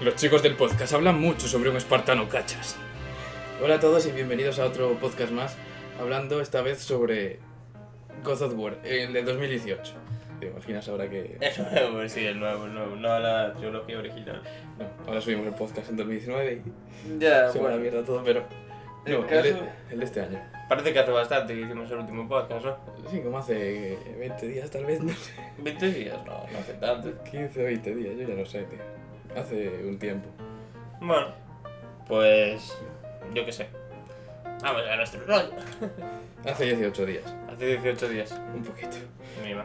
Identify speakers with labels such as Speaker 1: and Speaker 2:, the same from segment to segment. Speaker 1: Los chicos del podcast hablan mucho sobre un espartano cachas. Hola a todos y bienvenidos a otro podcast más, hablando esta vez sobre God of War, el de 2018. ¿Te imaginas ahora que...?
Speaker 2: El nuevo, Pues sí, el nuevo, el nuevo. No la trilogía original.
Speaker 1: No, ahora subimos el podcast en 2019 y
Speaker 2: Ya,
Speaker 1: se va a la mierda todo, pero...
Speaker 2: Ah, El
Speaker 1: No, el, de-
Speaker 2: caso-
Speaker 1: el de este año.
Speaker 2: Parece que hace bastante que hicimos el último podcast, ¿no?
Speaker 1: Sí, como hace 20 días tal vez, no sé.
Speaker 2: 20 días, no, no hace tanto.
Speaker 1: 15 o 20 días, yo ya no sé, tío. Hace un tiempo.
Speaker 2: Bueno, pues. Yo qué sé. Vamos a nuestro rollo.
Speaker 1: Hace 18 días,
Speaker 2: Hace 18 días.
Speaker 1: un poquito.
Speaker 2: Mima.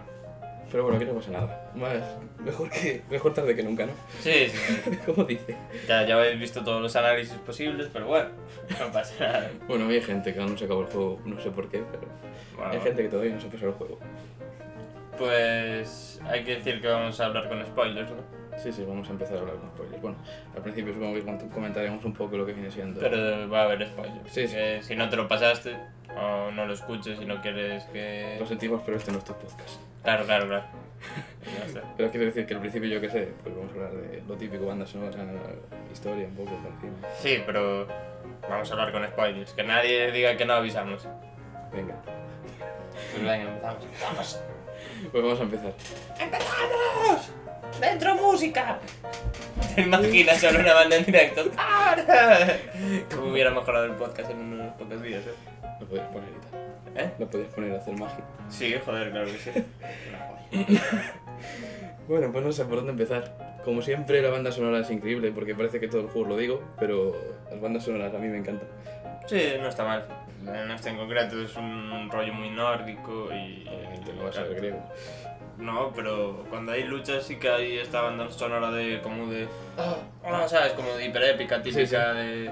Speaker 1: Pero bueno, que no pasa nada. Más, mejor, que, mejor tarde que nunca, ¿no?
Speaker 2: Sí, sí, sí.
Speaker 1: ¿Cómo dice?
Speaker 2: Ya, ya habéis visto todos los análisis posibles, pero bueno, no pasa nada.
Speaker 1: Bueno, hay gente que aún no se acabó el juego, no sé por qué, pero
Speaker 2: Bueno,
Speaker 1: hay gente que todavía no se ha pasado el juego.
Speaker 2: Pues hay que decir que vamos a hablar con spoilers, ¿no?
Speaker 1: Sí, sí, vamos a empezar a hablar con spoilers. Bueno, al principio supongo que cont- comentaremos un poco lo que viene siendo.
Speaker 2: Pero va a haber spoilers.
Speaker 1: Sí, sí.
Speaker 2: Que si no te lo pasaste o no lo escuches y no quieres que...
Speaker 1: Lo sentimos, pero este no es tu podcast.
Speaker 2: Claro, claro, claro. Ya está.
Speaker 1: Pero quiero decir que al principio, yo qué sé, pues vamos a hablar de lo típico, banda sonora, historia, un poco por encima.
Speaker 2: Sí, pero vamos a hablar con spoilers. Que nadie diga que no avisamos.
Speaker 1: Venga,
Speaker 2: Pues venga, empezamos. ¡Vamos!
Speaker 1: pues vamos a empezar.
Speaker 2: ¡Empezamos! ¡Dentro música! ¿Te imaginas solo una banda en directo? ¡Ahora! Como hubiera mejorado el podcast en unos pocos días, ¿eh?
Speaker 1: Lo podías poner y tal.
Speaker 2: ¿Eh?
Speaker 1: Lo podías poner a hacer magia.
Speaker 2: Sí, joder, claro que sí.
Speaker 1: Bueno, pues no sé por dónde empezar. Como siempre, la banda sonora es increíble, porque parece que todo el juego lo digo, pero las bandas sonoras a mí me encantan.
Speaker 2: Sí, no está mal. No está en concreto, es un rollo muy nórdico y...
Speaker 1: Obviamente no vas a ver griego.
Speaker 2: No, pero cuando hay luchas sí que hay esta banda sonora de como de... ah, No, ¿sabes? Como de hiperépica, típica
Speaker 1: Sí, sí.
Speaker 2: de...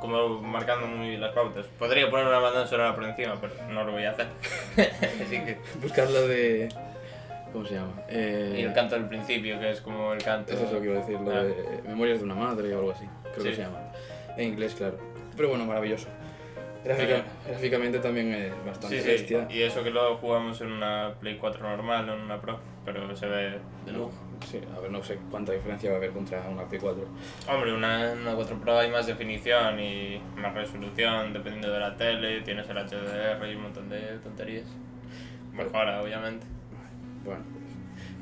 Speaker 2: Como marcando muy las pautas. Podría poner una banda sonora por encima, pero no lo voy a hacer. Así que...
Speaker 1: Buscar la de. ¿Cómo se llama? Eh,
Speaker 2: Y el canto del principio, que es como el canto...
Speaker 1: Eso es lo que iba a decir, lo
Speaker 2: Ah.
Speaker 1: de eh, Memorias de una madre o algo así. Creo que
Speaker 2: Sí.
Speaker 1: se llama. En inglés, claro. Pero bueno, maravilloso. Gráfica-
Speaker 2: Ajá.
Speaker 1: Gráficamente también es bastante
Speaker 2: Sí, sí,
Speaker 1: bestia.
Speaker 2: y eso que luego jugamos en una Play 4 normal, en una Pro, pero se ve de lujo.
Speaker 1: Sí, a ver, no sé cuánta diferencia va a haber contra una Play 4.
Speaker 2: Hombre, una, una 4 Pro hay más definición y más resolución, dependiendo de la tele, tienes el HDR y un montón de tonterías. Mejora, obviamente.
Speaker 1: Bueno,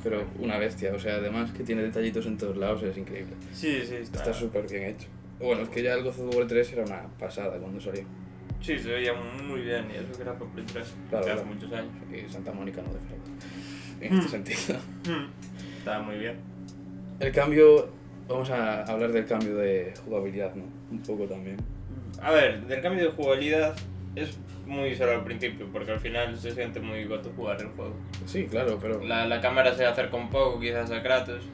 Speaker 1: pero una bestia, o sea, además que tiene detallitos en todos lados, es increíble.
Speaker 2: Sí, sí,
Speaker 1: Está súper bien hecho. Bueno, es que ya el God of War 3 era una pasada cuando salió.
Speaker 2: Sí, se veía muy bien y eso que era por Play 3
Speaker 1: Claro,
Speaker 2: hace
Speaker 1: claro.
Speaker 2: muchos años.
Speaker 1: Y Santa Mónica no defrauda. En
Speaker 2: Hmm.
Speaker 1: este sentido.
Speaker 2: Estaba muy bien.
Speaker 1: El cambio, vamos a hablar del cambio de jugabilidad, ¿no? Un poco también.
Speaker 2: A ver, del cambio de jugabilidad es muy solo al principio, porque al final se siente muy goto jugar el juego.
Speaker 1: Sí, claro, pero...
Speaker 2: La, la cámara se acerca un poco, quizás a Kratos.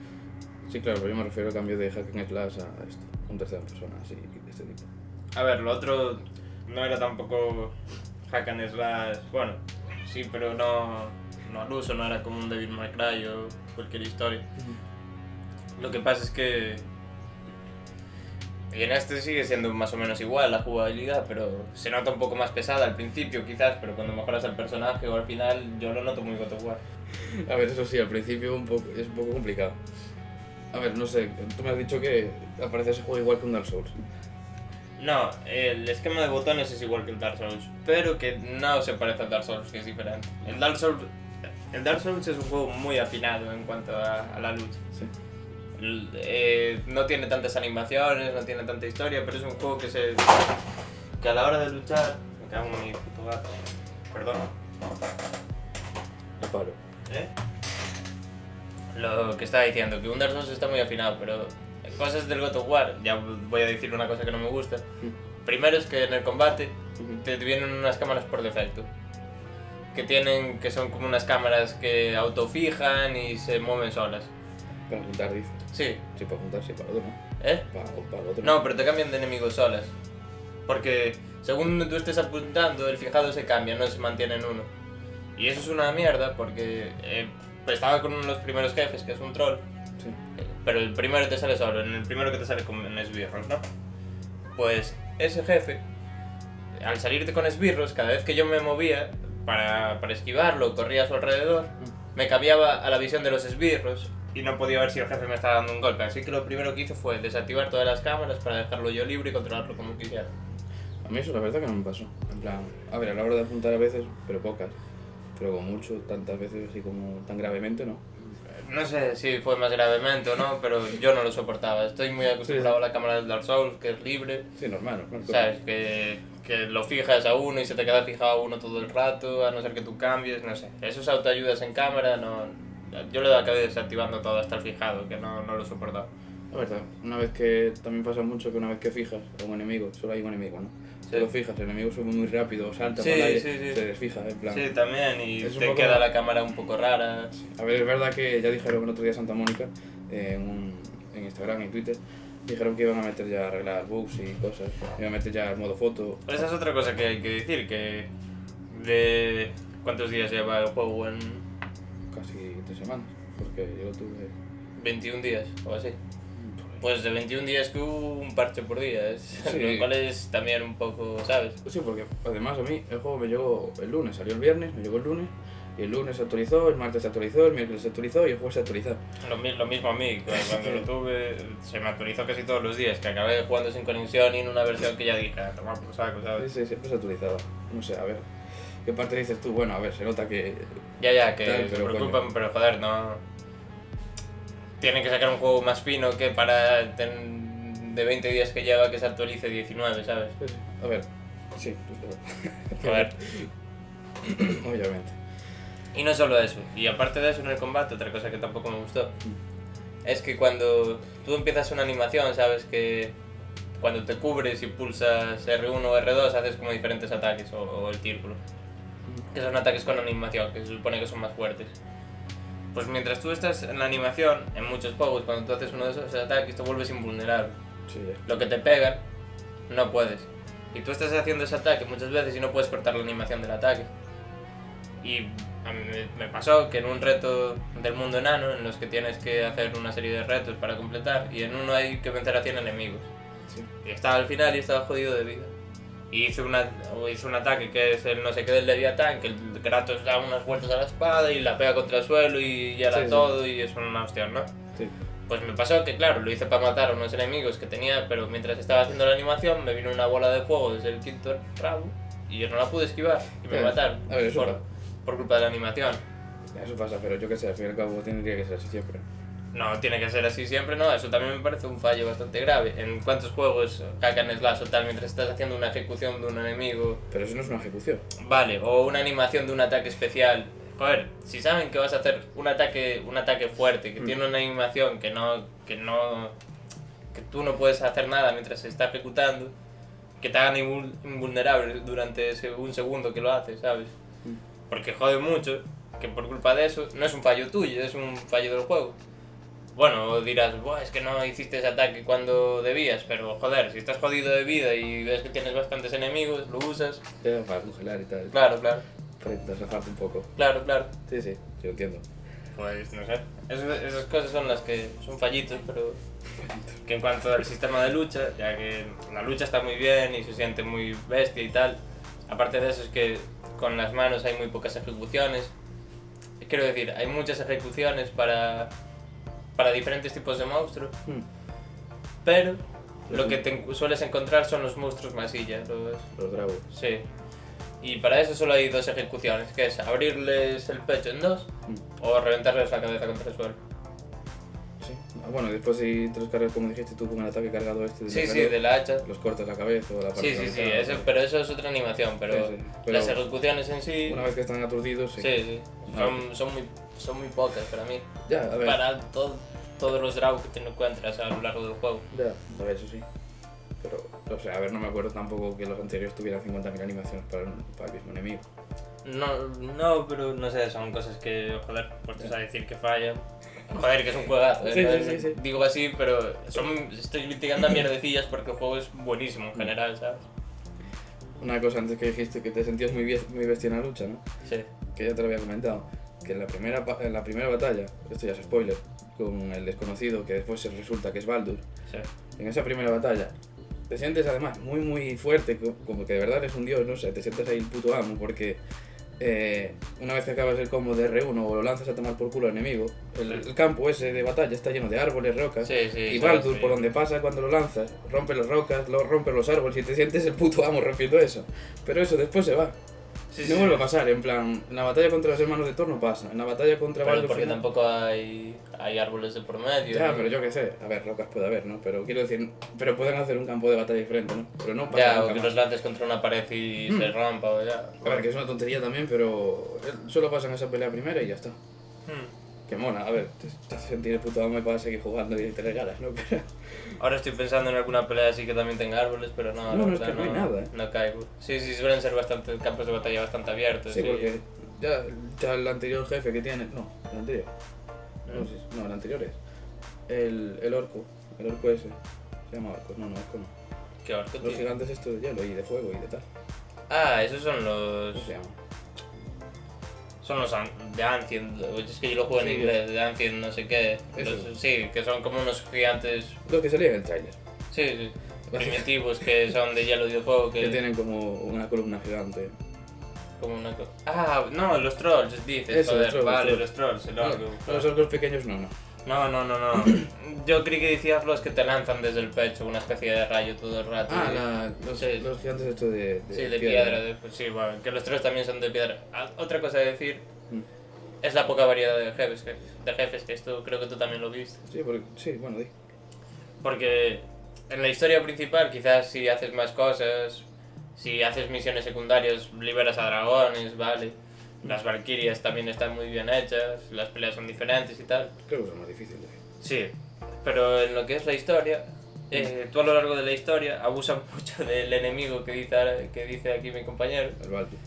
Speaker 1: Sí, claro, pero yo me refiero al cambio de Hack and Slash a esto, un tercera persona, así, de este tipo.
Speaker 2: A ver, lo otro no era tampoco hack and slash. Bueno, sí, pero no, no al uso, no era como un Devil May Cry o cualquier historia. Lo que pasa es que. Y en este sigue siendo más o menos igual la jugabilidad, pero se nota un poco más pesada al principio, quizás, pero cuando mejoras al personaje o al final, yo lo noto muy God of War.
Speaker 1: A ver, eso sí, al principio un poco, es un poco complicado. A ver, no sé, tú me has dicho que aparece ese juego igual que un Dark Souls.
Speaker 2: No, el esquema de botones es igual que el Dark Souls, pero que no se parece al Dark Souls, que es diferente. El Dark Souls, el Dark Souls es un juego muy afinado en cuanto a, a la lucha.
Speaker 1: Sí.
Speaker 2: L- eh, no tiene tantas animaciones, no tiene tanta historia, pero es un juego que se que a la hora de luchar, me cago en mi puto gato. Perdón.
Speaker 1: A paro.
Speaker 2: ¿Eh? Lo que estaba diciendo, que un Dark Souls está muy afinado, pero cosas del God of War, ya voy a decir una cosa que no me gusta. Primero es que en el combate te vienen unas cámaras por defecto. Que tienen, que son como unas cámaras que autofijan y se mueven solas.
Speaker 1: Para apuntar, dice.
Speaker 2: Sí,
Speaker 1: Sí, para apuntar, sí, para otro, ¿no?
Speaker 2: ¿eh?
Speaker 1: Para, para otro.
Speaker 2: No, pero te cambian de enemigos solas. Porque según tú estés apuntando, el fijado se cambia, no se mantiene en uno. Y eso es una mierda porque eh, estaba con uno de los primeros jefes, que es un troll.
Speaker 1: Sí.
Speaker 2: Pero el primero te sale solo, en el primero que te sale con en esbirros, ¿no? Pues ese jefe, al salirte con esbirros, cada vez que yo me movía para, para esquivarlo, corría a su alrededor, me cambiaba a la visión de los esbirros y no podía ver si el jefe me estaba dando un golpe. Así que lo primero que hice fue desactivar todas las cámaras para dejarlo yo libre y controlarlo como quisiera.
Speaker 1: A mí eso la verdad que no me pasó. En plan, a ver, a la hora de apuntar a veces, pero pocas. Pero como mucho, tantas veces así como tan gravemente, ¿no?
Speaker 2: No sé si fue más gravemente o no, pero yo no lo soportaba. Estoy muy acostumbrado a la cámara del Dark Souls, que es libre.
Speaker 1: Sí, normal, normal.
Speaker 2: ¿Sabes? Que, que lo fijas a uno y se te queda fijado a uno todo el rato, a no ser que tú cambies, no sé. Esos autoayudas en cámara, no. Yo lo acabé desactivando todo hasta el fijado, que no, no lo soportaba.
Speaker 1: La verdad, una vez que también pasa mucho que una vez que fijas a un enemigo, solo hay un enemigo, ¿no?
Speaker 2: Sí.
Speaker 1: Lo fijas, el enemigo sube muy rápido, salta
Speaker 2: Sí,
Speaker 1: por el aire,
Speaker 2: sí, sí.
Speaker 1: se desfija, en plan.
Speaker 2: Sí, también, y
Speaker 1: Es un
Speaker 2: te
Speaker 1: poco-
Speaker 2: queda la cámara un poco rara.
Speaker 1: A ver, es verdad que ya dijeron el otro día Santa Mónica eh, en, un- en Instagram y Twitter, dijeron que iban a meter ya arreglar bugs y cosas, iban a meter ya el modo foto.
Speaker 2: Esa es otra cosa que hay que decir, que de cuántos días lleva el juego en
Speaker 1: casi tres semanas, porque yo tuve.
Speaker 2: 21 días o así. Pues de 21 días que hubo un parche por día, es-
Speaker 1: Sí.
Speaker 2: lo cual es también un poco, ¿sabes?
Speaker 1: Sí, porque además a mí el juego me llegó el lunes, salió el viernes, me llegó el lunes, y el lunes se actualizó, el martes se actualizó, el miércoles se actualizó y el jueves se actualizó.
Speaker 2: Lo, mi- lo mismo a mí, cu- cuando lo tuve se me actualizó casi todos los días, que acabé jugando sin conexión y en una versión que ya dije, a tomar por saco,
Speaker 1: Sí,
Speaker 2: ¿sabes?
Speaker 1: sí, siempre se actualizaba. No sé, a ver. ¿Qué parte dices tú? Bueno, a ver, se nota que.
Speaker 2: Ya, ya, que
Speaker 1: Tal,
Speaker 2: se
Speaker 1: pero coño.
Speaker 2: preocupan, pero joder, no... Tienen que sacar un juego más fino que para ten- de 20 días que lleva que se actualice 19, ¿sabes?
Speaker 1: A ver. Sí,
Speaker 2: Joder.
Speaker 1: Obviamente.
Speaker 2: Y no solo eso, y aparte de eso en el combate, otra cosa que tampoco me gustó, es que cuando tú empiezas una animación, sabes que cuando te cubres y pulsas R1 o R2 haces como diferentes ataques o, o el círculo, que son ataques con animación, que se supone que son más fuertes. Pues mientras tú estás en la animación, en muchos juegos, cuando tú haces uno de esos ataques te vuelves invulnerable
Speaker 1: Sí, eh, ya.
Speaker 2: lo que te pegan, no puedes. Y tú estás haciendo ese ataque muchas veces y no puedes cortar la animación del ataque. Y a mí me- me pasó que en un reto del mundo enano, en los que tienes que hacer una serie de retos para completar, y en uno hay que vencer a 100 enemigos.
Speaker 1: Sí.
Speaker 2: Y estaba al final y estaba jodido de vida. Y hice, una, o hice un ataque que es el no sé qué del Leviatán, que el Kratos da unas vueltas a la espada y la pega contra el suelo y ya
Speaker 1: Sí, sí.
Speaker 2: todo y es una hostia, ¿no?
Speaker 1: Sí.
Speaker 2: Pues me pasó que, claro, lo hice para matar a unos enemigos que tenía, pero mientras estaba haciendo la animación me vino una bola de fuego desde el quinto rabo y yo no la pude esquivar y me
Speaker 1: Claro.
Speaker 2: mataron
Speaker 1: A ver, eso
Speaker 2: por,
Speaker 1: va.
Speaker 2: por culpa de la animación.
Speaker 1: Eso pasa, pero yo qué sé, al fin y al cabo tendría que ser así siempre.
Speaker 2: No, tiene que ser así siempre, ¿no? Eso también me parece un fallo bastante grave. ¿En cuántos juegos hack and slash o tal, mientras estás haciendo una ejecución de un enemigo,
Speaker 1: Pero eso no es una ejecución.
Speaker 2: vale, o una animación de un ataque especial? Joder, si saben que vas a hacer un ataque, un ataque fuerte, que
Speaker 1: Mm.
Speaker 2: tiene una animación que no, que no, que tú no puedes hacer nada mientras se está ejecutando, que te hagan invul- invulnerable durante ese un segundo que lo haces, ¿sabes?
Speaker 1: Mm.
Speaker 2: Porque jode mucho, que por culpa de eso, no es un fallo tuyo, es un fallo del juego. Bueno, o dirás, Buah, es que no hiciste ese ataque cuando debías, pero joder, si estás jodido de vida y ves que tienes bastantes enemigos, lo usas.
Speaker 1: Te da para congelar y tal.
Speaker 2: Claro, claro,
Speaker 1: Para desafiarte un poco.
Speaker 2: claro, claro.
Speaker 1: Sí, sí, yo entiendo.
Speaker 2: Pues no sé. esas cosas son las que son fallitos, pero que en cuanto al sistema de lucha, ya que la lucha está muy bien y se siente muy bestia y tal, aparte de eso es que con las manos hay muy pocas ejecuciones. Quiero decir, hay muchas ejecuciones para, para diferentes tipos de monstruos,
Speaker 1: Hmm.
Speaker 2: pero lo que te en- sueles encontrar son los monstruos masilla, los,
Speaker 1: Los dragos.
Speaker 2: Sí. Y para eso solo hay dos ejecuciones, que es abrirles el pecho en dos
Speaker 1: Mm.
Speaker 2: o reventarles la cabeza contra el suelo.
Speaker 1: Sí. Ah, bueno, después si te los cargas, como dijiste tú, con el ataque cargado este. del
Speaker 2: Sí, sí,
Speaker 1: cargador,
Speaker 2: de la hacha.
Speaker 1: Los cortas la cabeza o la parte
Speaker 2: Sí, sí, sí,
Speaker 1: frontal.
Speaker 2: eso- pero eso es otra animación, pero,
Speaker 1: Sí, sí, pero-
Speaker 2: las ejecuciones en sí,
Speaker 1: Una vez que están aturdidos, sí.
Speaker 2: sí, sí,
Speaker 1: Vale.
Speaker 2: son, son, muy, son muy pocas para mí.
Speaker 1: Ya, a ver.
Speaker 2: Para to- todos los draws que te encuentras a lo largo del juego.
Speaker 1: Ya, a ver, eso sí. Pero, o sea, a ver, no me acuerdo tampoco que los anteriores tuvieran 50.000 animaciones para, un- para el mismo enemigo.
Speaker 2: No, no, pero no sé, son cosas que, joder, puestos a decir que fallan. Joder, que es un juegazo, ¿eh?
Speaker 1: Sí,
Speaker 2: No
Speaker 1: sí,
Speaker 2: es-
Speaker 1: sí, sí.
Speaker 2: Digo así, pero son, estoy criticando a mierdecillas porque el juego es buenísimo en
Speaker 1: Mm.
Speaker 2: general, ¿sabes?
Speaker 1: Una cosa antes que dijiste que te sentías muy, bie- muy bestia en la lucha, ¿no?
Speaker 2: Sí.
Speaker 1: Que ya te lo había comentado. Que en la primera, pa- en la primera batalla, esto ya es spoiler, con el desconocido que después se resulta que es Baldur,
Speaker 2: Sí.
Speaker 1: en esa primera batalla. Te sientes además muy muy fuerte, co- como que de verdad eres un dios, no sé, te sientes ahí el puto amo, porque eh, una vez que acabas el combo de R1 o lo lanzas a tomar por culo al enemigo, el, el campo ese de batalla está lleno de árboles, rocas.
Speaker 2: Sí, sí.
Speaker 1: Y
Speaker 2: sí,
Speaker 1: Baldur,
Speaker 2: sí.
Speaker 1: por donde pasa cuando lo lanzas, rompe las rocas, lo, rompe los árboles y te sientes el puto amo rompiendo eso. Pero eso después se va.
Speaker 2: Sí,
Speaker 1: no
Speaker 2: sí.
Speaker 1: vuelve a pasar, en plan, en la batalla contra los hermanos de Torno pasa, en la batalla contra
Speaker 2: Pero
Speaker 1: Baldur
Speaker 2: porque
Speaker 1: final-
Speaker 2: tampoco hay, hay árboles de por medio.
Speaker 1: Ya,
Speaker 2: ¿no?
Speaker 1: pero yo qué sé, a ver, rocas puede haber, ¿no? Pero quiero decir, pero pueden hacer un campo de batalla diferente, ¿no? Pero no pasa
Speaker 2: Ya, o
Speaker 1: nunca
Speaker 2: que
Speaker 1: más.
Speaker 2: los lances contra una pared y se rompa o ya.
Speaker 1: Mm. A ver, que es una tontería también, pero eh, solo pasan esa pelea primera y ya está.
Speaker 2: Hmm.
Speaker 1: Que mola, a ver, te, te hace sentir el puto amo y para seguir jugando y te regalas, ¿no? Pero-
Speaker 2: Ahora estoy pensando en alguna pelea así que también tenga árboles, pero no.
Speaker 1: No,
Speaker 2: la
Speaker 1: no, es
Speaker 2: verdad,
Speaker 1: que no hay nada, ¿eh?
Speaker 2: No caigo. Sí, sí, suelen ser bastante campos de batalla bastante abiertos.
Speaker 1: sí, porque ya, ya el anterior jefe que tiene. No, el anterior. No, sí, no, el anterior es. El, el orco, el orco ese. Se llama orco, no, no, orco no.
Speaker 2: Qué orco,
Speaker 1: Los
Speaker 2: tío.
Speaker 1: gigantes estos de hielo y de fuego y de tal.
Speaker 2: Ah, esos son los.
Speaker 1: ¿Cómo se llama?
Speaker 2: Son los an- de Ancient. Es que yo lo juego en
Speaker 1: Sí.
Speaker 2: inglés, de Ancient, no sé qué.
Speaker 1: Eso.
Speaker 2: Los- sí, que son como unos gigantes.
Speaker 1: Los que salían en el trailer.
Speaker 2: Sí, sí. Primitivos que son de hielo y de fuego. Que,
Speaker 1: Que tienen como una columna gigante.
Speaker 2: Como una co- Ah, no, los trolls, dices.
Speaker 1: Eso,
Speaker 2: joder,
Speaker 1: los trolls,
Speaker 2: vale,
Speaker 1: los
Speaker 2: los trolls, el orco.
Speaker 1: No, los orcos pequeños no, no.
Speaker 2: No, no, no, no. Yo creí que decías los que te lanzan desde el pecho, una especie de rayo todo el rato.
Speaker 1: Ah, la- los,
Speaker 2: Sí.
Speaker 1: los gigantes estos de,
Speaker 2: Sí, de piedra. de- pues Sí, bueno, que los trolls también son de piedra. Ah, Otra cosa a decir
Speaker 1: Mm.
Speaker 2: es la poca variedad de jefes, que, de jefes, que esto creo que tú también lo viste.
Speaker 1: Sí, porque, sí, bueno, di.
Speaker 2: Porque en la historia principal, quizás si haces más cosas, si haces misiones secundarias, liberas a dragones, ¿vale? Las valquirias también están muy bien hechas, las peleas son diferentes y tal.
Speaker 1: Creo que es más difícil. de-
Speaker 2: Sí, pero en lo que es la historia, eh, tú a lo largo de la historia abusas mucho del enemigo que dice, ahora- que dice aquí mi compañero.
Speaker 1: El Baldur.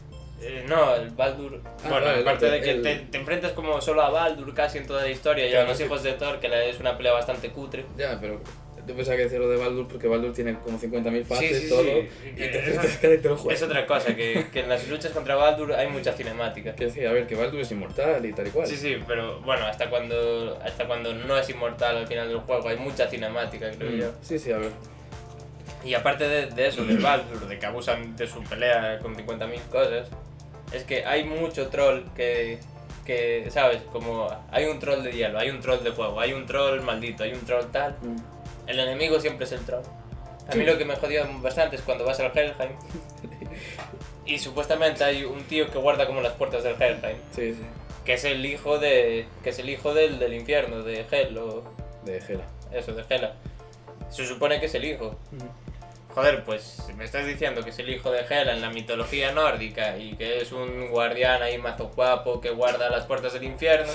Speaker 2: Eh, no, el Baldur.
Speaker 1: Ah,
Speaker 2: bueno,
Speaker 1: vale,
Speaker 2: aparte
Speaker 1: el-
Speaker 2: de que
Speaker 1: el-
Speaker 2: te, te enfrentas como solo a Baldur casi en toda la historia y a
Speaker 1: Claro,
Speaker 2: los
Speaker 1: sí.
Speaker 2: hijos de Thor, que la- es una pelea bastante cutre.
Speaker 1: Ya, pero yo pensaba que decía lo de Baldur porque Baldur tiene como 50.000 fases,
Speaker 2: sí,
Speaker 1: todo.
Speaker 2: sí.
Speaker 1: Y
Speaker 2: Eh,
Speaker 1: te
Speaker 2: eso-
Speaker 1: enfrentas cada vez que lo
Speaker 2: Es
Speaker 1: juegas.
Speaker 2: otra cosa, que, que en las luchas contra Baldur hay mucha cinemática.
Speaker 1: Que sí, a ver, que Baldur es inmortal y tal y cual.
Speaker 2: Sí, sí, pero bueno, hasta cuando, hasta cuando no es inmortal al final del juego hay mucha cinemática, creo yo.
Speaker 1: Mm, sí, sí, a ver.
Speaker 2: Y aparte de, de eso, del Baldur, de que abusan de su pelea con 50.000 cosas, es que hay mucho troll que, que, ¿sabes? Como hay un troll de hielo, hay un troll de fuego, hay un troll maldito, hay un troll tal. El enemigo siempre es el troll. A mí
Speaker 1: Sí.
Speaker 2: lo que me jodió bastante es cuando vas al Helheim y supuestamente hay un tío que guarda como las puertas del Helheim,
Speaker 1: Sí, sí.
Speaker 2: que es el hijo de que es el hijo del del infierno de Hel o
Speaker 1: De Gela.
Speaker 2: eso de Hela. Se supone que es el hijo. Joder, pues me estás diciendo que es el hijo de Hela en la mitología nórdica y que es un guardián ahí mazo guapo que guarda las puertas del infierno.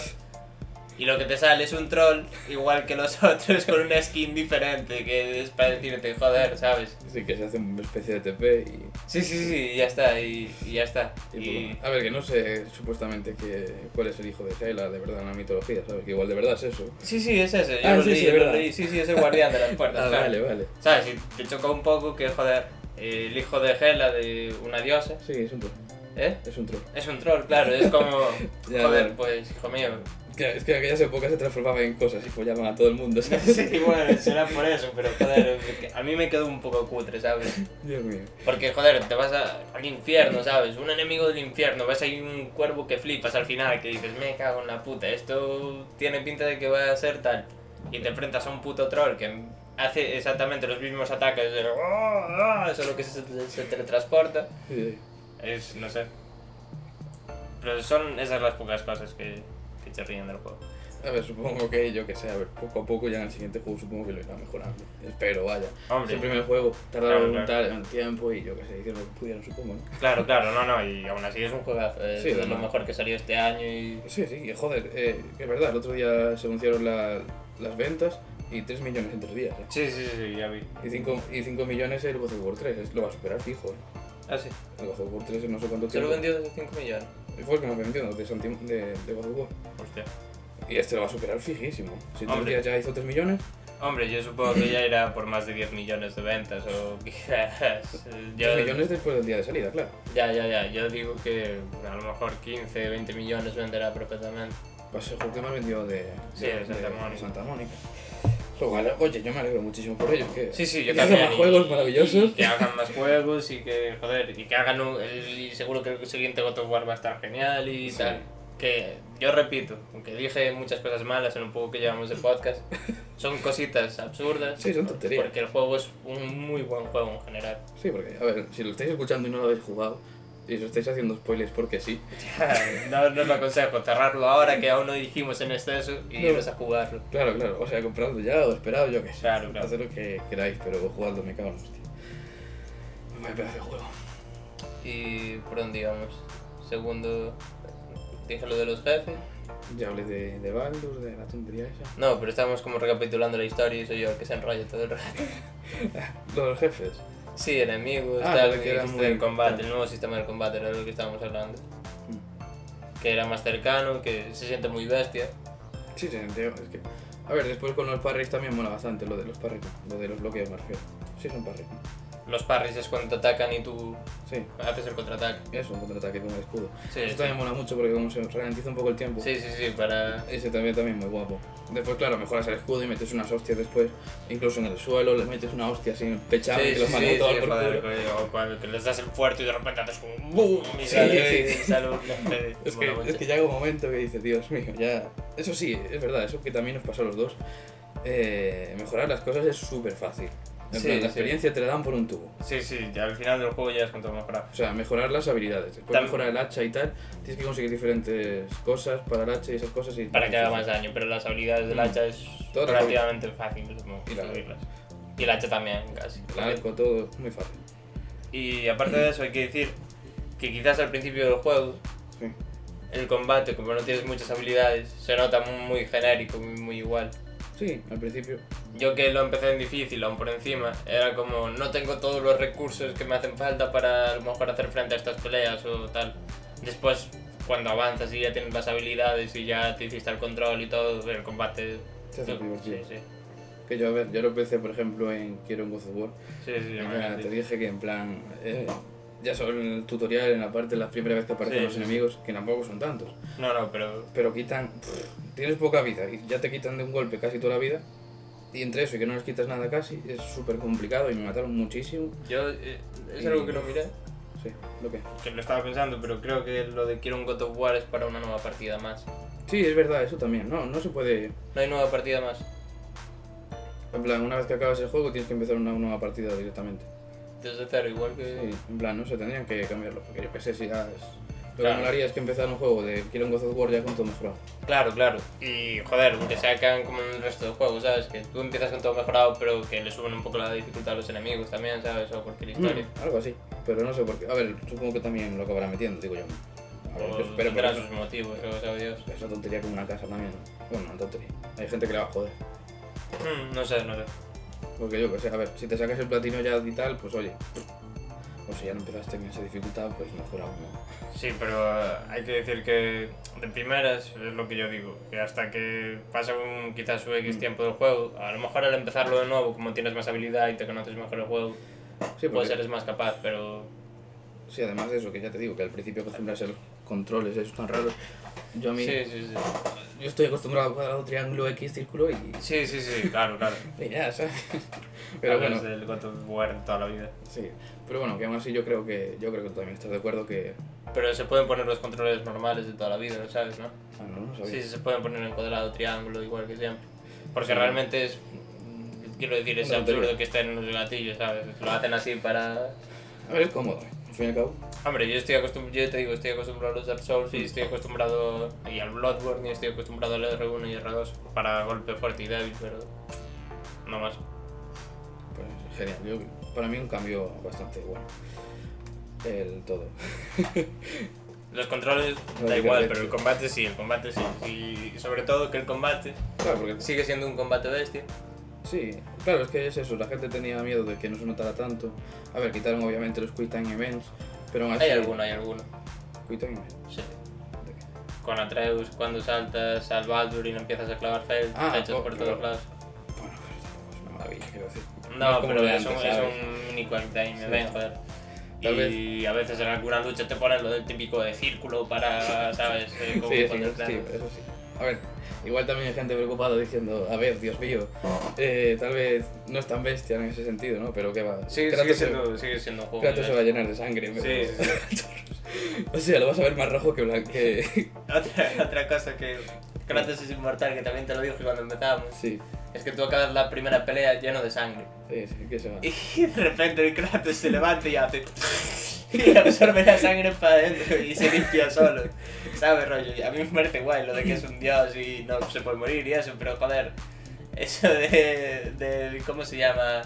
Speaker 2: Y lo que te sale es un troll, igual que los otros, con una skin diferente, que es para decirte, joder, ¿sabes?
Speaker 1: Sí, que se hace una especie de TP y.
Speaker 2: Sí, sí, sí, y ya está, y, y ya está.
Speaker 1: y
Speaker 2: Y,
Speaker 1: poco más. A ver, que no sé supuestamente que, cuál es el hijo de Gela de verdad en la mitología, ¿sabes? Que igual de verdad es eso.
Speaker 2: sí, sí, es ese, yo
Speaker 1: Ah,
Speaker 2: lo
Speaker 1: sí,
Speaker 2: leí,
Speaker 1: sí,
Speaker 2: yo lo
Speaker 1: verdad.
Speaker 2: leí, sí, sí, es el guardián de las puertas,
Speaker 1: Ah,
Speaker 2: claro.
Speaker 1: vale, vale.
Speaker 2: ¿Sabes? Y te choca un poco que, joder, eh, el hijo de Hela, de una diosa,
Speaker 1: Sí, es un troll.
Speaker 2: ¿eh?
Speaker 1: Es un troll.
Speaker 2: Es un troll, claro, es como.
Speaker 1: Ya,
Speaker 2: joder,
Speaker 1: ya.
Speaker 2: pues, hijo mío.
Speaker 1: Que- es que en aquellas épocas se transformaba en cosas y follaban a todo el mundo, ¿sabes?
Speaker 2: Sí, bueno, será por eso, pero joder, a mí me quedó un poco cutre, ¿sabes?
Speaker 1: Dios mío.
Speaker 2: Porque, joder, te vas a- al infierno, ¿sabes? Un enemigo del infierno, ves ahí un cuervo que flipas al final, que dices, me cago en la puta, esto tiene pinta de que va a ser tal. Y te enfrentas a un puto troll que hace exactamente los mismos ataques, de, "Oh, ah", solo que se, se teletransporta.
Speaker 1: Sí,
Speaker 2: Es, no sé. Pero son esas las pocas cosas que, que te ríen del juego.
Speaker 1: sí. A ver, supongo que yo que sé, a ver, poco a poco ya en el siguiente juego supongo que lo irá mejorando. Espero, vaya.
Speaker 2: Hombre.
Speaker 1: Es el primer juego, tardaron
Speaker 2: Claro,
Speaker 1: un tal un tiempo y yo que sé, hicieron lo que pudieron, supongo, ¿no?
Speaker 2: Claro, claro, no, no, y aún así es un juegazo, es
Speaker 1: Sí,
Speaker 2: de
Speaker 1: no.
Speaker 2: lo mejor que salió este año y...
Speaker 1: Sí, sí, y joder, eh, que es verdad, el otro día se anunciaron la- las ventas y 3 millones en 3 días, ¿eh?
Speaker 2: Sí, sí, sí, ya vi.
Speaker 1: Y 5, y cinco millones el God of War 3, es- lo va a superar fijo, ¿eh?
Speaker 2: Ah, sí.
Speaker 1: El God of War 3 en no sé cuánto
Speaker 2: Solo
Speaker 1: tiempo.
Speaker 2: vendió desde 5 millones.
Speaker 1: Fue el que más vendió, ¿no? de, Santim- de, de God of War.
Speaker 2: Hostia.
Speaker 1: Y este lo va a superar fijísimo. Si tres
Speaker 2: Hombre.
Speaker 1: días ya hizo 3 millones,
Speaker 2: Hombre, yo supongo que ya irá por más de 10 millones de ventas o quizás... eh, Yo...
Speaker 1: 3 millones después del día de salida, claro.
Speaker 2: Ya, ya, ya, yo digo que a lo mejor 15, 20 millones venderá perfectamente.
Speaker 1: Pues el juego que más vendió de,
Speaker 2: Sí,
Speaker 1: de-
Speaker 2: de Santa
Speaker 1: de-
Speaker 2: Mónica.
Speaker 1: Santa Mónica. Lo cual, oye, yo me alegro muchísimo por ellos. Que
Speaker 2: Sí, sí, yo
Speaker 1: que hacen
Speaker 2: también.
Speaker 1: más
Speaker 2: y-
Speaker 1: juegos
Speaker 2: y
Speaker 1: maravillosos.
Speaker 2: que hagan más juegos y que, joder, y que hagan un- el, y seguro que el siguiente God of War va a estar genial y
Speaker 1: Sí.
Speaker 2: tal. Que yo repito, aunque dije muchas cosas malas en un poco que llevamos de podcast, son cositas absurdas.
Speaker 1: Sí, son tonterías.
Speaker 2: Porque el juego es un muy buen juego en general.
Speaker 1: Sí, porque, a ver, si lo estáis escuchando y no lo habéis jugado, y os estáis haciendo spoilers porque sí,
Speaker 2: no, no lo aconsejo cerrarlo ahora que aún no dijimos en exceso y
Speaker 1: No.
Speaker 2: iros a jugarlo.
Speaker 1: claro, claro, o sea, comprando ya o esperado, yo qué sé.
Speaker 2: Claro, claro.
Speaker 1: Haced lo que queráis, pero jugando me cago en la hostia. Vaya pedazo de juego.
Speaker 2: Y por donde íbamos. Segundo, dije lo de los jefes.
Speaker 1: Ya hablé de, de Baldur, de la tontería esa.
Speaker 2: No, pero estábamos como recapitulando la historia y soy yo el que se enrolla todo el rato.
Speaker 1: Lo de los jefes.
Speaker 2: Sí, enemigos,
Speaker 1: Ah,
Speaker 2: tal,
Speaker 1: lo que
Speaker 2: que
Speaker 1: era
Speaker 2: dijiste
Speaker 1: muy-
Speaker 2: del combate, el nuevo sistema del combate era lo que estábamos hablando.
Speaker 1: Mm.
Speaker 2: Que era más cercano, que se siente muy bestia.
Speaker 1: Sí, sí, entiendo. Es que... A ver, después con los parries también mola bastante lo de los parries, lo de los bloqueos me refiero. Sí, son parries. ¿no?
Speaker 2: Los parries es cuando te atacan y tú
Speaker 1: Sí,
Speaker 2: haces el contraataque.
Speaker 1: es un contraataque con el escudo.
Speaker 2: Sí,
Speaker 1: Eso también mola mucho porque como se ralentiza un poco el tiempo.
Speaker 2: sí, sí, sí, para...
Speaker 1: Ese también, también muy guapo. Después, claro, mejoras el escudo y metes unas hostias después, incluso en el suelo, le metes una hostia así en el pechado y
Speaker 2: Sí,
Speaker 1: que
Speaker 2: sí,
Speaker 1: los
Speaker 2: sí,
Speaker 1: mandan todo
Speaker 2: sí,
Speaker 1: por
Speaker 2: joder,
Speaker 1: culo.
Speaker 2: que- o cuando que les das el fuerte y de repente haces como un boom y
Speaker 1: Sí,
Speaker 2: sale,
Speaker 1: sí.
Speaker 2: y sale un- eh,
Speaker 1: Es
Speaker 2: mola
Speaker 1: que,
Speaker 2: mucho.
Speaker 1: es que llega un momento que dices, Dios mío, ya... Eso sí, es verdad, eso que también nos pasó a los dos. Eh, mejorar las cosas es súper fácil. En
Speaker 2: Sí,
Speaker 1: plan, la
Speaker 2: sí.
Speaker 1: experiencia te la dan por un tubo.
Speaker 2: Sí, sí, ya al final del juego ya es con todo mejorado.
Speaker 1: O sea, mejorar las habilidades. Después
Speaker 2: Tam-
Speaker 1: mejorar el hacha y tal, tienes que conseguir diferentes cosas para el hacha y esas cosas. Y
Speaker 2: Para que haga más daño, pero las habilidades del
Speaker 1: Mm.
Speaker 2: hacha es
Speaker 1: Todo
Speaker 2: relativamente fácil como
Speaker 1: Y la-
Speaker 2: subirlas. Y el hacha también, casi.
Speaker 1: El arco, todo, muy fácil.
Speaker 2: Y aparte de eso, hay que decir que quizás al principio del juego,
Speaker 1: Sí.
Speaker 2: el combate, como no tienes muchas habilidades, se nota muy, muy genérico, muy, muy igual.
Speaker 1: Sí, al principio.
Speaker 2: Yo que lo empecé en difícil, aún por encima, era como no tengo todos los recursos que me hacen falta para a lo mejor hacer frente a estas peleas o tal. Después, cuando avanzas y ya tienes las habilidades y ya te hiciste el control y todo, el combate.
Speaker 1: Se hace
Speaker 2: todo-
Speaker 1: divertido.
Speaker 2: sí, sí.
Speaker 1: Que yo, a ver, yo lo empecé, por ejemplo, en Quiero un God of War.
Speaker 2: Sí, sí,
Speaker 1: Y
Speaker 2: ya me
Speaker 1: ya te
Speaker 2: habían dicho.
Speaker 1: dije que en plan, eh, ya solo en el tutorial, en la parte, la primera vez que aparecen
Speaker 2: Sí,
Speaker 1: los
Speaker 2: sí, sí.
Speaker 1: enemigos, que tampoco son tantos,
Speaker 2: No, no, pero.
Speaker 1: pero quitan, pff, tienes poca vida y ya te quitan de un golpe casi toda la vida. Y entre eso y que no les quitas nada casi, es súper complicado y me mataron muchísimo.
Speaker 2: Yo. eh, es
Speaker 1: Y-
Speaker 2: algo que lo miré.
Speaker 1: Sí, lo que.
Speaker 2: que lo estaba pensando, pero creo que lo de quiero un God of War es para una nueva partida más.
Speaker 1: Sí, es verdad, eso también. No, no se puede.
Speaker 2: No hay nueva partida más.
Speaker 1: En plan, una vez que acabas el juego tienes que empezar una nueva partida directamente.
Speaker 2: Desde cero, igual que...
Speaker 1: Sí, en plan, no sé, tendrían que cambiarlo, porque yo qué sé si ya es... Lo que
Speaker 2: Claro.
Speaker 1: molaría es que empezar un juego de Quiero un God of War ya con todo mejorado.
Speaker 2: Claro, claro. Y joder, que se hagan como en el resto de juegos, ¿sabes? Que tú empiezas con todo mejorado, pero que le suben un poco la dificultad a los enemigos también, ¿sabes? O cualquier historia.
Speaker 1: Mm, algo así, pero no sé por qué. A ver, supongo que también lo acabará metiendo, digo yo. A ver, yo
Speaker 2: O
Speaker 1: Mm. espero, pero
Speaker 2: tendrá
Speaker 1: eso,
Speaker 2: sus motivos, o sea, Dios.
Speaker 1: es una tontería como una casa también. Bueno, una tontería. Hay gente que le va a joder.
Speaker 2: Mm, No sé, no sé.
Speaker 1: Porque yo qué sé, a ver, si te sacas el platino ya y tal, pues oye. O si ya no empezaste en esa dificultad, pues mejor aún. ¿no?
Speaker 2: Sí, pero eh, hay que decir que de primeras es lo que yo digo, que hasta que pasa un quizás un
Speaker 1: Mm.
Speaker 2: X tiempo del juego, a lo mejor al empezarlo de nuevo, como tienes más habilidad y te conoces mejor el juego,
Speaker 1: Sí,
Speaker 2: Pues
Speaker 1: porque,
Speaker 2: eres más capaz, pero.
Speaker 1: sí, además de eso, que ya te digo, que al principio acostumbrarse a los controles, esos tan raros. Yo a mí,
Speaker 2: Sí, sí, sí.
Speaker 1: yo estoy acostumbrado a cuadrado, triángulo, X, círculo y
Speaker 2: Sí, sí, sí, claro, claro.
Speaker 1: Y ya, ¿sabes? Pero bueno,
Speaker 2: del God of War toda la vida.
Speaker 1: sí. Pero bueno, que aún así yo creo que yo creo que tú también estás de acuerdo que.
Speaker 2: Pero se pueden poner los controles normales de toda la vida, ¿lo sabes, no?
Speaker 1: Ah, no, no sabía.
Speaker 2: Sí, sí, se pueden poner en cuadrado, triángulo, igual que siempre. Porque
Speaker 1: Sí.
Speaker 2: realmente es. Quiero decir, es
Speaker 1: Una tontería.
Speaker 2: absurdo que estén los gatillos, ¿sabes? Lo hacen así para.
Speaker 1: A ver, es cómodo, ¿eh? al fin y al cabo.
Speaker 2: Hombre, yo estoy acostumbrado, yo te digo, estoy acostumbrado a los Dark Souls y estoy acostumbrado. y al Bloodborne y estoy acostumbrado al R1 y R2 para golpe fuerte y débil, pero. no más.
Speaker 1: Pues genial. Yo, para mí un cambio bastante bueno. El todo.
Speaker 2: Los controles
Speaker 1: No,
Speaker 2: da
Speaker 1: yo
Speaker 2: igual,
Speaker 1: creo que
Speaker 2: pero
Speaker 1: sí.
Speaker 2: el combate sí, el combate sí. Y sobre todo que el combate
Speaker 1: Claro, porque sí.
Speaker 2: sigue siendo un combate bestia.
Speaker 1: claro, es que es eso. La gente tenía miedo de que no se notara tanto. A ver, quitaron obviamente los Quick Time Events. Pero aún así.
Speaker 2: Hay alguno, hay alguno.
Speaker 1: Quick Time Events.
Speaker 2: Sí. Con Atreus, cuando saltas al Baldur y le empiezas a clavar fel-
Speaker 1: Ah,
Speaker 2: flechas
Speaker 1: oh,
Speaker 2: por
Speaker 1: claro.
Speaker 2: todos lados.
Speaker 1: Bueno, pero tampoco es una maravilla, quiero decir. es
Speaker 2: No,
Speaker 1: como
Speaker 2: pero
Speaker 1: lo de
Speaker 2: es, un,
Speaker 1: antes,
Speaker 2: es
Speaker 1: ¿sabes?
Speaker 2: un mini quick time
Speaker 1: Sí.
Speaker 2: event, joder.
Speaker 1: Tal
Speaker 2: Y a veces en alguna lucha te ponen lo del típico de círculo para, ¿sabes? Eh, como
Speaker 1: Sí, sí,
Speaker 2: cuando
Speaker 1: sí,
Speaker 2: planas.
Speaker 1: eso sí. A ver, Igual también hay gente preocupada diciendo, a ver, Dios mío, eh, tal vez no es tan bestia en ese sentido, ¿no? Pero qué va.
Speaker 2: Sí,
Speaker 1: Kratos
Speaker 2: sigue
Speaker 1: se-
Speaker 2: siendo, sigue siendo un juego.
Speaker 1: Kratos
Speaker 2: de
Speaker 1: se va a llenar de sangre.
Speaker 2: leche.
Speaker 1: pero-
Speaker 2: Sí, sí.
Speaker 1: O sea, lo vas a ver más rojo que blanco. que-
Speaker 2: Otra, otra cosa que Kratos es inmortal, que también te lo dije cuando empezábamos,
Speaker 1: Sí,
Speaker 2: es que tú acabas la primera pelea lleno de sangre.
Speaker 1: sí, sí, que se va.
Speaker 2: Y de repente el Kratos se levanta y hace... Y absorbe la sangre para adentro y se limpia solo. ¿Sabes, rollo? Y a mí me parece guay lo de que es un dios y no se puede morir y eso, pero joder, eso de... de ¿Cómo se llama?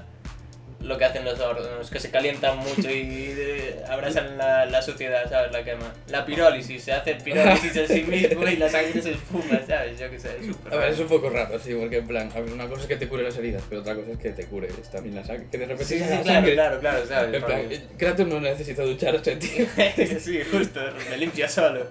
Speaker 2: Lo que hacen los órganos, que se calientan mucho y eh, abrazan la, la suciedad, ¿sabes? La quema. La pirólisis, se hace pirólisis en sí mismo y la sangre se espuma, ¿sabes? Yo qué sé, es súper
Speaker 1: A ver,
Speaker 2: raro.
Speaker 1: es un poco raro, sí, porque en plan, a ver, una cosa es que te cure las heridas, pero otra cosa es que te cure también la sangre, que de repente
Speaker 2: Sí, sí,
Speaker 1: salga
Speaker 2: claro,
Speaker 1: sangre.
Speaker 2: claro, claro, ¿sabes?
Speaker 1: En plan,
Speaker 2: Rollo.
Speaker 1: eh, Kratos no necesita ducharse, tío.
Speaker 2: sí, justo, me limpia solo.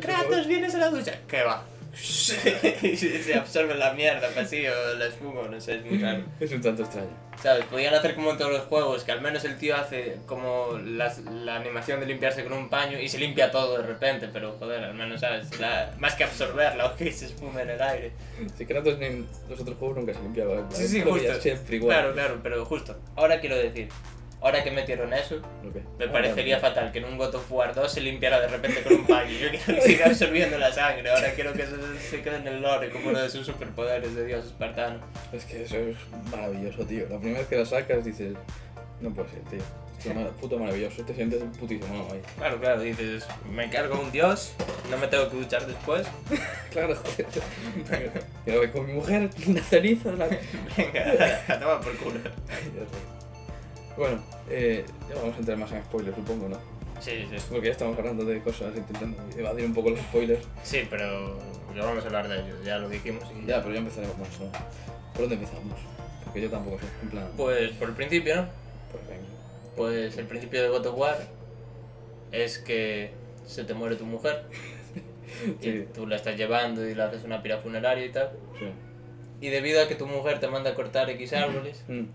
Speaker 2: Kratos, vienes a la ducha. ¿Qué va? Y se se absorbe la mierda, pues sí, o la espuma, no sé, es muy raro.
Speaker 1: Es un tanto extraño.
Speaker 2: ¿Sabes? Podían hacer como en todos los juegos, que al menos el tío hace como las- la animación de limpiarse con un paño y se limpia todo de repente, pero joder, al menos, ¿sabes? La- más que absorberla o que se espuma en el aire.
Speaker 1: Si Kratos en los otros juegos nunca se limpiaba, en plan,
Speaker 2: Sí, sí,
Speaker 1: lo veías
Speaker 2: justo.
Speaker 1: siempre igual.
Speaker 2: Claro, claro, pero justo. Ahora quiero decir, ahora que metieron eso,
Speaker 1: Ok.
Speaker 2: Me
Speaker 1: Ah,
Speaker 2: parecería
Speaker 1: vale.
Speaker 2: fatal que en un God of War 2 se limpiara de repente con un paño. Yo quiero que siga absorbiendo la sangre. Ahora quiero que eso se quede en el lore como uno de sus superpoderes de dios espartano.
Speaker 1: Es que eso es maravilloso, tío. La primera vez que la sacas dices, no puede ser, tío. Esto es mar- puto maravilloso, te sientes putísimo ahí.
Speaker 2: Claro, claro, dices, me encargo un dios, no me tengo que duchar después.
Speaker 1: Claro, joder. Pero voy con mi mujer, la ceniza, la...
Speaker 2: Venga, a tomar por culo.
Speaker 1: Bueno, eh, ya vamos a entrar más en spoilers, supongo, ¿no?
Speaker 2: Sí, sí.
Speaker 1: Porque ya estamos hablando de cosas, intentando evadir un poco los spoilers.
Speaker 2: Sí, pero ya vamos a hablar de ello, ya lo dijimos. Y...
Speaker 1: Ya, pero ya empezaremos más, ¿no? ¿Por dónde empezamos? Porque yo tampoco sé, en plan...
Speaker 2: Pues por el principio, ¿no?
Speaker 1: Pues venga.
Speaker 2: Pues el principio de God of War es que se te muere tu mujer. Y
Speaker 1: Sí.
Speaker 2: tú la estás llevando y le haces una pira funeraria y tal.
Speaker 1: Sí.
Speaker 2: Y debido a que tu mujer te manda a cortar X árboles,
Speaker 1: Mm.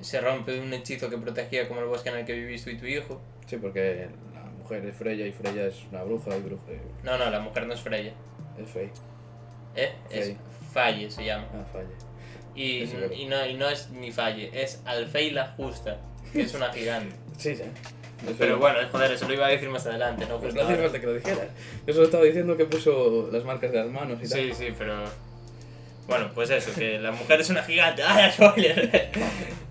Speaker 2: se rompe un hechizo que protegía como el bosque en el que vivís tú y tu hijo.
Speaker 1: Sí, porque la mujer es Freya y Freya es una bruja y bruja
Speaker 2: No, no, la mujer no es Freya.
Speaker 1: es Fey.
Speaker 2: ¿Eh? Es
Speaker 1: Fey.
Speaker 2: Falle se llama.
Speaker 1: Ah, falla.
Speaker 2: Y,
Speaker 1: Sí, sí, claro.
Speaker 2: y no, y no es ni Falle, es Alfeila Justa, que es una gigante.
Speaker 1: Sí, sí. Eso-
Speaker 2: Pero bueno, eh, joder, eso lo iba a decir más adelante, ¿no?
Speaker 1: Pues no
Speaker 2: Justo
Speaker 1: hace
Speaker 2: ahora.
Speaker 1: falta que lo dijeras. Yo solo estaba diciendo que puso las marcas de las manos y tal.
Speaker 2: Sí, sí, pero... Bueno, pues eso, que la mujer es una gigante. ¡Ah, spoiler!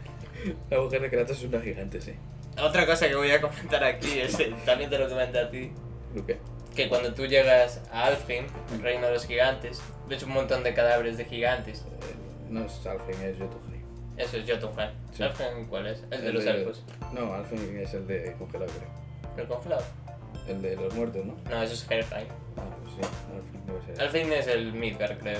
Speaker 1: La mujer de Kratos es una gigante, sí.
Speaker 2: Otra cosa que voy a comentar aquí es, eh, también te lo comenté a ti,
Speaker 1: ¿Lo qué?
Speaker 2: que cuando tú llegas a Alfheim, el
Speaker 1: Mm.
Speaker 2: reino de los gigantes, ves un montón de cadáveres de gigantes.
Speaker 1: Eh, no es Alfheim, es Jotunheim.
Speaker 2: Eso es Jotunheim.
Speaker 1: Sí.
Speaker 2: ¿Alfheim cuál es? El de
Speaker 1: El
Speaker 2: los
Speaker 1: de-
Speaker 2: elfos.
Speaker 1: No, Alfheim es el de congelado, creo.
Speaker 2: ¿El congelado?
Speaker 1: El de los muertos, ¿no?
Speaker 2: No, eso es Helheim.
Speaker 1: Ah, pues sí, Alfheim debe ser.
Speaker 2: Alfheim es el Midgard, creo.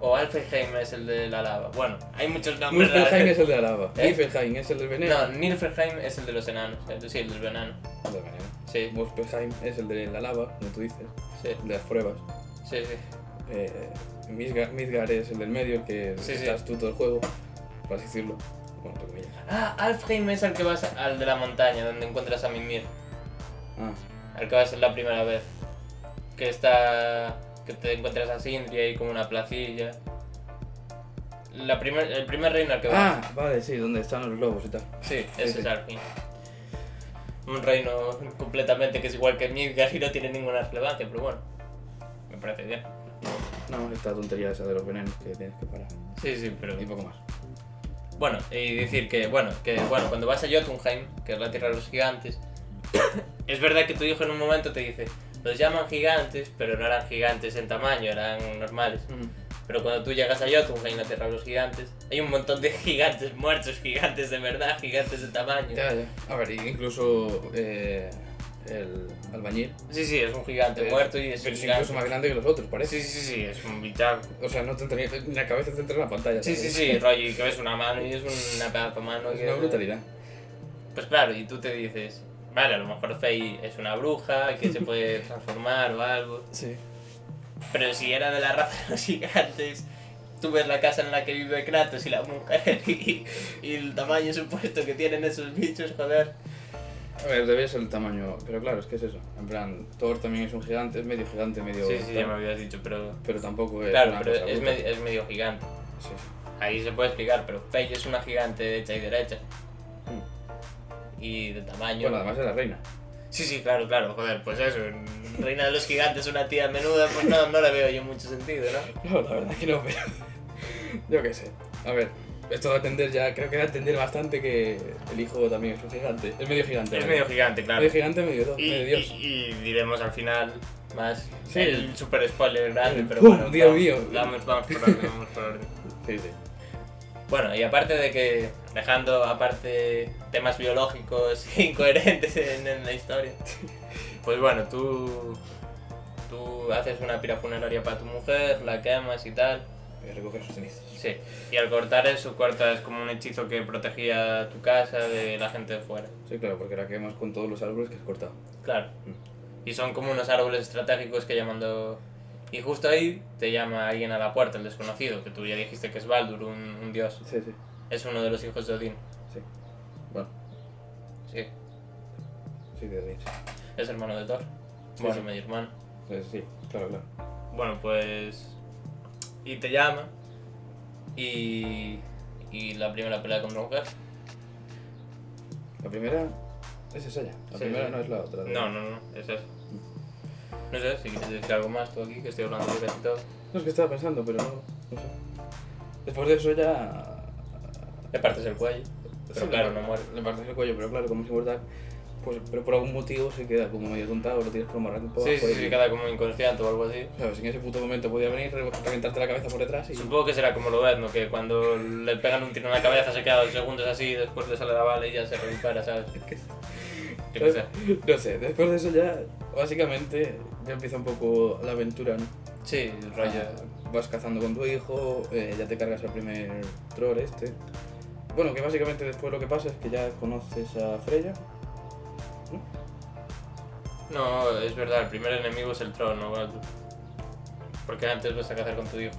Speaker 2: O Alfheim es el de la lava. Bueno, hay muchos nombres. raros.
Speaker 1: Muspelheim es el de la lava.
Speaker 2: ¿Eh?
Speaker 1: Niflheim es el del veneno.
Speaker 2: No, Nilfheim es el de los enanos. el- Sí, el del veneno.
Speaker 1: El del veneno.
Speaker 2: Sí,
Speaker 1: Muspelheim es el de la lava, como tú dices,
Speaker 2: sí,
Speaker 1: el de las pruebas.
Speaker 2: sí, sí.
Speaker 1: Eh, Midgar, Midgar es el del medio, que
Speaker 2: Sí, sí.
Speaker 1: estás tú todo el juego, por así decirlo. Bueno, entre comillas.
Speaker 2: Ah, Alfheim es el que vas al de la montaña, donde encuentras a Mimir.
Speaker 1: Ah,
Speaker 2: Al que vas la primera vez. Que está. que te encuentras a Sindri ahí como una placilla. La primer, el primer reino al que vas.
Speaker 1: Ah, vale, sí, donde están los lobos y tal.
Speaker 2: sí,
Speaker 1: sí,
Speaker 2: ese
Speaker 1: sí.
Speaker 2: es Alfheim. Un reino completamente que es igual que Midgard y no tiene ninguna relevancia, pero bueno. Me parece bien.
Speaker 1: No, esta tontería esa de los venenos que tienes que parar.
Speaker 2: Sí, sí, pero.
Speaker 1: Y poco más.
Speaker 2: Bueno, y decir que, bueno, que bueno, cuando vas a Jotunheim, que es la tierra de los gigantes, es verdad que tu hijo en un momento te dice, los llaman gigantes, pero no eran gigantes en tamaño, eran normales. Pero cuando tú llegas a Jotunheim, la tierra de los gigantes, hay un montón de gigantes muertos, gigantes de verdad, gigantes de tamaño.
Speaker 1: Ya, ya. A ver, incluso eh, el albañil.
Speaker 2: Sí, sí, es un gigante
Speaker 1: eh,
Speaker 2: muerto y es
Speaker 1: pero
Speaker 2: un
Speaker 1: es
Speaker 2: gigante.
Speaker 1: incluso más grande que los otros, parece.
Speaker 2: Sí, sí, sí, es un bichaco.
Speaker 1: O sea, no te entra ni- ni la cabeza te entra en la pantalla.
Speaker 2: Sí, sí,
Speaker 1: ¿sabes?
Speaker 2: sí, rollo, y que ves una mano y es una pedazo de mano.
Speaker 1: Es
Speaker 2: que-
Speaker 1: una brutalidad.
Speaker 2: Pues claro, y tú te dices, vale, a lo mejor Faye es una bruja que se puede transformar o algo.
Speaker 1: Sí.
Speaker 2: Pero si era de la raza de los gigantes, tú ves la casa en la que vive Kratos y la mujer y, y el tamaño supuesto que tienen esos bichos, joder.
Speaker 1: A ver, debe ser el tamaño. Pero claro, es que es eso. En plan, Thor también es un gigante, es medio gigante, medio.
Speaker 2: Sí, sí, ya
Speaker 1: tal,
Speaker 2: me habías dicho, pero.
Speaker 1: Pero tampoco es.
Speaker 2: Claro,
Speaker 1: Pues una
Speaker 2: pero
Speaker 1: cosa
Speaker 2: es,
Speaker 1: bruta.
Speaker 2: medi- es medio gigante.
Speaker 1: Sí.
Speaker 2: Ahí se puede explicar, pero Paige es una gigante hecha y derecha.
Speaker 1: Mm.
Speaker 2: Y de tamaño.
Speaker 1: Bueno, además es la reina.
Speaker 2: Sí, sí, claro, claro, joder, pues eso. Reina de los gigantes, una tía menuda, pues no, no le veo yo mucho sentido, ¿no?
Speaker 1: No, la verdad que no, pero. Yo qué sé. A ver, esto da a entender ya. Creo que da a entender bastante que el hijo también es un gigante. Es medio gigante.
Speaker 2: Es
Speaker 1: ¿vale?
Speaker 2: medio gigante, claro.
Speaker 1: Medio gigante, medio, do-
Speaker 2: Y,
Speaker 1: medio Pues, dios.
Speaker 2: y- y diremos al final más
Speaker 1: Sí.
Speaker 2: el super spoiler grande,
Speaker 1: El
Speaker 2: pero
Speaker 1: pum,
Speaker 2: bueno,
Speaker 1: Dios
Speaker 2: vamos,
Speaker 1: mío.
Speaker 2: Vamos, vamos por orden, vamos por orden.
Speaker 1: Sí, sí.
Speaker 2: Bueno, y aparte de que dejando aparte temas biológicos incoherentes en, en la historia, pues bueno, tú, tú haces una pira funeraria para tu mujer, la quemas y tal.
Speaker 1: Voy a recoger sus cenizas.
Speaker 2: Sí, y al cortar eso, cortas como un hechizo que protegía tu casa de la gente de fuera.
Speaker 1: Sí, claro, porque la quemas con todos los árboles que has cortado.
Speaker 2: Claro. Y son como unos árboles estratégicos que llamando... Y justo ahí te llama alguien a la puerta, el desconocido, que tú ya dijiste que es Baldur, un, un dios.
Speaker 1: Sí, sí,
Speaker 2: Es uno de los hijos de Odín.
Speaker 1: sí. Bueno,
Speaker 2: Sí,
Speaker 1: sí, de ahí, sí.
Speaker 2: es hermano de Thor.
Speaker 1: Sí,
Speaker 2: bueno,
Speaker 1: sí.
Speaker 2: medio hermano.
Speaker 1: Sí, sí, claro, claro.
Speaker 2: Bueno, pues... Y te llama. Y... Y la primera pelea con mujer.
Speaker 1: La primera es esa ya. La
Speaker 2: Sí,
Speaker 1: primera
Speaker 2: sí.
Speaker 1: no es la otra.
Speaker 2: No, no, no, es eso. No sé, si quieres decir algo más tú aquí, que estoy hablando de casi todo.
Speaker 1: No es que estaba pensando, pero no, no sé. Después de eso ya.
Speaker 2: Le partes el cuello. Pero
Speaker 1: Sí,
Speaker 2: claro,
Speaker 1: le-
Speaker 2: no muere.
Speaker 1: Le partes el cuello, pero claro, como es inmortal, pues pero por algún motivo se queda como medio tontado, lo tiras por un barranco por
Speaker 2: Sí,
Speaker 1: abajo y-
Speaker 2: sí, Oh, pues sí, queda como inconsciente o algo así.
Speaker 1: ¿Sabes? En ese puto momento podía venir, re- reventarte la cabeza por detrás y.
Speaker 2: Supongo que será como lo ves, ¿no? Que cuando le pegan un tiro en la cabeza se queda dos segundos así, después le sale la bala y ya se dispara, ¿sabes? Yo qué sé.
Speaker 1: No sé, después de eso ya, básicamente, ya empieza un poco la aventura, ¿no?
Speaker 2: Sí, el rollo.
Speaker 1: Ah, Vas cazando con tu hijo, eh, ya te cargas al primer troll este. Bueno, que básicamente después lo que pasa es que ya conoces a Freya.
Speaker 2: No, es verdad, el primer enemigo es el troll, ¿no? Baldur? Porque antes vas a cazar con tu hijo.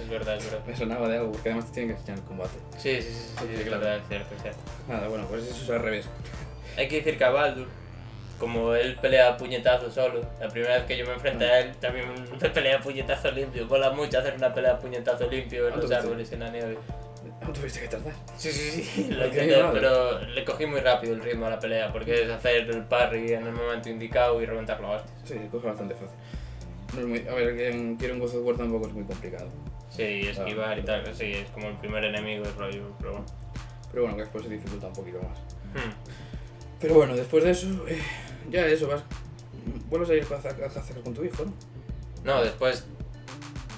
Speaker 2: Es verdad, es verdad.
Speaker 1: Me sonaba de algo, porque además te tienen que enseñar el combate.
Speaker 2: Sí, sí, sí, sí,
Speaker 1: Sí,
Speaker 2: es
Speaker 1: claro.
Speaker 2: verdad, es cierto, es cierto.
Speaker 1: Nada, bueno, pues eso es al revés.
Speaker 2: Hay que decir que a Baldur, como él pelea a puñetazo solo, la primera vez que yo me enfrenté a él también me pelea a puñetazo limpio. Mola mucho hacer una pelea a puñetazo limpio en
Speaker 1: ¿Cuánto
Speaker 2: los
Speaker 1: viste?
Speaker 2: árboles y en la nieve.
Speaker 1: No tuviste que tardar.
Speaker 2: Sí, sí, sí, lo
Speaker 1: Ok,
Speaker 2: intenté,
Speaker 1: vale.
Speaker 2: pero le cogí muy rápido el ritmo a la pelea, porque es hacer el parry en el momento indicado y reventarlo a hostias.
Speaker 1: Sí, coge bastante fácil. No es muy- a ver, que en- quiero un God of War tampoco es muy complicado.
Speaker 2: Sí, y esquivar y tal, sí, es como el primer enemigo, es rollo, pero bueno.
Speaker 1: Pero bueno, que después se dificulta un poquito más.
Speaker 2: Hmm.
Speaker 1: Pero bueno, después de eso, eh, ya eso, vas. Vuelves a ir a cazar, a cazar con tu hijo, ¿no?
Speaker 2: No, después,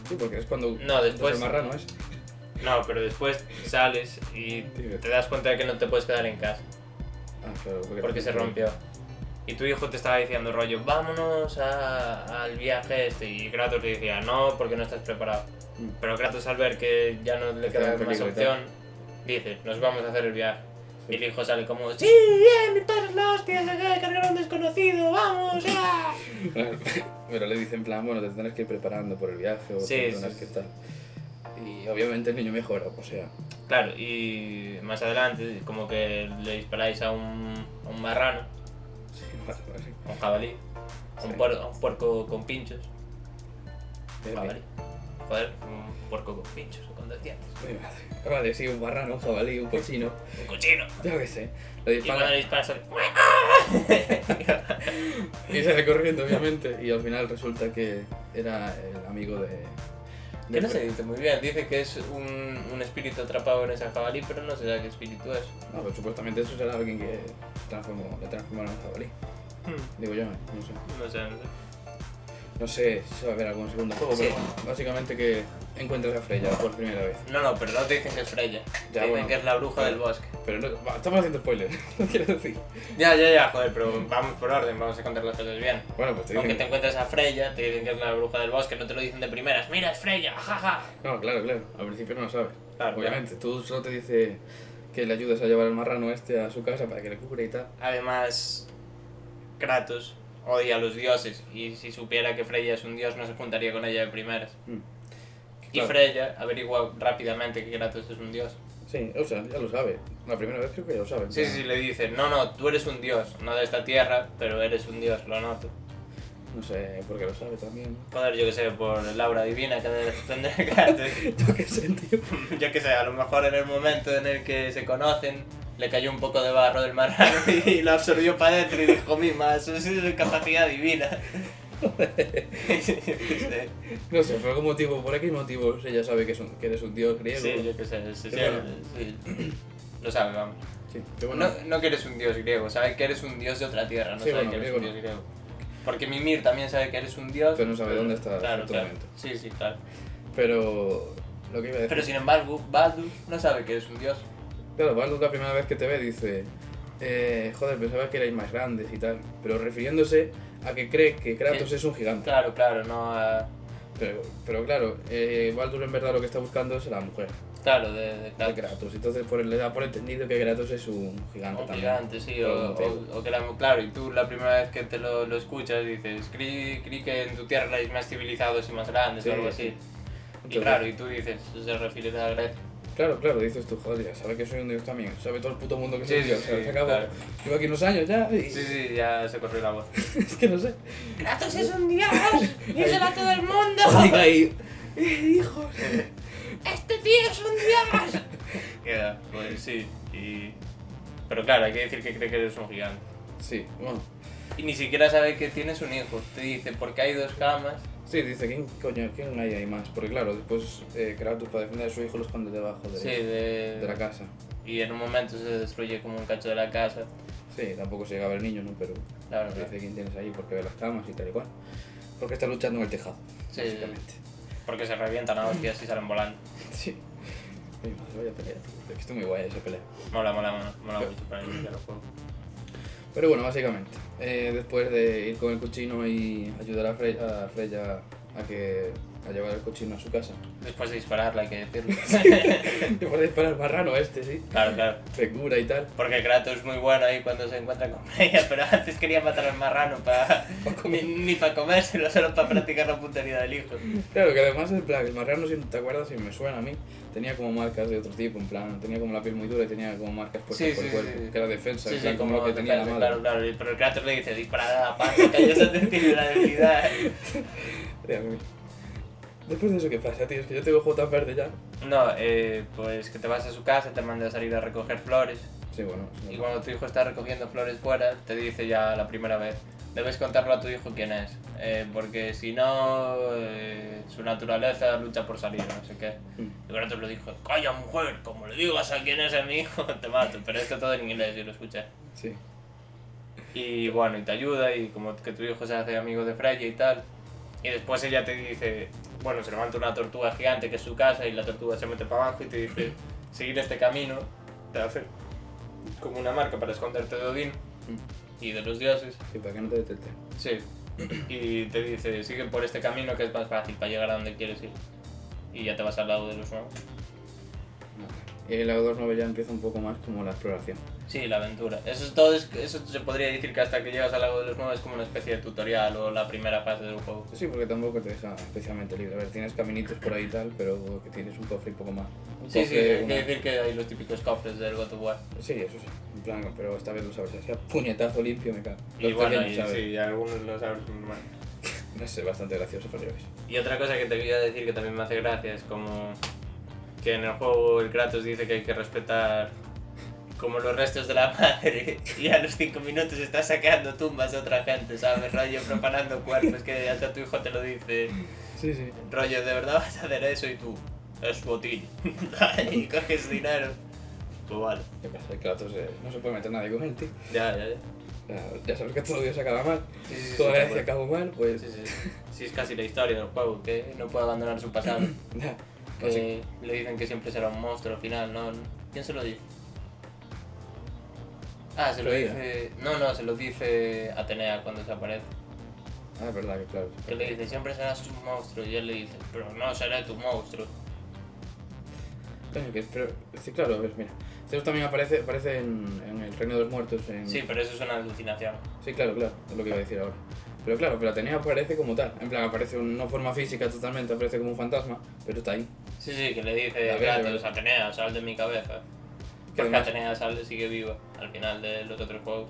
Speaker 1: Sí, porque es cuando.
Speaker 2: No, después-
Speaker 1: El marrano es.
Speaker 2: no, pero después sales y te das cuenta de que no te puedes quedar en casa,
Speaker 1: Ah, claro, porque,
Speaker 2: porque se rompió. Y tu hijo te estaba diciendo rollo, vámonos a- al viaje este, y Kratos le decía, no, porque no estás preparado.
Speaker 1: Mm.
Speaker 2: Pero Kratos al ver que ya no le
Speaker 1: Está
Speaker 2: queda
Speaker 1: en
Speaker 2: más
Speaker 1: peligro y tal.
Speaker 2: opción, dice, nos vamos a hacer el viaje.
Speaker 1: Sí.
Speaker 2: Y el hijo sale como, sí, bien, mi padre es la hostia, se acaba de cargar a un desconocido, vamos, ya.
Speaker 1: Claro, Pero le dicen, en plan, bueno, te tendrás que ir preparando por el viaje o
Speaker 2: Sí,
Speaker 1: te tendrás
Speaker 2: sí,
Speaker 1: que
Speaker 2: sí.
Speaker 1: estar. Y obviamente el niño mejora, o sea.
Speaker 2: Claro, y más adelante, como que le disparáis a un, a un marrano,
Speaker 1: Sí, más o menos, sí.
Speaker 2: a un jabalí, a un,
Speaker 1: Sí.
Speaker 2: puer- a un puerco con pinchos,
Speaker 1: Bien, bien.
Speaker 2: jabalí. Joder, un puerco con pinchos, con dos dientes,
Speaker 1: Mi madre. Vale, sí, un barrano, un jabalí, un cochino,
Speaker 2: un cochino.
Speaker 1: yo qué sé. Le
Speaker 2: Y cuando
Speaker 1: disparan
Speaker 2: le disparas, sale,
Speaker 1: y sale corriendo, obviamente. Y al final resulta que era el amigo de.
Speaker 2: Que
Speaker 1: de
Speaker 2: no se
Speaker 1: Fre-
Speaker 2: dice muy bien, dice que es un, un espíritu atrapado en ese jabalí, pero no sé qué espíritu es.
Speaker 1: No, pues supuestamente eso será alguien que transformó, le transformaron en jabalí. Digo yo, eh, no sé.
Speaker 2: Hmm. No sé, no sé.
Speaker 1: No sé si va a haber algún segundo juego,
Speaker 2: Sí.
Speaker 1: pero bueno, básicamente que encuentras a Freya por primera vez.
Speaker 2: No, no, pero no te dicen que es Freya. te dicen
Speaker 1: bueno.
Speaker 2: que es la bruja del bosque.
Speaker 1: Pero no, va, estamos haciendo spoilers, no quiero decir.
Speaker 2: Ya, ya, ya, joder, pero vamos por orden, vamos a contar las cosas bien.
Speaker 1: Bueno, pues te
Speaker 2: Aunque
Speaker 1: dicen.
Speaker 2: te encuentres a Freya, te dicen que es la bruja del bosque, no te lo dicen de primeras. ¡Mira, es Freya! ¡Jaja!
Speaker 1: No, claro, claro. Al principio no lo sabes.
Speaker 2: Claro,
Speaker 1: Obviamente, tú solo te dice que le ayudes a llevar al marrano este a su casa para que le cubre y tal.
Speaker 2: Además, Kratos odia a los dioses, y si supiera que Freya es un dios, no se juntaría con ella de primeras. Y
Speaker 1: Claro.
Speaker 2: Freya averigua rápidamente que Kratos es un dios.
Speaker 1: Sí, o sea, ya lo sabe. La primera vez creo que ya lo sabe.
Speaker 2: Sí, sí, le dice, no, no, tú eres un dios, no de esta tierra, pero eres un dios, lo noto.
Speaker 1: No sé por qué lo sabe también.
Speaker 2: Joder, yo que sé, por el aura divina que debe tener Kratos.
Speaker 1: Yo qué sé, tío.
Speaker 2: Yo que sé, a lo mejor en el momento en el que se conocen, le cayó un poco de barro del marrano y lo absorbió para adentro y dijo, mima, eso sí es capacidad divina. Joder.
Speaker 1: No sé, por algún motivo, por X motivos ella sabe que, es un- que eres un dios griego.
Speaker 2: Sí, yo qué sé, sí, sí,
Speaker 1: Qué bueno.
Speaker 2: sí. Lo sabe, vamos.
Speaker 1: Sí, qué bueno.
Speaker 2: No, no que eres un dios griego, sabe que eres un dios de otra tierra, no
Speaker 1: Sí,
Speaker 2: sabe
Speaker 1: bueno,
Speaker 2: que eres
Speaker 1: griego
Speaker 2: un
Speaker 1: no.
Speaker 2: dios griego. Porque Mimir también sabe que eres un dios.
Speaker 1: Pero no sabe dónde está
Speaker 2: Claro, claro.
Speaker 1: actualmente.
Speaker 2: Sí, sí, claro.
Speaker 1: Pero lo que iba a decir.
Speaker 2: Pero sin embargo, Baldur no sabe que eres un dios.
Speaker 1: Claro, Baldur la primera vez que te ve dice, eh, joder, pensaba que erais más grandes y tal, pero refiriéndose a que cree que Kratos
Speaker 2: Sí.
Speaker 1: es un gigante.
Speaker 2: Claro, claro, no. ah,
Speaker 1: Pero, pero claro, eh, Baldur en verdad lo que está buscando es a la mujer
Speaker 2: claro, de, de
Speaker 1: de Kratos, entonces por, le da por entendido que Kratos es un gigante
Speaker 2: O
Speaker 1: también.
Speaker 2: gigante, sí,
Speaker 1: Por
Speaker 2: o,
Speaker 1: algún motivo.
Speaker 2: o- o que la- claro, y tú la primera vez que te lo, lo escuchas dices, creí, creí que en tu tierra erais más civilizados y más grandes
Speaker 1: Sí,
Speaker 2: o algo
Speaker 1: sí.
Speaker 2: así.
Speaker 1: Entonces,
Speaker 2: y claro, y tú dices, se refiere a Grecia.
Speaker 1: Claro, claro, dices tú, joder, ya sabe que soy un dios también, sabe todo el puto mundo que soy
Speaker 2: Sí,
Speaker 1: un dios,
Speaker 2: sí,
Speaker 1: o sea,
Speaker 2: sí,
Speaker 1: se acabó.
Speaker 2: claro.
Speaker 1: Llevo aquí unos años ya y
Speaker 2: Sí, sí, ya se corrió la voz.
Speaker 1: es que no sé.
Speaker 2: ¡Kratos es un dios! ¡Díselo a todo el mundo!
Speaker 1: Oiga, ahí, hijos.
Speaker 2: ¡Este tío es un dios! Queda, pues sí, y... Pero claro, hay que decir que cree que eres un gigante.
Speaker 1: Sí, bueno.
Speaker 2: Y ni siquiera sabe que tienes un hijo. Te dice, porque hay dos camas.
Speaker 1: Sí, dice, ¿quién coño, quién hay ahí más? Porque claro, después eh, Kratos para defender a su hijo lo esconde debajo de,
Speaker 2: Sí, de...
Speaker 1: de la casa.
Speaker 2: Y en un momento se destruye como un cacho de la casa.
Speaker 1: Sí, tampoco se llega a ver niños, ¿no? Pero
Speaker 2: La
Speaker 1: pero
Speaker 2: verdad.
Speaker 1: dice, ¿quién tienes ahí? Porque ve las camas y tal y cual. Porque está luchando en el tejado,
Speaker 2: Sí.
Speaker 1: básicamente.
Speaker 2: Porque se revientan a hostias y salen volando.
Speaker 1: Sí. Ay, madre, vaya pelea, tío. Es que está muy guay esa pelea.
Speaker 2: Mola, mola, mola, mola mucho para iniciar el juego.
Speaker 1: Pero bueno, básicamente, eh, después de ir con el cochino y ayudar a Freya, a, Freya a que, a llevar el cochino a su casa.
Speaker 2: Después de dispararla, hay que decirlo.
Speaker 1: Que puede disparar el marrano este, sí.
Speaker 2: claro, claro.
Speaker 1: Se cura y tal.
Speaker 2: Porque Kratos es muy bueno ahí cuando se encuentra con ella, pero antes quería matar al marrano para ni, ni para comérselo, solo para practicar la puntería del hijo.
Speaker 1: Claro, que además el, plan, el marrano, si te acuerdas, si me suena a mí, tenía como marcas de otro tipo, en plan, tenía como la piel muy dura y tenía como marcas por,
Speaker 2: Sí,
Speaker 1: por
Speaker 2: sí,
Speaker 1: el cuerpo,
Speaker 2: sí.
Speaker 1: que era defensa,
Speaker 2: Sí,
Speaker 1: en
Speaker 2: sí,
Speaker 1: plan, como, lo que tenía
Speaker 2: claro,
Speaker 1: la madre.
Speaker 2: claro, claro. Pero el Kratos le dice disparar a la panza, que yo se te tiene la debilidad.
Speaker 1: Dios mío. Después de eso, ¿qué pasa, tío? Es que yo tengo el juego tan verde ya.
Speaker 2: No, eh, pues que te vas a su casa, te manda a salir a recoger flores.
Speaker 1: Sí, bueno. sí,
Speaker 2: Y cuando tu hijo está recogiendo flores fuera, te dice ya la primera vez, debes contarlo a tu hijo quién es, eh, porque si no, eh, su naturaleza lucha por salir, no sé qué.
Speaker 1: Mm.
Speaker 2: Y Kratos lo dijo, calla mujer, como le digas a quién es el hijo, te mato, pero esto todo en inglés, yo lo escuché.
Speaker 1: Sí.
Speaker 2: Y bueno, y te ayuda, y como que tu hijo se hace amigo de Freya y tal. Y después ella te dice, bueno, se levanta una tortuga gigante que es su casa, y la tortuga se mete para abajo y te dice, seguir este camino, te hace como una marca para esconderte de Odín y de los dioses.
Speaker 1: Sí, para que no te detecte.
Speaker 2: Sí. Y te dice, sigue por este camino que es más fácil para llegar a donde quieres ir. Y ya te vas al lado de los nuevos.
Speaker 1: Y el lado 2.9 ya empieza un poco más como la exploración.
Speaker 2: Sí, la aventura. Eso es todo, es- eso se podría decir que hasta que llegas al lago de los nuevos es como una especie de tutorial o la primera fase del juego.
Speaker 1: Sí, porque tampoco te deja especialmente libre. A ver, tienes caminitos por ahí y tal, pero que tienes un cofre y poco más. Un
Speaker 2: Sí, sí,
Speaker 1: cofre,
Speaker 2: hay
Speaker 1: una-
Speaker 2: que decir que hay los típicos cofres del God of War.
Speaker 1: Sí, eso sí. En plan, pero esta vez lo sabes. Hacía puñetazo limpio, me cago.
Speaker 2: Y
Speaker 1: Los
Speaker 2: bueno,
Speaker 1: pequeños,
Speaker 2: y,
Speaker 1: ¿sabes?
Speaker 2: sí, algunos lo saben normal.
Speaker 1: No sé, bastante gracioso, pero yo qué sé.
Speaker 2: Y otra cosa que te quería decir que también me hace gracia es como que en el juego el Kratos dice que hay que respetar como los restos de la madre y a los 5 minutos está sacando tumbas de otra gente, ¿sabes? Rollo profanando cuerpos que hasta tu hijo te lo dice.
Speaker 1: Sí, sí.
Speaker 2: Rollo, ¿de verdad vas a hacer eso? Y tú, es botín. y coges dinero. Pues vale.
Speaker 1: ¿Qué pasa? El Kratos eh, no se puede meter nadie con él, tío.
Speaker 2: Ya, ya, ya.
Speaker 1: Ya, ya sabes que todo Dios acaba mal.
Speaker 2: Sí, sí, sí,
Speaker 1: Toda
Speaker 2: sí,
Speaker 1: gracia
Speaker 2: bueno.
Speaker 1: acabó mal, pues.
Speaker 2: Sí, sí, sí. Sí, es casi la historia del juego, que no puede abandonar su pasado.
Speaker 1: nada.
Speaker 2: Que Eh, le dicen que siempre será un monstruo al final, ¿no? ¿Quién se lo dice? Ah, se lo
Speaker 1: Freya.
Speaker 2: dice... No, no, se lo dice Atenea cuando se aparece.
Speaker 1: Ah, es verdad que claro.
Speaker 2: Que le dice, siempre serás un monstruo. Y él le dice, pero no seré tu monstruo.
Speaker 1: Coño, que es- pero, sí, claro, a ver, mira. Zeus también aparece, aparece en, en el Reino de los Muertos. En...
Speaker 2: Sí, pero eso es una alucinación.
Speaker 1: Sí, claro, claro, es lo que iba a decir ahora. Pero claro, Platanea aparece como tal. En plan, aparece un- no forma física totalmente, aparece como un fantasma, pero está ahí.
Speaker 2: Sí, sí, que le dice
Speaker 1: La eh. Pues
Speaker 2: a
Speaker 1: verdad,
Speaker 2: Kratos, Atenea, sal de mi cabeza.
Speaker 1: Que
Speaker 2: Porque
Speaker 1: además-
Speaker 2: Atenea sale, sigue viva al final de los otros juegos.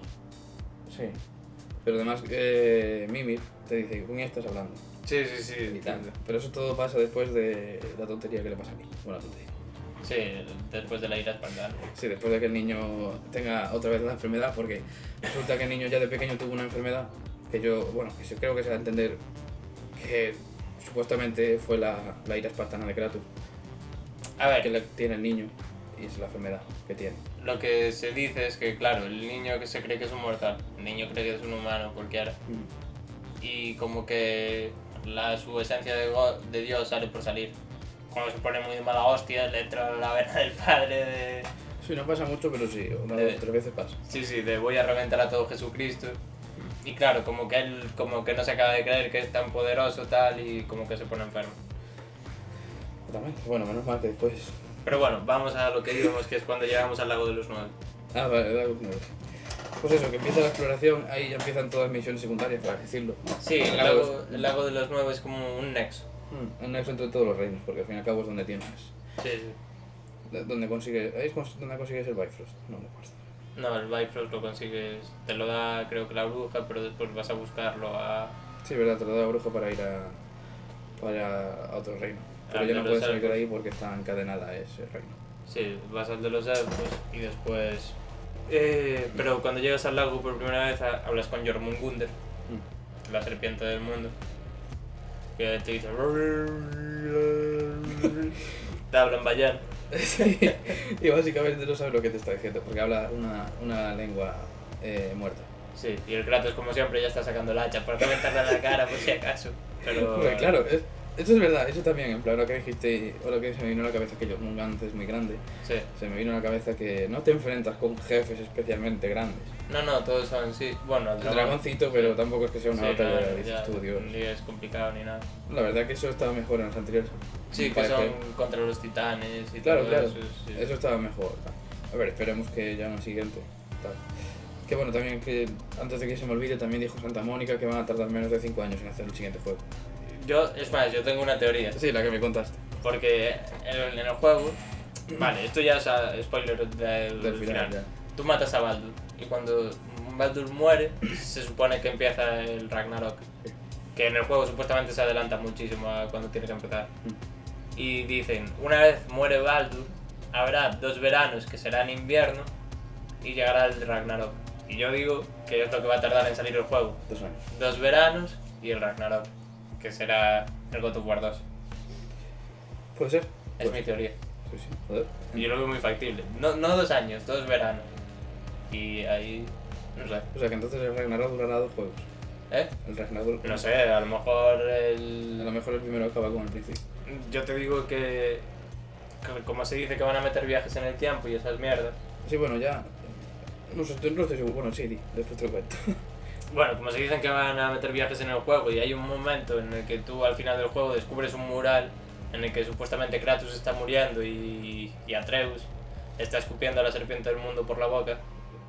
Speaker 1: Sí. Pero además, eh, Mimir te dice, ¿con quién estás hablando?
Speaker 2: Sí, sí, sí.
Speaker 1: Y tal. Pero eso todo pasa después de la tontería que le pasa a mí. Bueno, la tontería.
Speaker 2: Sí, después de la ira espartana.
Speaker 1: Sí, después de que el niño tenga otra vez la enfermedad, porque resulta que el niño ya de pequeño tuvo una enfermedad que yo, bueno, que se- creo que se da a entender que supuestamente fue la, la ira espartana de Kratos,
Speaker 2: A
Speaker 1: que
Speaker 2: ver,
Speaker 1: le tiene el niño y es la enfermedad que tiene.
Speaker 2: lo que se dice es que, claro, el niño que se cree que es un mortal, el niño cree que es un humano cualquiera, y como que la, su esencia de, go- de Dios sale por salir. Cuando se pone muy de mala hostia, le entra la vena del padre de...
Speaker 1: Sí, no pasa mucho, pero sí, una o
Speaker 2: Eh.
Speaker 1: tres veces pasa.
Speaker 2: Sí, sí, de voy a reventar a todo Jesucristo. Y claro, como que él como que no se acaba de creer que es tan poderoso tal y como que se pone enfermo.
Speaker 1: Totalmente. Bueno, menos mal que después...
Speaker 2: Pero bueno, vamos a lo que íbamos, que es cuando llegamos al lago de los nueve.
Speaker 1: Ah, vale, vale, vale. Pues eso, que empieza la exploración, ahí ya empiezan todas las misiones secundarias, para decirlo.
Speaker 2: Sí, el lago, el lago de los nueve es como un nexo.
Speaker 1: Un nexo entre todos los reinos, porque al fin y al cabo es donde tienes...
Speaker 2: Sí, sí.
Speaker 1: ¿Dónde consigues, ahí es cons- donde consigues el Bifrost? No me acuerdo.
Speaker 2: No, el Bifrost lo consigues, te lo da creo que la bruja, pero después vas a buscarlo a...
Speaker 1: Sí, verdad, te lo da la bruja para ir a, para a otro reino. Pero
Speaker 2: Al
Speaker 1: ya no
Speaker 2: de los
Speaker 1: puedes salir de
Speaker 2: elfos.
Speaker 1: ahí porque está encadenada a ese reino.
Speaker 2: Sí, vas al de los elfos y después... Eh, pero cuando llegas al lago por primera vez a- hablas con Jormungunder. la serpiente del mundo. Que te dice. te habla en bayán.
Speaker 1: Sí, y básicamente no sabes lo que te está diciendo porque habla una, una lengua eh, muerta.
Speaker 2: Sí, y el Kratos, como siempre, ya está sacando el hacha para reventarle en la cara, por si acaso. Pero.
Speaker 1: Porque claro, es- eso es verdad, eso también, en plan, lo que dijiste o lo que se me vino a la cabeza que yo, un es muy grande,
Speaker 2: Sí.
Speaker 1: se me vino a la cabeza que no te enfrentas con jefes especialmente grandes.
Speaker 2: No, no, todos son. Sí, bueno, el
Speaker 1: El dragoncito, pero tampoco es que sea una
Speaker 2: Sí,
Speaker 1: batalla
Speaker 2: claro,
Speaker 1: de
Speaker 2: ya,
Speaker 1: estudios.
Speaker 2: Ni es complicado ni nada.
Speaker 1: La verdad que eso estaba mejor en los anteriores.
Speaker 2: Sí, que
Speaker 1: Parece-
Speaker 2: son contra los titanes y
Speaker 1: Claro,
Speaker 2: todo
Speaker 1: claro.
Speaker 2: eso. sí.
Speaker 1: Eso estaba mejor. tal. A ver, esperemos que ya en el siguiente. tal. Que bueno, también que antes de que se me olvide, también dijo Santa Mónica que van a tardar menos de 5 años en hacer el siguiente juego.
Speaker 2: Yo, es más, yo tengo una teoría.
Speaker 1: Sí, la que me contaste.
Speaker 2: Porque en, en el juego. Vale, esto ya es ah, spoiler del,
Speaker 1: Del final,
Speaker 2: final.
Speaker 1: ya.
Speaker 2: Tú matas a Baldur y cuando Baldur muere se supone que empieza el Ragnarok.
Speaker 1: Sí.
Speaker 2: Que en el juego supuestamente se adelanta muchísimo a cuando tiene que empezar.
Speaker 1: Mm.
Speaker 2: Y dicen, una vez muere Baldur, habrá dos veranos que serán invierno y llegará el Ragnarok. Y yo digo que es lo que va a tardar en salir el juego.
Speaker 1: Dos años.
Speaker 2: Dos veranos y el Ragnarok, que será el God of War 2.
Speaker 1: ¿Puede ser?
Speaker 2: Es
Speaker 1: Pues,
Speaker 2: mi teoría.
Speaker 1: sí, sí. Joder.
Speaker 2: Y Yo lo veo muy factible. No, no dos años, dos veranos. Y ahí. No sé.
Speaker 1: O sea que entonces el Ragnarok durará dos juegos.
Speaker 2: ¿Eh?
Speaker 1: El Ragnarok,
Speaker 2: No sé, a lo mejor
Speaker 1: a lo
Speaker 2: el.
Speaker 1: mejor el primero acaba con el principio.
Speaker 2: Yo te digo que. que Como se dice que van a meter viajes en el tiempo y esas mierdas.
Speaker 1: Sí, bueno, ya. No sé, no estoy seguro. Bueno, sí, di, después te lo cuento.
Speaker 2: Bueno, como se dicen que van a meter viajes en el juego y hay un momento en el que tú al final del juego descubres un mural en el que supuestamente Kratos está muriendo y, y Atreus está escupiendo a la serpiente del mundo por la boca.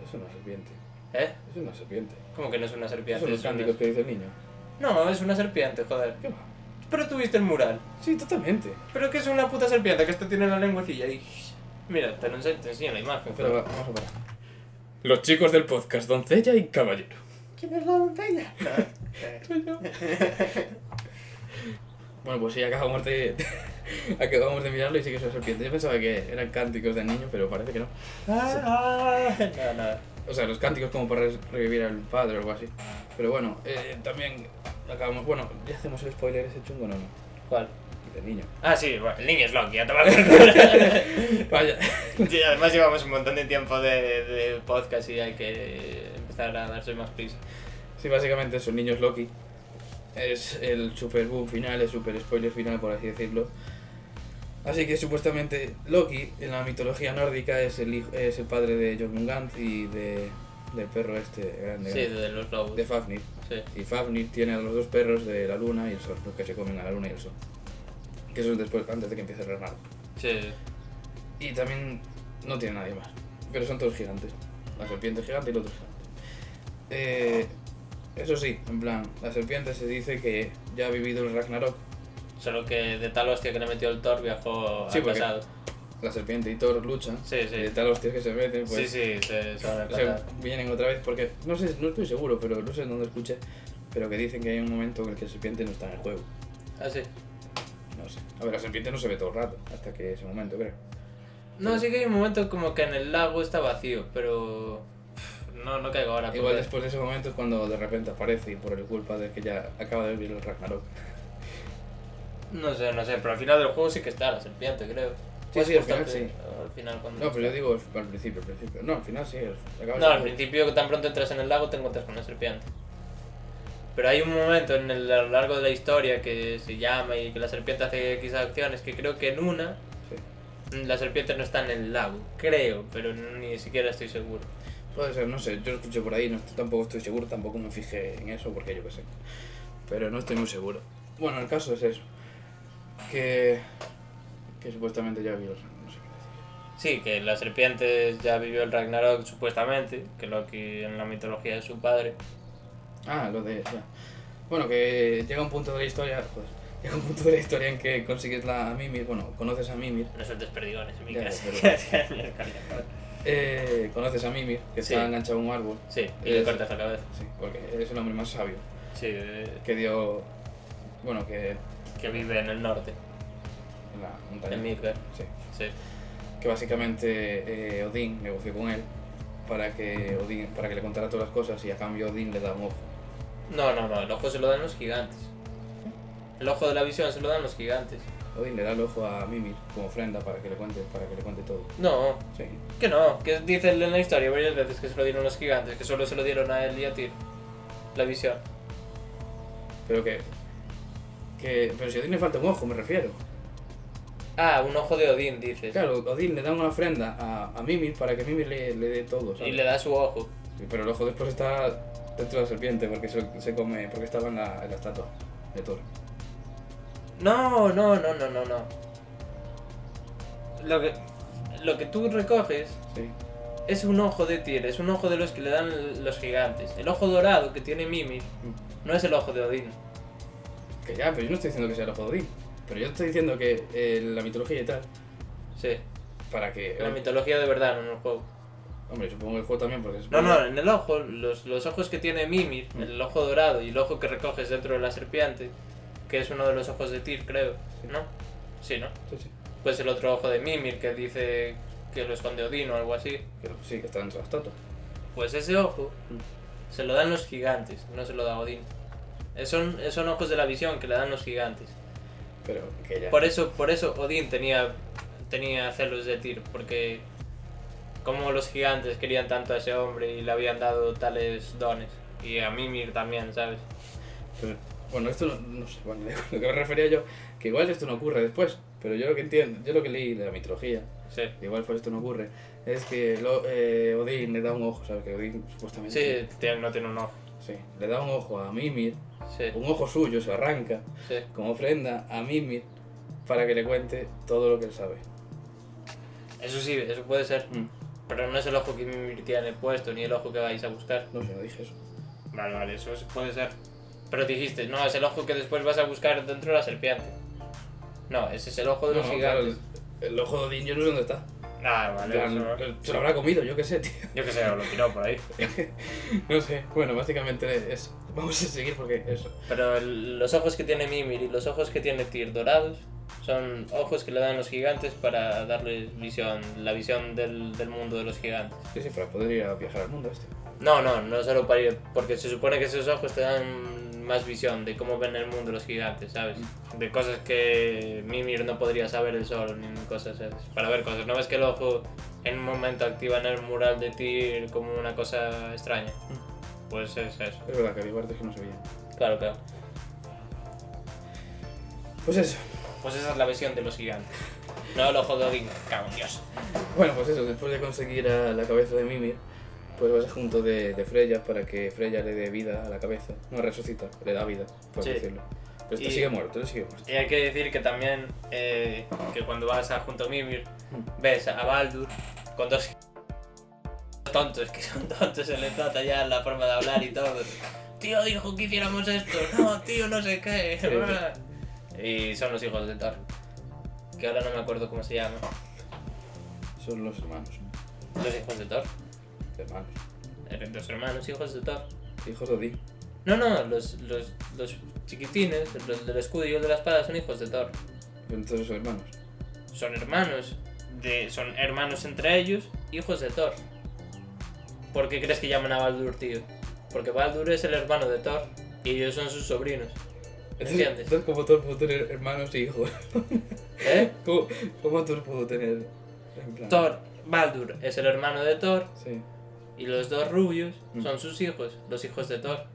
Speaker 1: Es una serpiente.
Speaker 2: ¿Eh?
Speaker 1: Es una serpiente.
Speaker 2: Como que no es una serpiente.
Speaker 1: Son los
Speaker 2: es una-
Speaker 1: cánticos que dice el niño.
Speaker 2: No, es una serpiente, joder.
Speaker 1: ¿Qué va?
Speaker 2: Pero tuviste el mural.
Speaker 1: Sí, totalmente.
Speaker 2: Pero que es una puta serpiente, que esto tiene la lengüecilla y... Mira, te, lo ense- te enseño la imagen.
Speaker 1: Pero va- vamos a parar. Los chicos del podcast, doncella y caballero.
Speaker 2: ¿Quién es la doncella?
Speaker 1: Bueno, pues sí, acabamos de, acabamos de mirarlo y sí que es una serpiente. Yo pensaba que eran cánticos del niño, pero parece que no.
Speaker 2: Ah, no, no.
Speaker 1: O sea, los cánticos como para res- revivir al padre o algo así. Pero bueno, eh, también acabamos... Bueno, ya hacemos el spoiler ese chungo, no, no.
Speaker 2: ¿Cuál?
Speaker 1: Del niño.
Speaker 2: Ah, sí, bueno, el niño es Loki, ya te va a acordar.
Speaker 1: Vaya.
Speaker 2: Sí, además llevamos un montón de tiempo de, de podcast y hay que empezar a darse más prisa.
Speaker 1: Sí, básicamente eso, el niño es Loki. Es el super boom final, el super spoiler final, por así decirlo. Así que supuestamente Loki en la mitología nórdica es el, hijo- es el padre de Jormungand y de, del perro este grande,
Speaker 2: Sí,
Speaker 1: grande,
Speaker 2: de los lobos.
Speaker 1: de Fafnir.
Speaker 2: Sí.
Speaker 1: Y Fafnir tiene a los dos perros de la luna y el sol, los que se comen a la luna y el sol. Que eso es después, antes de que empiece el Ragnarok.
Speaker 2: sí.
Speaker 1: Y también no tiene nadie más. Pero son todos gigantes. La serpiente es gigante y el otro es gigante. Eh, Eso sí, en plan, la serpiente se dice que ya ha vivido el Ragnarok.
Speaker 2: Solo que de tal hostia que le metió el Thor viajó
Speaker 1: Sí,
Speaker 2: al
Speaker 1: porque-
Speaker 2: pasado.
Speaker 1: La serpiente y Thor luchan.
Speaker 2: Sí, sí.
Speaker 1: Y de tal hostias que se meten, pues.
Speaker 2: sí, sí, se, se van a
Speaker 1: O sea,
Speaker 2: pasar.
Speaker 1: vienen otra vez porque no sé, no estoy seguro, pero no sé dónde escuché, pero que dicen que hay un momento en el que la serpiente no está en el juego.
Speaker 2: Ah, sí.
Speaker 1: No sé. A ver, la serpiente no se ve todo el rato hasta que ese momento, creo.
Speaker 2: Ah, No, sí que hay un momento como que en el lago está vacío, pero. pff, No, no caigo ahora.
Speaker 1: Igual
Speaker 2: porque-
Speaker 1: después de ese momento es cuando de repente aparece y por el culpa de que ya acaba de vivir el Ragnarok.
Speaker 2: No sé, no sé, pero al final del juego sí que está la serpiente, creo. Pues
Speaker 1: Sí, sí, al final sí.
Speaker 2: Al final cuando.
Speaker 1: No, pero yo digo al principio, al principio. No, al final sí, al- acaba
Speaker 2: No,
Speaker 1: siendo-
Speaker 2: al principio tan pronto entras en el lago te encuentras con la serpiente. Pero hay un momento en el, a lo largo de la historia que se llama y que la serpiente hace X acciones que creo que en una
Speaker 1: Sí.
Speaker 2: la serpiente no está en el lago, creo, pero ni siquiera estoy seguro.
Speaker 1: Puede ser, no sé, yo lo escuché por ahí, no estoy- tampoco estoy seguro, tampoco me fijé en eso porque yo qué sé. Pero no estoy muy seguro. Bueno, el caso es eso. Que. que supuestamente ya vio. No sé qué
Speaker 2: Sí, que la serpiente ya vivió el Ragnarok supuestamente, que Loki en la mitología de su padre.
Speaker 1: decir. Ah, lo de. ya. Bueno, que llega un punto de la historia. Joder, llega un punto de la historia en que consigues la Mimir, bueno, conoces a Mimir.
Speaker 2: No sueltes perdigones en mi
Speaker 1: Ya,
Speaker 2: casa.
Speaker 1: Eh, conoces a Mimir, que
Speaker 2: Sí.
Speaker 1: está enganchado a un árbol.
Speaker 2: sí, y le cortas la cabeza.
Speaker 1: Sí, porque es el hombre más sabio
Speaker 2: Sí, eh,
Speaker 1: que dio. Bueno, que.
Speaker 2: que vive en el norte,
Speaker 1: en la montaña.
Speaker 2: en Midgard.
Speaker 1: Sí.
Speaker 2: Sí.
Speaker 1: que básicamente eh, Odín negoció con él para que Odín para que le contara todas las cosas y a cambio Odín le da un ojo.
Speaker 2: No, no, no, el ojo se lo dan los gigantes. El ojo de la visión se lo dan los gigantes.
Speaker 1: Odín le da el ojo a Mimir como ofrenda para que le cuente para que le cuente todo.
Speaker 2: No,
Speaker 1: Sí.
Speaker 2: que no, que dicen en la historia varias veces que se lo dieron los gigantes, que solo se lo dieron a él y a Tyr. La visión.
Speaker 1: Pero que que pero si a Odín le falta un ojo, me refiero.
Speaker 2: Ah, un ojo de Odín, dices.
Speaker 1: Claro, Odín le da una ofrenda a, a Mimir para que Mimir le, le dé todo, ¿sabes?
Speaker 2: Y le da su ojo.
Speaker 1: Pero el ojo después está dentro de la serpiente porque se, se come porque estaba en la, en la estatua de Thor.
Speaker 2: No, no, no, no, no, no. Lo que, lo que tú recoges
Speaker 1: Sí.
Speaker 2: es un ojo de Tyr, es un ojo de los que le dan los gigantes. El ojo dorado que tiene Mimir no es el ojo de Odín.
Speaker 1: Que ya, pero yo no estoy diciendo que sea el ojo de Odín, pero yo estoy diciendo que eh, la mitología y tal
Speaker 2: Sí,
Speaker 1: para que
Speaker 2: la mitología de verdad, no en el juego.
Speaker 1: Hombre, supongo que el juego también, porque
Speaker 2: No, eh.
Speaker 1: supongo-
Speaker 2: no, en el ojo, los, los ojos que tiene Mimir, el ojo dorado y el ojo que recoges dentro de la serpiente, que es uno de los ojos de Tyr, creo, ¿no? Sí, ¿no?
Speaker 1: Sí, sí.
Speaker 2: Pues el otro ojo de Mimir que dice que lo esconde Odín o algo así.
Speaker 1: Que, sí, que está dentro de la estatua.
Speaker 2: Pues ese ojo se lo dan los gigantes, no se lo da Odín. Eh, Son, eh, son ojos de la visión que le dan los gigantes.
Speaker 1: Pero que ya.
Speaker 2: Por e- eso, por eso Odín tenía, tenía celos de Tyr, porque como los gigantes querían tanto a ese hombre y le habían dado tales dones. Y a Mimir también, ¿sabes?
Speaker 1: Pero- bueno, esto no, no sé, bueno, lo que me refería yo, que igual esto no ocurre después, pero yo lo que entiendo, yo lo que leí de la mitología,
Speaker 2: Sí.
Speaker 1: que igual por esto no ocurre, es que lo- eh, Odín le da un ojo, ¿sabes? Que Odín supuestamente.
Speaker 2: Sí, tiene- no tiene un ojo.
Speaker 1: Sí, le da un ojo a Mimir,
Speaker 2: Sí,
Speaker 1: un ojo suyo se arranca
Speaker 2: sí.
Speaker 1: como ofrenda a Mimir para que le cuente todo lo que él sabe.
Speaker 2: Eso sí, eso puede ser.
Speaker 1: Mm,
Speaker 2: Pero no es el ojo que Mimir tiene puesto, ni el ojo que vais a buscar.
Speaker 1: No sé, no dije eso.
Speaker 2: Vale, vale, eso sí puede ser. Pero dijiste, no, es el ojo que después vas a buscar dentro de la serpiente. No, ese es el ojo de los
Speaker 1: No, claro,
Speaker 2: gigantes.
Speaker 1: el, el ojo de Odín yo no sé dónde está.
Speaker 2: Ah,
Speaker 1: En
Speaker 2: vale.
Speaker 1: plan,
Speaker 2: eso-
Speaker 1: Se lo habrá comido, yo qué sé, tío.
Speaker 2: Yo qué sé, lo tiró por ahí.
Speaker 1: No sé, bueno, básicamente eso. Vamos a seguir porque eso.
Speaker 2: Pero el- los ojos que tiene Mimir y los ojos que tiene Tyr dorados son ojos que le dan los gigantes para darles visión, la visión del, del mundo de los gigantes.
Speaker 1: Sí, sí, para poder ir a viajar al mundo este.
Speaker 2: No, no, no solo para ir, porque se supone que esos ojos te dan más visión de cómo ven el mundo los gigantes, ¿sabes? De cosas que Mimir no podría saber el sol, ni cosas esas. Para ver cosas, ¿no ves que el ojo en un momento activa en el mural de Tyr como una cosa extraña? Pues es eso,
Speaker 1: Es verdad que había partes que no se veían.
Speaker 2: claro, claro.
Speaker 1: Pues eso.
Speaker 2: Pues esa es la visión de los gigantes. No el ojo de Odín, cago en Dios.
Speaker 1: Bueno, pues eso, después de conseguir a la cabeza de Mimir, pues vas junto de, de Freya para que Freya le dé vida a la cabeza. No resucita, le da vida, por
Speaker 2: Sí.
Speaker 1: decirlo. Pero este
Speaker 2: Y-
Speaker 1: sigue muerto, este sigue muerto.
Speaker 2: Y hay que decir que también eh, que cuando vas a junto a Mimir ves a Baldur con dos tontos que son tontos, se le nota ya la forma de hablar y todo. tío dijo que hiciéramos esto, no, tío, no sé qué. y son los hijos de Taro, que ahora no me acuerdo cómo se llama.
Speaker 1: Son los hermanos.
Speaker 2: Los hijos de Thor.
Speaker 1: Hermanos.
Speaker 2: eran Los hermanos, hijos de Thor.
Speaker 1: Hijos de Odín.
Speaker 2: No, no, los, los, los chiquitines, los del escudo y el de la espada son hijos de Thor.
Speaker 1: Pero Entonces son hermanos.
Speaker 2: Son hermanos. De, son hermanos entre ellos, hijos de Thor. ¿Por qué crees que llaman a Baldur tío? Porque Baldur es el hermano de Thor y ellos son sus sobrinos.
Speaker 1: Entonces,
Speaker 2: ¿Entiendes?
Speaker 1: entonces, ¿cómo Thor pudo tener hermanos e hijos?
Speaker 2: ¿Eh?
Speaker 1: ¿Cómo, cómo Thor pudo tener... en plan-
Speaker 2: Thor, Baldur es el hermano de Thor
Speaker 1: Sí.
Speaker 2: y los dos rubios
Speaker 1: Mm.
Speaker 2: son sus hijos, los hijos de Thor.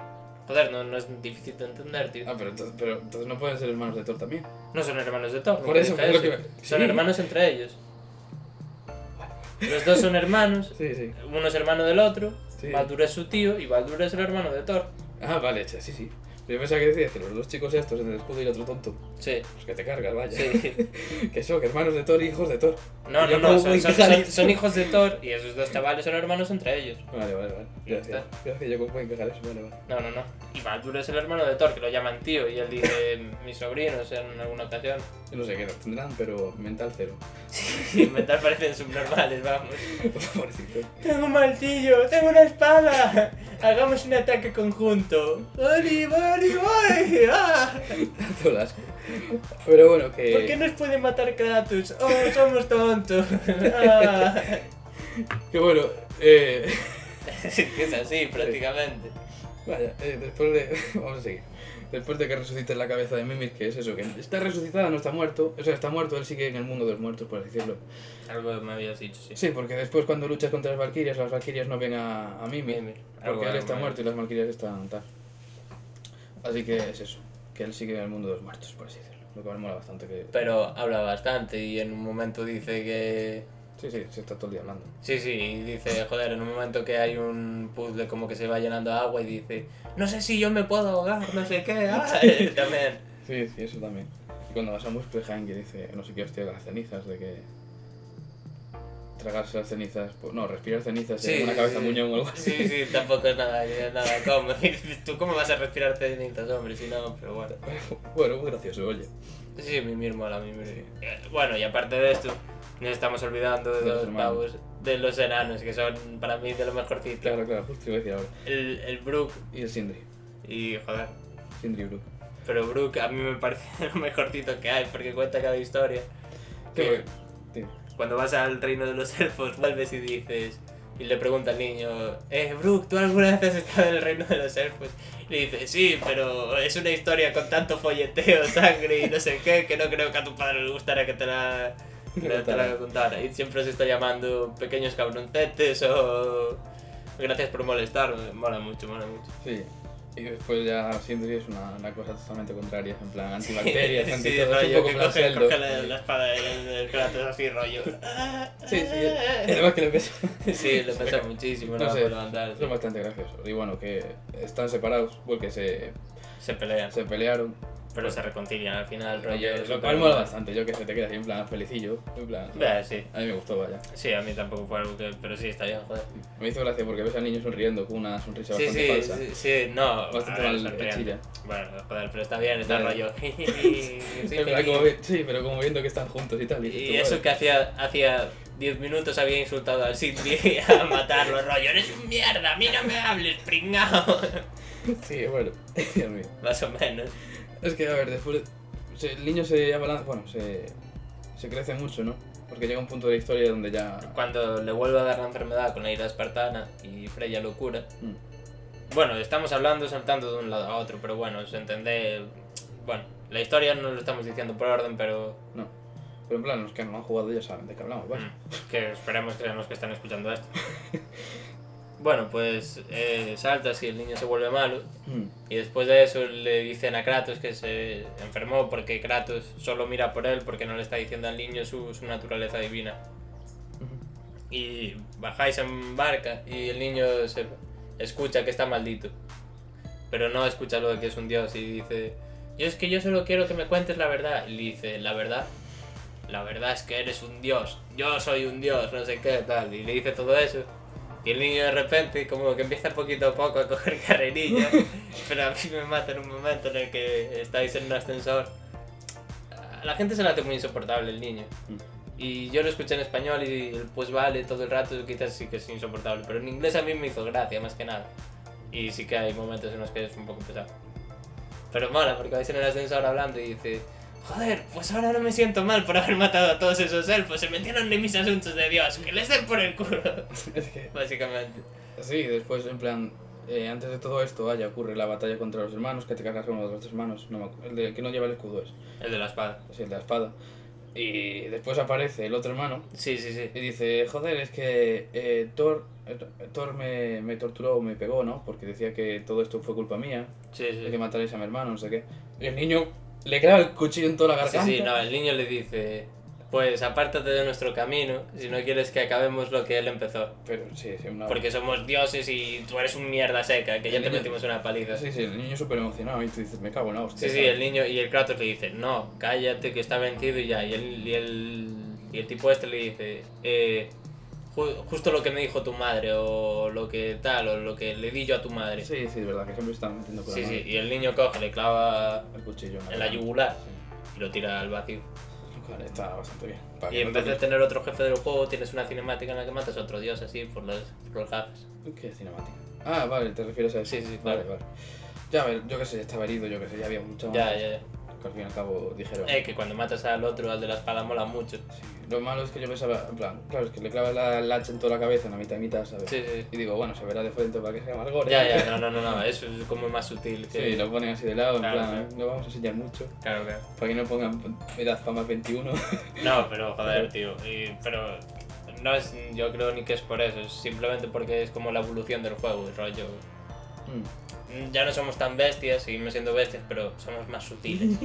Speaker 2: Joder, no, no es difícil de entender, tío.
Speaker 1: Ah, pero entonces, pero entonces no pueden ser hermanos de Thor también.
Speaker 2: No son hermanos de Thor.
Speaker 1: Por
Speaker 2: nunca
Speaker 1: eso,
Speaker 2: dije
Speaker 1: es lo que-
Speaker 2: Son
Speaker 1: Sí.
Speaker 2: hermanos entre ellos. Los dos son hermanos,
Speaker 1: Sí, sí.
Speaker 2: uno es hermano del otro,
Speaker 1: Sí.
Speaker 2: Baldur es su tío y Baldur es el hermano de Thor.
Speaker 1: Ah, vale, che, sí, sí. Pero yo pensaba que decías que los dos chicos estos, el del escudo y el otro tonto,
Speaker 2: Sí,
Speaker 1: pues que te cargas, vaya.
Speaker 2: sí.
Speaker 1: Que son que hermanos de Thor, hijos de Thor.
Speaker 2: No,
Speaker 1: Yo
Speaker 2: no,
Speaker 1: como
Speaker 2: no, son,
Speaker 1: voy
Speaker 2: son-
Speaker 1: a encajar
Speaker 2: son-
Speaker 1: eso.
Speaker 2: son hijos de Thor y esos dos chavales son hermanos entre ellos.
Speaker 1: Vale, vale, vale.
Speaker 2: Ya
Speaker 1: Gracias. Gracias, yo cómo puedo encajar eso, vale, vale.
Speaker 2: No, no, no. Y Baldur es el hermano de Thor, que lo llaman tío, y él dice mis sobrinos en alguna ocasión.
Speaker 1: Yo no sé qué edad tendrán, pero mental cero.
Speaker 2: Y mental parecen subnormales, vamos.
Speaker 1: Pobrecito.
Speaker 2: Tengo un martillo, tengo una espada. Hagamos un ataque conjunto. ¡Oli, oli, oli! ¡Ah!
Speaker 1: Todo el asco. Pero bueno, que.
Speaker 2: ¿Por qué nos puede matar Kratos? ¡Oh, somos tontos! Ah.
Speaker 1: Que bueno, eh.
Speaker 2: es así, prácticamente.
Speaker 1: Vaya, eh, después de. Vamos a seguir. Después de que resucite la cabeza de Mimir, que es eso, que está resucitada, no está muerto. O sea, está muerto, él sigue en el mundo de los muertos, por así decirlo.
Speaker 2: Algo me habías dicho,
Speaker 1: Sí, porque después cuando luchas contra las Valquirias, las Valquirias no ven a, a Mimir. Porque él está muerto y las Valquirias están tal. Así que es eso, que él sigue en el mundo de los muertos, por así decirlo. Lo cual mola bastante que.
Speaker 2: Pero habla bastante y en un momento dice que...
Speaker 1: Sí, sí, se está todo el día hablando.
Speaker 2: Sí, sí, y dice, joder, en un momento que hay un puzzle como que se va llenando de agua y dice, no sé si yo me puedo ahogar, no sé qué. Ah, eh, también.
Speaker 1: Sí, sí, eso también. Y cuando vas a Muspelheim que dice, no sé qué hostia, las cenizas, de que tragarse las cenizas, pues no, respirar cenizas en una cabeza muñón o algo así.
Speaker 2: Sí, sí, tampoco es nada, es nada cómodo. ¿Tú cómo vas a respirar cenizas, hombre? Si no, pero bueno.
Speaker 1: Bueno, muy gracioso, oye.
Speaker 2: Sí, mi mismo la Bueno, y aparte de esto, nos estamos olvidando de,
Speaker 1: De los
Speaker 2: los
Speaker 1: hermanos.
Speaker 2: pavos, de los enanos, que son para mí de lo mejorcito.
Speaker 1: Claro, claro, justo iba a decir ahora.
Speaker 2: El, el Brook,
Speaker 1: Y el Sindri,
Speaker 2: y joder.
Speaker 1: Sindri Brook.
Speaker 2: Pero Brook a mí me parece lo mejorcito que hay, porque cuenta cada historia.
Speaker 1: Qué
Speaker 2: Que-
Speaker 1: bueno. Sí.
Speaker 2: Cuando vas al reino de los elfos, vuelves y dices. Y le pregunta al niño, eh, Brooke, ¿tú alguna vez has estado en el reino de los elfos? Y le dice, sí, pero es una historia con tanto folleteo, sangre y no sé qué, que no creo que a tu padre le gustara que te la, que te la contara. Y siempre os está llamando pequeños cabroncetes o. Gracias por molestar, mola mucho, mola mucho.
Speaker 1: Sí. Y después ya Sindri es una, una cosa totalmente contraria, en plan antibacterias, anti
Speaker 2: sí,
Speaker 1: todo, es un
Speaker 2: rollo
Speaker 1: poco
Speaker 2: que
Speaker 1: plan
Speaker 2: coge,
Speaker 1: Sheldon.
Speaker 2: coge la, la espada del, del Kratos así, rollo.
Speaker 1: Sí, sí, además que le pesa.
Speaker 2: Sí, lo pasa muchísimo, no,
Speaker 1: No
Speaker 2: va a
Speaker 1: sé,
Speaker 2: poder levantar.
Speaker 1: Son bastante graciosos. Y bueno, que están separados porque se,
Speaker 2: Se pelean,
Speaker 1: se pelearon.
Speaker 2: pero se reconcilian al final, rollo.
Speaker 1: Rollo,
Speaker 2: es
Speaker 1: lo
Speaker 2: súper
Speaker 1: cual mola
Speaker 2: bueno.
Speaker 1: bastante, yo que se te quedas ahí en plan felicillo. En plan,
Speaker 2: Bah, sí.
Speaker 1: a mí me gustó, vaya.
Speaker 2: sí, a mí tampoco fue algo que. Pero sí, está bien, joder.
Speaker 1: Me hizo gracia porque ves al niño sonriendo con una sonrisa
Speaker 2: Sí,
Speaker 1: bastante
Speaker 2: sí,
Speaker 1: falsa.
Speaker 2: sí, sí, no.
Speaker 1: Bastante
Speaker 2: a ver,
Speaker 1: mal
Speaker 2: sonrían.
Speaker 1: pechilla.
Speaker 2: Bueno, joder, pero está bien, está
Speaker 1: Ya.
Speaker 2: rollo. Sí,
Speaker 1: En plan,
Speaker 2: feliz.
Speaker 1: como vi- sí, pero como viendo que están juntos y tal. dices tú,
Speaker 2: Y eso
Speaker 1: vale.
Speaker 2: que hacía hacía 10 minutos había insultado al Sidney a matarlo, rollo. Eres un mierda, a mí no me hables, pringao.
Speaker 1: Sí, bueno, Dios mío.
Speaker 2: Más o menos.
Speaker 1: Es que, a ver, después. se- el niño se abalanza. Bueno, se, se crece mucho, ¿no? Porque llega un punto de la historia donde ya.
Speaker 2: Cuando le vuelve a dar la enfermedad con la ira espartana y Freya locura,
Speaker 1: Mm.
Speaker 2: Bueno, estamos hablando saltando de un lado a otro, pero bueno, os entendé. Bueno, la historia no lo estamos diciendo por orden, pero.
Speaker 1: No. Pero en plan, los que no han jugado ya saben de qué hablamos, vaya.
Speaker 2: mm, Que esperemos que sean los que están escuchando esto. bueno, pues eh, saltas y el niño se vuelve malo.
Speaker 1: Mm.
Speaker 2: Y después de eso le dicen a Kratos que se enfermó porque Kratos solo mira por él porque no le está diciendo al niño su, su naturaleza divina. Y bajáis en barca y el niño se escucha que está maldito. Pero no escucha lo de que es un dios y dice, yo es que yo solo quiero que me cuentes la verdad. Y le dice, la verdad, la verdad es que eres un dios, yo soy un dios, no sé qué, tal. Y le dice todo eso. Y el niño de repente como que empieza poquito a poco a coger carrerilla, pero a mí me mata en un momento en el que estáis en un ascensor. A la gente se le hace muy insoportable el niño. Y yo lo escuché en español y el pues vale todo el rato quizás sí que es insoportable, pero en inglés a mí me hizo gracia más que nada. Y sí que hay momentos en los que es un poco pesado. Pero mola, porque vais en el ascensor hablando y dices, joder, pues ahora no me siento mal por haber matado a todos esos elfos, se metieron en mis asuntos de Dios, que les den por el culo.
Speaker 1: Es que
Speaker 2: Básicamente.
Speaker 1: Sí, después, en plan, eh, antes de todo esto, vaya, ocurre la batalla contra los hermanos, que te cargas a uno de los hermanos, no me acu- el de, que no lleva el escudo es,
Speaker 2: El de la espada.
Speaker 1: es el de la espada. Y después aparece el otro hermano
Speaker 2: Sí, sí, sí.
Speaker 1: y dice, joder, es que eh, Thor, eh, Thor me, me torturó o me pegó, ¿no? Porque decía que todo esto fue culpa mía,
Speaker 2: Sí, sí.
Speaker 1: hay que mataréis a mi hermano, no sé qué. Y el niño le clava el cuchillo en toda la
Speaker 2: Sí,
Speaker 1: garganta.
Speaker 2: sí, no, el niño le dice, pues apártate de nuestro camino si no quieres que acabemos lo que él empezó.
Speaker 1: Pero sí, sí, una...
Speaker 2: Porque somos dioses y tú eres un mierda seca, que ya te metimos una paliza.
Speaker 1: Sí, sí, el niño súper emocionado y tú dices, me cago en la hostia.
Speaker 2: Sí, sí, el niño y el Kratos le dice, no, cállate que está vencido y ya. Y el, y el, y el tipo este le dice, eh, ju- justo lo que me dijo tu madre o lo que tal o lo que le di yo a tu madre. Sí,
Speaker 1: Sí, sí, es verdad, que siempre están metiendo con la
Speaker 2: sí,
Speaker 1: mano
Speaker 2: y el niño coge, le clava
Speaker 1: el cuchillo.
Speaker 2: en la
Speaker 1: garganta.
Speaker 2: yugular y lo tira al vacío.
Speaker 1: Vale, está bastante bien. Para
Speaker 2: Y
Speaker 1: que
Speaker 2: en
Speaker 1: no
Speaker 2: vez
Speaker 1: te
Speaker 2: de tener otro jefe del juego, tienes una cinemática en la que matas a otro dios así por los, por los jefes.
Speaker 1: piques- ¿Qué cinemática? Ah, vale, te refieres a eso.
Speaker 2: Sí, sí,
Speaker 1: vale, vale. Ya, a ver, yo qué sé, estaba herido, yo qué sé, ya había mucho más.
Speaker 2: Ya, ya,
Speaker 1: Que al fin y al cabo dijeron.
Speaker 2: ya. Eh, que cuando matas al otro, al de la espada, mola mucho.
Speaker 1: Sí. Lo malo es que yo pensaba, en plan, claro, es que le clava la, la hacha en toda la cabeza, en la mitad y mitad, ¿sabes?
Speaker 2: Sí, sí.
Speaker 1: Y digo, bueno, se verá de frente para que sea más gore.
Speaker 2: Ya, ya, no, no, no, no, eso es como más sutil.
Speaker 1: Sí,
Speaker 2: Que...
Speaker 1: lo ponen así de lado,
Speaker 2: Claro,
Speaker 1: en plan,
Speaker 2: claro.
Speaker 1: no vamos a enseñar mucho.
Speaker 2: Claro, claro.
Speaker 1: Para que no pongan edad fama 21.
Speaker 2: No, pero joder, tío. y- pero no es, yo creo ni que es por eso, es simplemente porque es como la evolución del juego, el rollo.
Speaker 1: Mm.
Speaker 2: Ya no somos tan bestias, seguimos siendo bestias, pero somos más sutiles.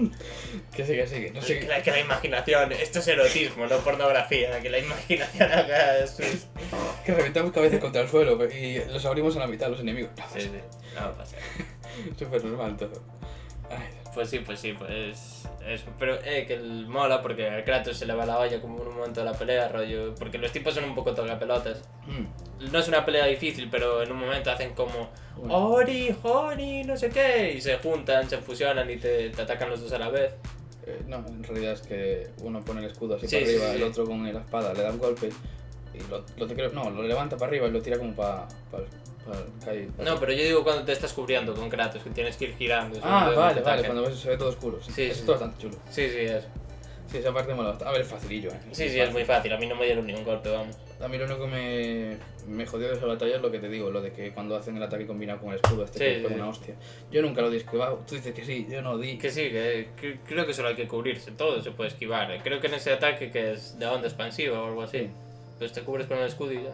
Speaker 1: que sí, que sí, que no sé.
Speaker 2: Que la, que la imaginación, esto es erotismo, no pornografía, que la imaginación haga sus...
Speaker 1: Que reventamos cabezas contra el suelo y los abrimos a la mitad, los enemigos.
Speaker 2: Sí, sí,
Speaker 1: Ah,
Speaker 2: no pasa. nada.
Speaker 1: Súper normal todo. Ay, Dios.
Speaker 2: Pues sí, pues sí, pues eso. Pero eh, que el mola porque al Kratos se le va la olla como en un momento de la pelea, rollo. Porque los tipos son un poco tocapelotas.
Speaker 1: Mm.
Speaker 2: No es una pelea difícil, pero en un momento hacen como
Speaker 1: Bueno.
Speaker 2: Ori, Hori, no sé qué. Y se juntan, se fusionan y te, te atacan los dos a la vez.
Speaker 1: Eh, no, en realidad es que uno pone el escudo así
Speaker 2: Sí,
Speaker 1: para
Speaker 2: sí,
Speaker 1: arriba,
Speaker 2: sí.
Speaker 1: el otro con la espada le da un golpe y lo, lo te creo- no, lo levanta para arriba y lo tira como para caer.
Speaker 2: No, pero yo digo cuando te estás cubriendo con Kratos, que tienes que ir girando.
Speaker 1: Ah,
Speaker 2: sobre todo
Speaker 1: vale,
Speaker 2: te
Speaker 1: vale,
Speaker 2: atacan.
Speaker 1: cuando ves se ve todo oscuro. Sí,
Speaker 2: Sí,
Speaker 1: eso
Speaker 2: sí.
Speaker 1: está bastante chulo.
Speaker 2: Sí, sí, eso.
Speaker 1: Sí, esa parte mola bastante. A ver, es facilillo, eh.
Speaker 2: Sí, sí, es muy fácil. A mí no me dieron ningún golpe, vamos.
Speaker 1: A mí lo único que me, me jodió de esa batalla es lo que te digo, lo de que cuando hacen el ataque combinado con el escudo, este
Speaker 2: Sí,
Speaker 1: que
Speaker 2: sí,
Speaker 1: pega
Speaker 2: sí.
Speaker 1: una hostia. Yo nunca lo di esquivado, tú dices que sí, yo no di.
Speaker 2: Que sí, que, que- creo que solo hay que cubrirse, todo se puede esquivar. eh. Creo que en ese ataque que es de onda expansiva o algo así,
Speaker 1: Mm.
Speaker 2: pues te cubres con el escudo y ya.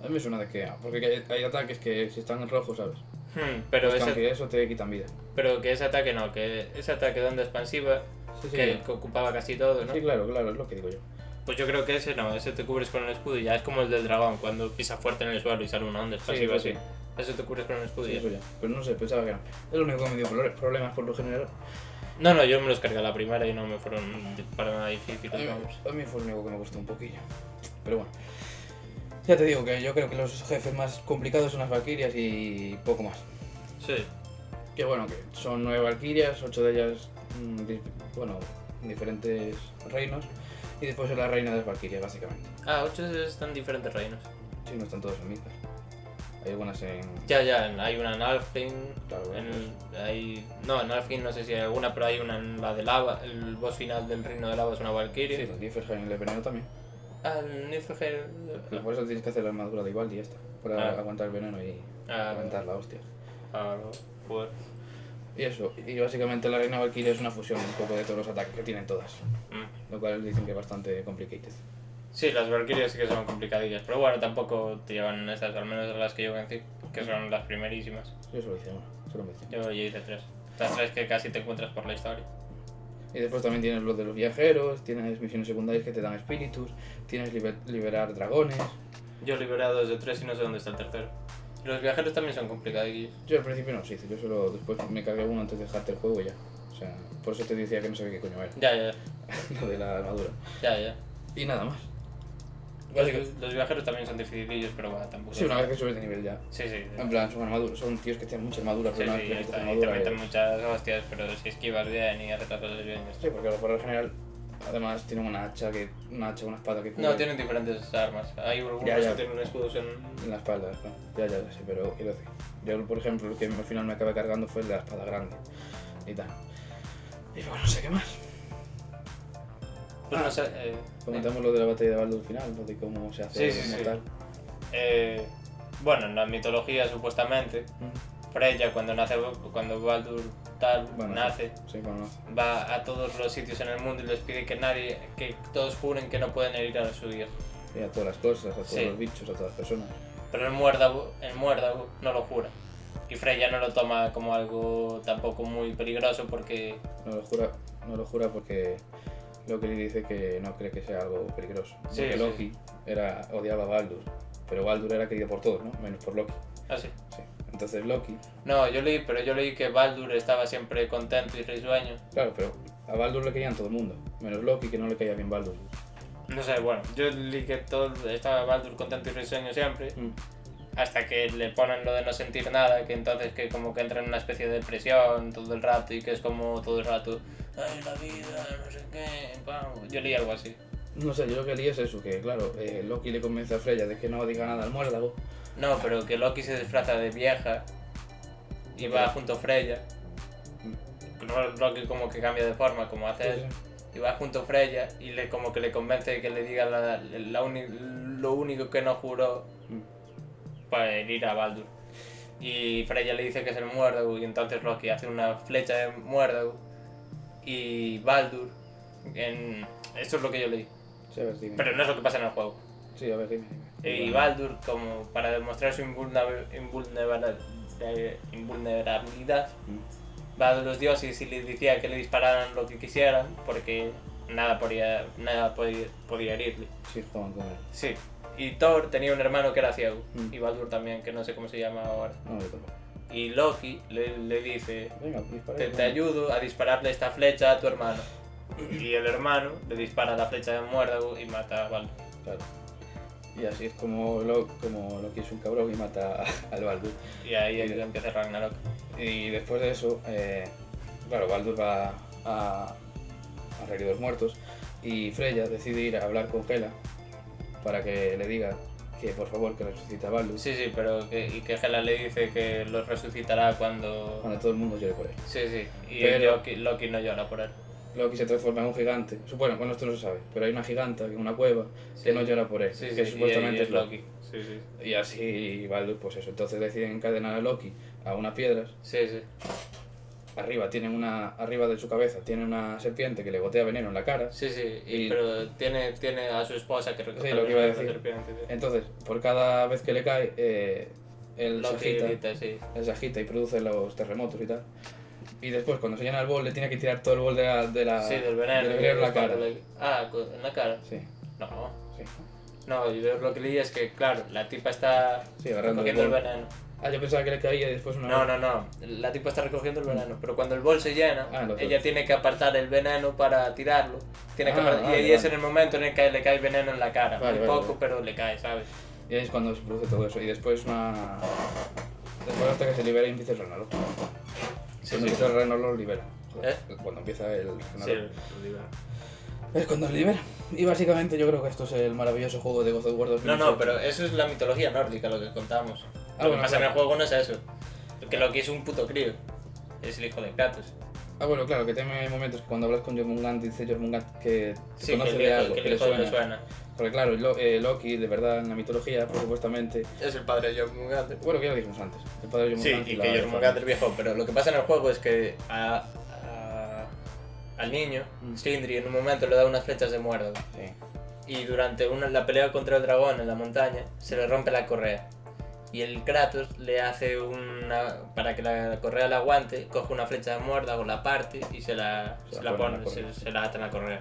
Speaker 1: A mí me suena de que, ah, porque hay, hay ataques que si están en rojo, ¿sabes?
Speaker 2: Hmm, pero,
Speaker 1: Pues que
Speaker 2: ese,
Speaker 1: aunque eso te quitan vida.
Speaker 2: pero que ese ataque no, que ese ataque de onda expansiva
Speaker 1: Sí, sí.
Speaker 2: que, que ocupaba casi todo, ¿no?
Speaker 1: Sí, claro, claro, es lo que digo yo.
Speaker 2: Pues yo creo que ese no, ese te cubres con el escudo y ya es como el del dragón, cuando pisa fuerte en el suelo y sale una onda expansiva
Speaker 1: sí.
Speaker 2: así. Eso te cubres con el escudo
Speaker 1: Sí,
Speaker 2: y ya.
Speaker 1: eso ya. Pero no sé, pensaba que no. Es lo único que me dio pro- problemas por lo general.
Speaker 2: No, no, yo me los cargué a la primera y no me fueron de- para nada
Speaker 1: A mí,
Speaker 2: difíciles, vamos.
Speaker 1: a mí fue lo único que me gustó un poquillo. Pero bueno. Ya te digo que yo creo que los jefes más complicados son las valquirias y poco más.
Speaker 2: Sí,
Speaker 1: Que bueno, que son nueve valquirias, ocho de ellas, mm, di- bueno, en diferentes reinos. Y después es la reina de las valquirias, básicamente.
Speaker 2: ah, ocho están diferentes reinos.
Speaker 1: Sí, no están todos en Midgard. Hay algunas en...
Speaker 2: Ya, ya, hay una en Alfheim,
Speaker 1: Claro,
Speaker 2: en- hay, no, en Alfheim no sé si hay alguna, pero hay una en la de lava, el boss final del reino de lava es una
Speaker 1: Sí,
Speaker 2: Valkyrie.
Speaker 1: en Niflheim y Leveneo también.
Speaker 2: Ah, el Niflheim...
Speaker 1: Por eso tienes que hacer la armadura de Ivaldi esta. Para
Speaker 2: Ah.
Speaker 1: aguantar el veneno y
Speaker 2: Ah,
Speaker 1: aguantar la hostia.
Speaker 2: ah, bueno.
Speaker 1: Y eso, y básicamente la reina valquiria es una fusión un poco de todos los ataques que tienen todas,
Speaker 2: Mm.
Speaker 1: lo cual dicen que es bastante complicated.
Speaker 2: Sí, las Valkyries sí que son complicadillas, pero bueno, tampoco te llevan estas, al menos las que yo vencí, que son las primerísimas.
Speaker 1: Yo solo hice una, solo me hice.
Speaker 2: Yo ya hice tres. Estas tres que casi te encuentras por la historia.
Speaker 1: Y después también tienes los de los viajeros, tienes misiones secundarias que te dan espíritus, tienes liber- liberar dragones.
Speaker 2: Yo liberé a dos de tres y no sé dónde está el tercero. Los viajeros también son complicadillos.
Speaker 1: Yo al principio no los hice, yo solo después me cargué uno antes de dejarte el juego y ya. O sea, por eso te decía que no sabía qué coño era,
Speaker 2: Ya, ya,
Speaker 1: lo de la armadura.
Speaker 2: ya, ya.
Speaker 1: Y nada más. Básicamente.
Speaker 2: Los, los viajeros también son dificilillos, pero bueno, tampoco.
Speaker 1: Sí, una vez que subes de nivel ya.
Speaker 2: Sí, sí.
Speaker 1: En plan, son armaduras, son tíos que tienen mucha armadura,
Speaker 2: Sí,
Speaker 1: pero no
Speaker 2: sí,
Speaker 1: tienen
Speaker 2: está-
Speaker 1: mucha
Speaker 2: y te
Speaker 1: armadura.
Speaker 2: meten
Speaker 1: eh.
Speaker 2: muchas hostias, pero si esquivas bien y haces las cosas bien. es-
Speaker 1: Sí, porque los por general, además, tienen una hacha, que, una hacha, una espada que
Speaker 2: No,
Speaker 1: cubre
Speaker 2: tienen diferentes armas. Hay algunos
Speaker 1: Ya, Ah, ya.
Speaker 2: que tienen escudos en.
Speaker 1: en la espalda. ¿no? Ya, ya, lo sé, pero quiero decir. Yo, por ejemplo, el que al final me acabé cargando fue el de la espada grande. Y tal. Y luego no sé qué más.
Speaker 2: Pues
Speaker 1: Ah.
Speaker 2: no sé. eh,
Speaker 1: Comentamos lo de la batalla de Baldur final, lo de cómo se hace
Speaker 2: Sí, sí, sí.
Speaker 1: mortal.
Speaker 2: eh, bueno, en la mitología supuestamente,
Speaker 1: Mm.
Speaker 2: Freya cuando nace cuando Baldur tal
Speaker 1: Bueno,
Speaker 2: nace,
Speaker 1: Sí, bueno, no.
Speaker 2: va a todos los sitios en el mundo y les pide que nadie, que todos juren que no pueden herir a su dios.
Speaker 1: Y a todas las cosas, a todos
Speaker 2: Sí.
Speaker 1: los bichos, a todas las personas.
Speaker 2: Pero el Muérdago, el Muérdago no lo jura. Y Freya no lo toma como algo tampoco muy peligroso porque
Speaker 1: No lo jura, no lo jura porque lo que le dice que no cree que sea algo peligroso.
Speaker 2: Sí,
Speaker 1: porque
Speaker 2: sí.
Speaker 1: Loki era, odiaba a Baldur, pero Baldur era querido por todos, ¿no? Menos por Loki.
Speaker 2: así.
Speaker 1: Sí. Entonces Loki,
Speaker 2: No, yo leí, pero yo leí que Baldur estaba siempre contento y risueño.
Speaker 1: claro, pero a Baldur le querían todo el mundo, menos Loki que no le caía bien Baldur.
Speaker 2: No sé, bueno, yo leí que todo estaba Baldur contento y risueño siempre. hasta que le ponen lo de no sentir nada, que entonces que como que entra en una especie de depresión todo el rato y que es como todo el rato, ay la vida, no sé qué, pam". yo leí algo así.
Speaker 1: No sé, yo lo que leí es eso, que claro, eh, Loki le convence a Freya de que no diga nada al muérdago.
Speaker 2: No, pero que Loki se disfraza de vieja y va junto a Freya. No, Loki como que cambia de forma, como hace él, y va junto a Freya y le como que le convence de que le diga la, la uni- lo único que no juró para herir a Baldur. Y Freya le dice que es el muérdago y entonces Loki hace una flecha de muérdago y Baldur en... Esto es lo que yo leí,
Speaker 1: Sí, a ver, dime.
Speaker 2: pero no es lo que pasa en el juego.
Speaker 1: Sí, a ver, dime. dime.
Speaker 2: Y Baldur, como para demostrar su invulna- invulnera- de- invulnerabilidad,
Speaker 1: Mm.
Speaker 2: va a los dioses y les decía que le dispararan lo que quisieran porque nada podía, nada podía, podía herirle.
Speaker 1: Sí, juegan con él.
Speaker 2: Sí. Y Thor tenía un hermano que era ciego,
Speaker 1: Mm.
Speaker 2: y Baldur también, que no sé cómo se llama ahora.
Speaker 1: No, yo tampoco.
Speaker 2: Y Loki le, le dice,
Speaker 1: Venga, dispara.
Speaker 2: te, te
Speaker 1: venga.
Speaker 2: ayudo a dispararle esta flecha a tu hermano. Y el hermano le dispara la flecha de muérdago y mata a Baldur.
Speaker 1: Claro. Y así es como, lo, como Loki es un cabrón y mata a- al Baldur.
Speaker 2: Y ahí empieza Ragnarok.
Speaker 1: Y después de eso, eh, claro, Baldur va a, a Rey de los Muertos y Freya decide ir a hablar con Hela para que le diga que por favor que resucita a Baldur
Speaker 2: Sí, sí, pero que, y que Hela le dice que lo resucitará cuando...
Speaker 1: cuando todo el mundo llore por él.
Speaker 2: Sí, sí. Y
Speaker 1: Ah. Pero-
Speaker 2: Loki, Loki no llora por él.
Speaker 1: Loki se transforma en un gigante. Sup- Bueno, bueno, esto no se sabe, pero hay una giganta en una cueva
Speaker 2: Sí.
Speaker 1: que no llora por él,
Speaker 2: Sí,
Speaker 1: que
Speaker 2: sí,
Speaker 1: supuestamente
Speaker 2: y- y
Speaker 1: es Loki.
Speaker 2: Sí, sí.
Speaker 1: Y así Baldur, pues eso. Entonces deciden encadenar a Loki a unas piedras
Speaker 2: Sí, sí.
Speaker 1: arriba tiene una arriba de su cabeza tiene una serpiente que le gotea veneno en la cara
Speaker 2: Sí, sí. Y,
Speaker 1: Y-
Speaker 2: Pero tiene, tiene a su esposa que recoge
Speaker 1: Sí, lo que iba a
Speaker 2: la
Speaker 1: decir.
Speaker 2: serpiente, sí.
Speaker 1: entonces por cada vez que le cae eh, él se
Speaker 2: Loki
Speaker 1: agita
Speaker 2: grita, sí.
Speaker 1: él se agita y produce los terremotos y tal y después cuando se llena el bol le tiene que tirar todo el bol de la, de la-
Speaker 2: Sí, del veneno.
Speaker 1: Ah, del veneno en
Speaker 2: y
Speaker 1: la
Speaker 2: es
Speaker 1: cara
Speaker 2: cuando le- Ah, co- en la cara.
Speaker 1: sí
Speaker 2: No.
Speaker 1: sí
Speaker 2: No, yo lo que leí es que, claro, la tipa está
Speaker 1: Sí, agarrando
Speaker 2: recogiendo
Speaker 1: el
Speaker 2: el
Speaker 1: bol.
Speaker 2: veneno.
Speaker 1: ah yo pensaba que le caía y después una
Speaker 2: No, no, no. La tipa está recogiendo el veneno. Pero cuando el bol se llena,
Speaker 1: Mm. Ah, lo sé.
Speaker 2: ella tiene que apartar el veneno para tirarlo. Tiene que
Speaker 1: Ah,
Speaker 2: apartar- y
Speaker 1: vale,
Speaker 2: ahí
Speaker 1: vale.
Speaker 2: es en el momento en el que le cae el veneno en la cara.
Speaker 1: Vale,
Speaker 2: Muy
Speaker 1: vale,
Speaker 2: poco,
Speaker 1: vale.
Speaker 2: pero le cae, ¿sabes?
Speaker 1: y ahí es cuando se produce todo eso y después una después hasta que se libera y empieza el renalo cuando empieza el renalo lo libera
Speaker 2: ¿Eh?
Speaker 1: cuando empieza el renalo
Speaker 2: Sí, lo digo.
Speaker 1: Es cuando lo libera. Y básicamente yo creo que esto es el maravilloso juego de God of War 2018.
Speaker 2: No, no, pero eso es la mitología nórdica lo que contamos.
Speaker 1: Ah,
Speaker 2: lo que
Speaker 1: bueno,
Speaker 2: pasa en
Speaker 1: claro.
Speaker 2: el juego no es eso. Que lo que es un puto crío. Es el hijo de Kratos.
Speaker 1: Ah, bueno, claro, que tiene momentos que cuando hablas con Jormungand dice Jormungand que te
Speaker 2: Sí, que
Speaker 1: conoce
Speaker 2: el
Speaker 1: de
Speaker 2: hijo-
Speaker 1: algo,
Speaker 2: que
Speaker 1: que,
Speaker 2: el
Speaker 1: le
Speaker 2: hijo
Speaker 1: suena.
Speaker 2: le suena.
Speaker 1: Porque claro, Lo- eh, Loki, de verdad, en la mitología, pues, supuestamente...
Speaker 2: Es el padre de Jormungandr.
Speaker 1: Bueno, que ya lo dijimos antes. El padre de
Speaker 2: Sí,
Speaker 1: Jormungand
Speaker 2: y
Speaker 1: la-
Speaker 2: que Jormungandr viejo. Pero lo que pasa en el juego es que a, a- al niño,
Speaker 1: Mm.
Speaker 2: Sindri, en un momento le da unas flechas de muerdo.
Speaker 1: Sí.
Speaker 2: Y durante una, la pelea contra el dragón en la montaña, se le rompe la correa. Y el Kratos le hace una. para que la correa la aguante, coge una flecha de muerda o la parte y se la,
Speaker 1: Se
Speaker 2: se
Speaker 1: la
Speaker 2: la
Speaker 1: pone en
Speaker 2: pone,
Speaker 1: la
Speaker 2: se,
Speaker 1: correa.
Speaker 2: se la ata en la correa.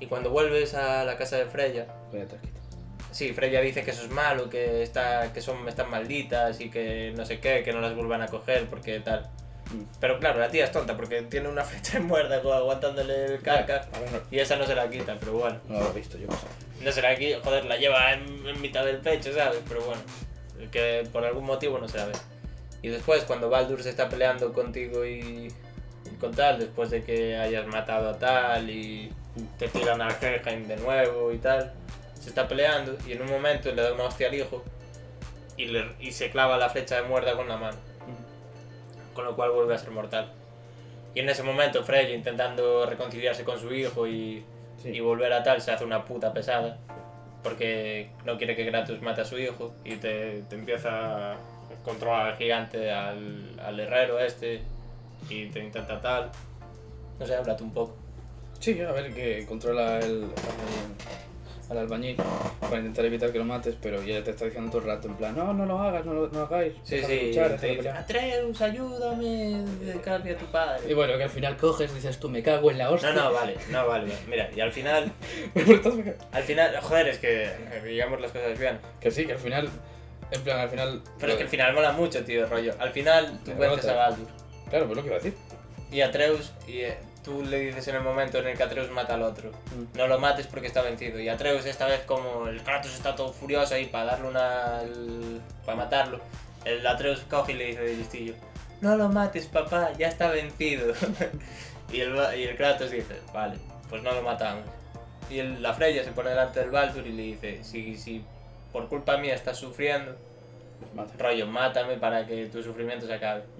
Speaker 2: Y cuando vuelves a la casa de Freya,
Speaker 1: Bueno, te has quitado.
Speaker 2: sí, Freya dice que eso es malo, que, está, que son, están malditas y que no sé qué, que no las vuelvan a coger porque tal.
Speaker 1: Mm.
Speaker 2: Pero claro, la tía es tonta porque tiene una flecha muerta co- aguantándole el caca.
Speaker 1: A ver, no-
Speaker 2: Y esa no se la quita, pero bueno.
Speaker 1: no lo he visto, yo no sé.
Speaker 2: No se la quita, joder, la lleva en, en mitad del pecho, ¿sabes? Pero bueno, que por algún motivo no se la ve. Y después, cuando Baldur se está peleando contigo y, y con tal, después de que hayas matado a tal y te tiran a Helheim de nuevo y tal, se está peleando y en un momento le da una hostia al hijo y, le- y se clava la flecha de muerda con la mano con lo cual vuelve a ser mortal. Y en ese momento Freya intentando reconciliarse con su hijo y,
Speaker 1: Sí.
Speaker 2: y volver a tal se hace una puta pesada porque no quiere que Kratos mate a su hijo y te, te empieza a controlar al gigante, al, al herrero este y te intenta tal. No sé, háblate un poco.
Speaker 1: Sí, a ver, que controla el, al- al albañil para intentar evitar que lo mates, pero ya te está diciendo todo el rato, en plan, no, no lo hagas, no lo no lo hagáis.
Speaker 2: Sí,
Speaker 1: déjalo
Speaker 2: sí,
Speaker 1: luchar,
Speaker 2: te
Speaker 1: déjalo
Speaker 2: dice,
Speaker 1: pelear".
Speaker 2: Atreus, ayúdame, cargue a tu
Speaker 1: Y
Speaker 2: padre.
Speaker 1: bueno, que al final coges, dices tú, me cago en la
Speaker 2: No,
Speaker 1: hostia.
Speaker 2: no, vale, no, vale. vale. Mira, y al final,
Speaker 1: Pero estás-
Speaker 2: al final, joder, es que eh, digamos las cosas bien.
Speaker 1: que sí, que al final, en plan, al final...
Speaker 2: Pero es que al final mola mucho, tío, rollo. Al final tú
Speaker 1: Me
Speaker 2: vences
Speaker 1: rota.
Speaker 2: a Baldur
Speaker 1: Claro, pues lo que iba a decir.
Speaker 2: y a Atreus y eh, tú le dices en el momento en el que Atreus mata al otro.
Speaker 1: Mm.
Speaker 2: No lo mates porque está vencido. Y Atreus esta vez como el Kratos está todo furioso ahí para darle una... el- para matarlo. El Atreus coge y le dice de listillo. No lo mates, papá, ya está vencido. y, el, va- y el Kratos dice, vale, pues no lo matamos. Y el- la Freya se pone delante del Baldur y le dice, si, si por culpa mía estás sufriendo,
Speaker 1: Mata.
Speaker 2: rollo, mátame para que tu sufrimiento se acabe.
Speaker 1: Sí,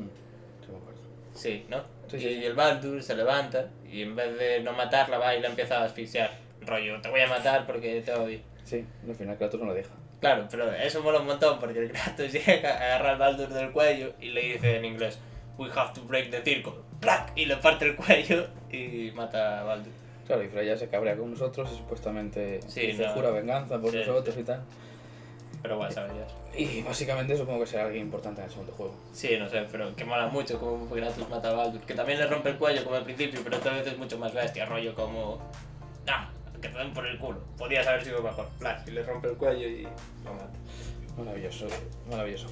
Speaker 1: me acuerdo.
Speaker 2: Sí, ¿no?
Speaker 1: Sí,
Speaker 2: y
Speaker 1: sí, sí.
Speaker 2: el Baldur se levanta y en vez de no matarla va y la empieza a asfixiar. Rollo, te voy a matar porque te odio.
Speaker 1: Sí, al final Kratos no lo deja.
Speaker 2: Claro, pero eso mola un montón porque el Kratos llega, agarra al Baldur del cuello y le dice en inglés We have to break the circle. ¡Plac! Y le parte el cuello y mata a Baldur.
Speaker 1: Claro, y Freya se cabrea con nosotros y supuestamente
Speaker 2: Sí,
Speaker 1: dice,
Speaker 2: no.
Speaker 1: jura venganza por
Speaker 2: Sí,
Speaker 1: nosotros
Speaker 2: sí.
Speaker 1: y tal.
Speaker 2: Pero bueno, sabes ya.
Speaker 1: Y básicamente supongo que será alguien importante en el segundo juego.
Speaker 2: Sí, no sé, pero que mola mucho como Kratos mata a Baldur. Que también le rompe el cuello como al principio, pero esta vez es mucho más bestia. Rollo como... ¡Ah! Que te den por el culo. Podías haber sido mejor. Plac, Y le rompe el cuello y lo mata.
Speaker 1: Maravilloso, maravilloso.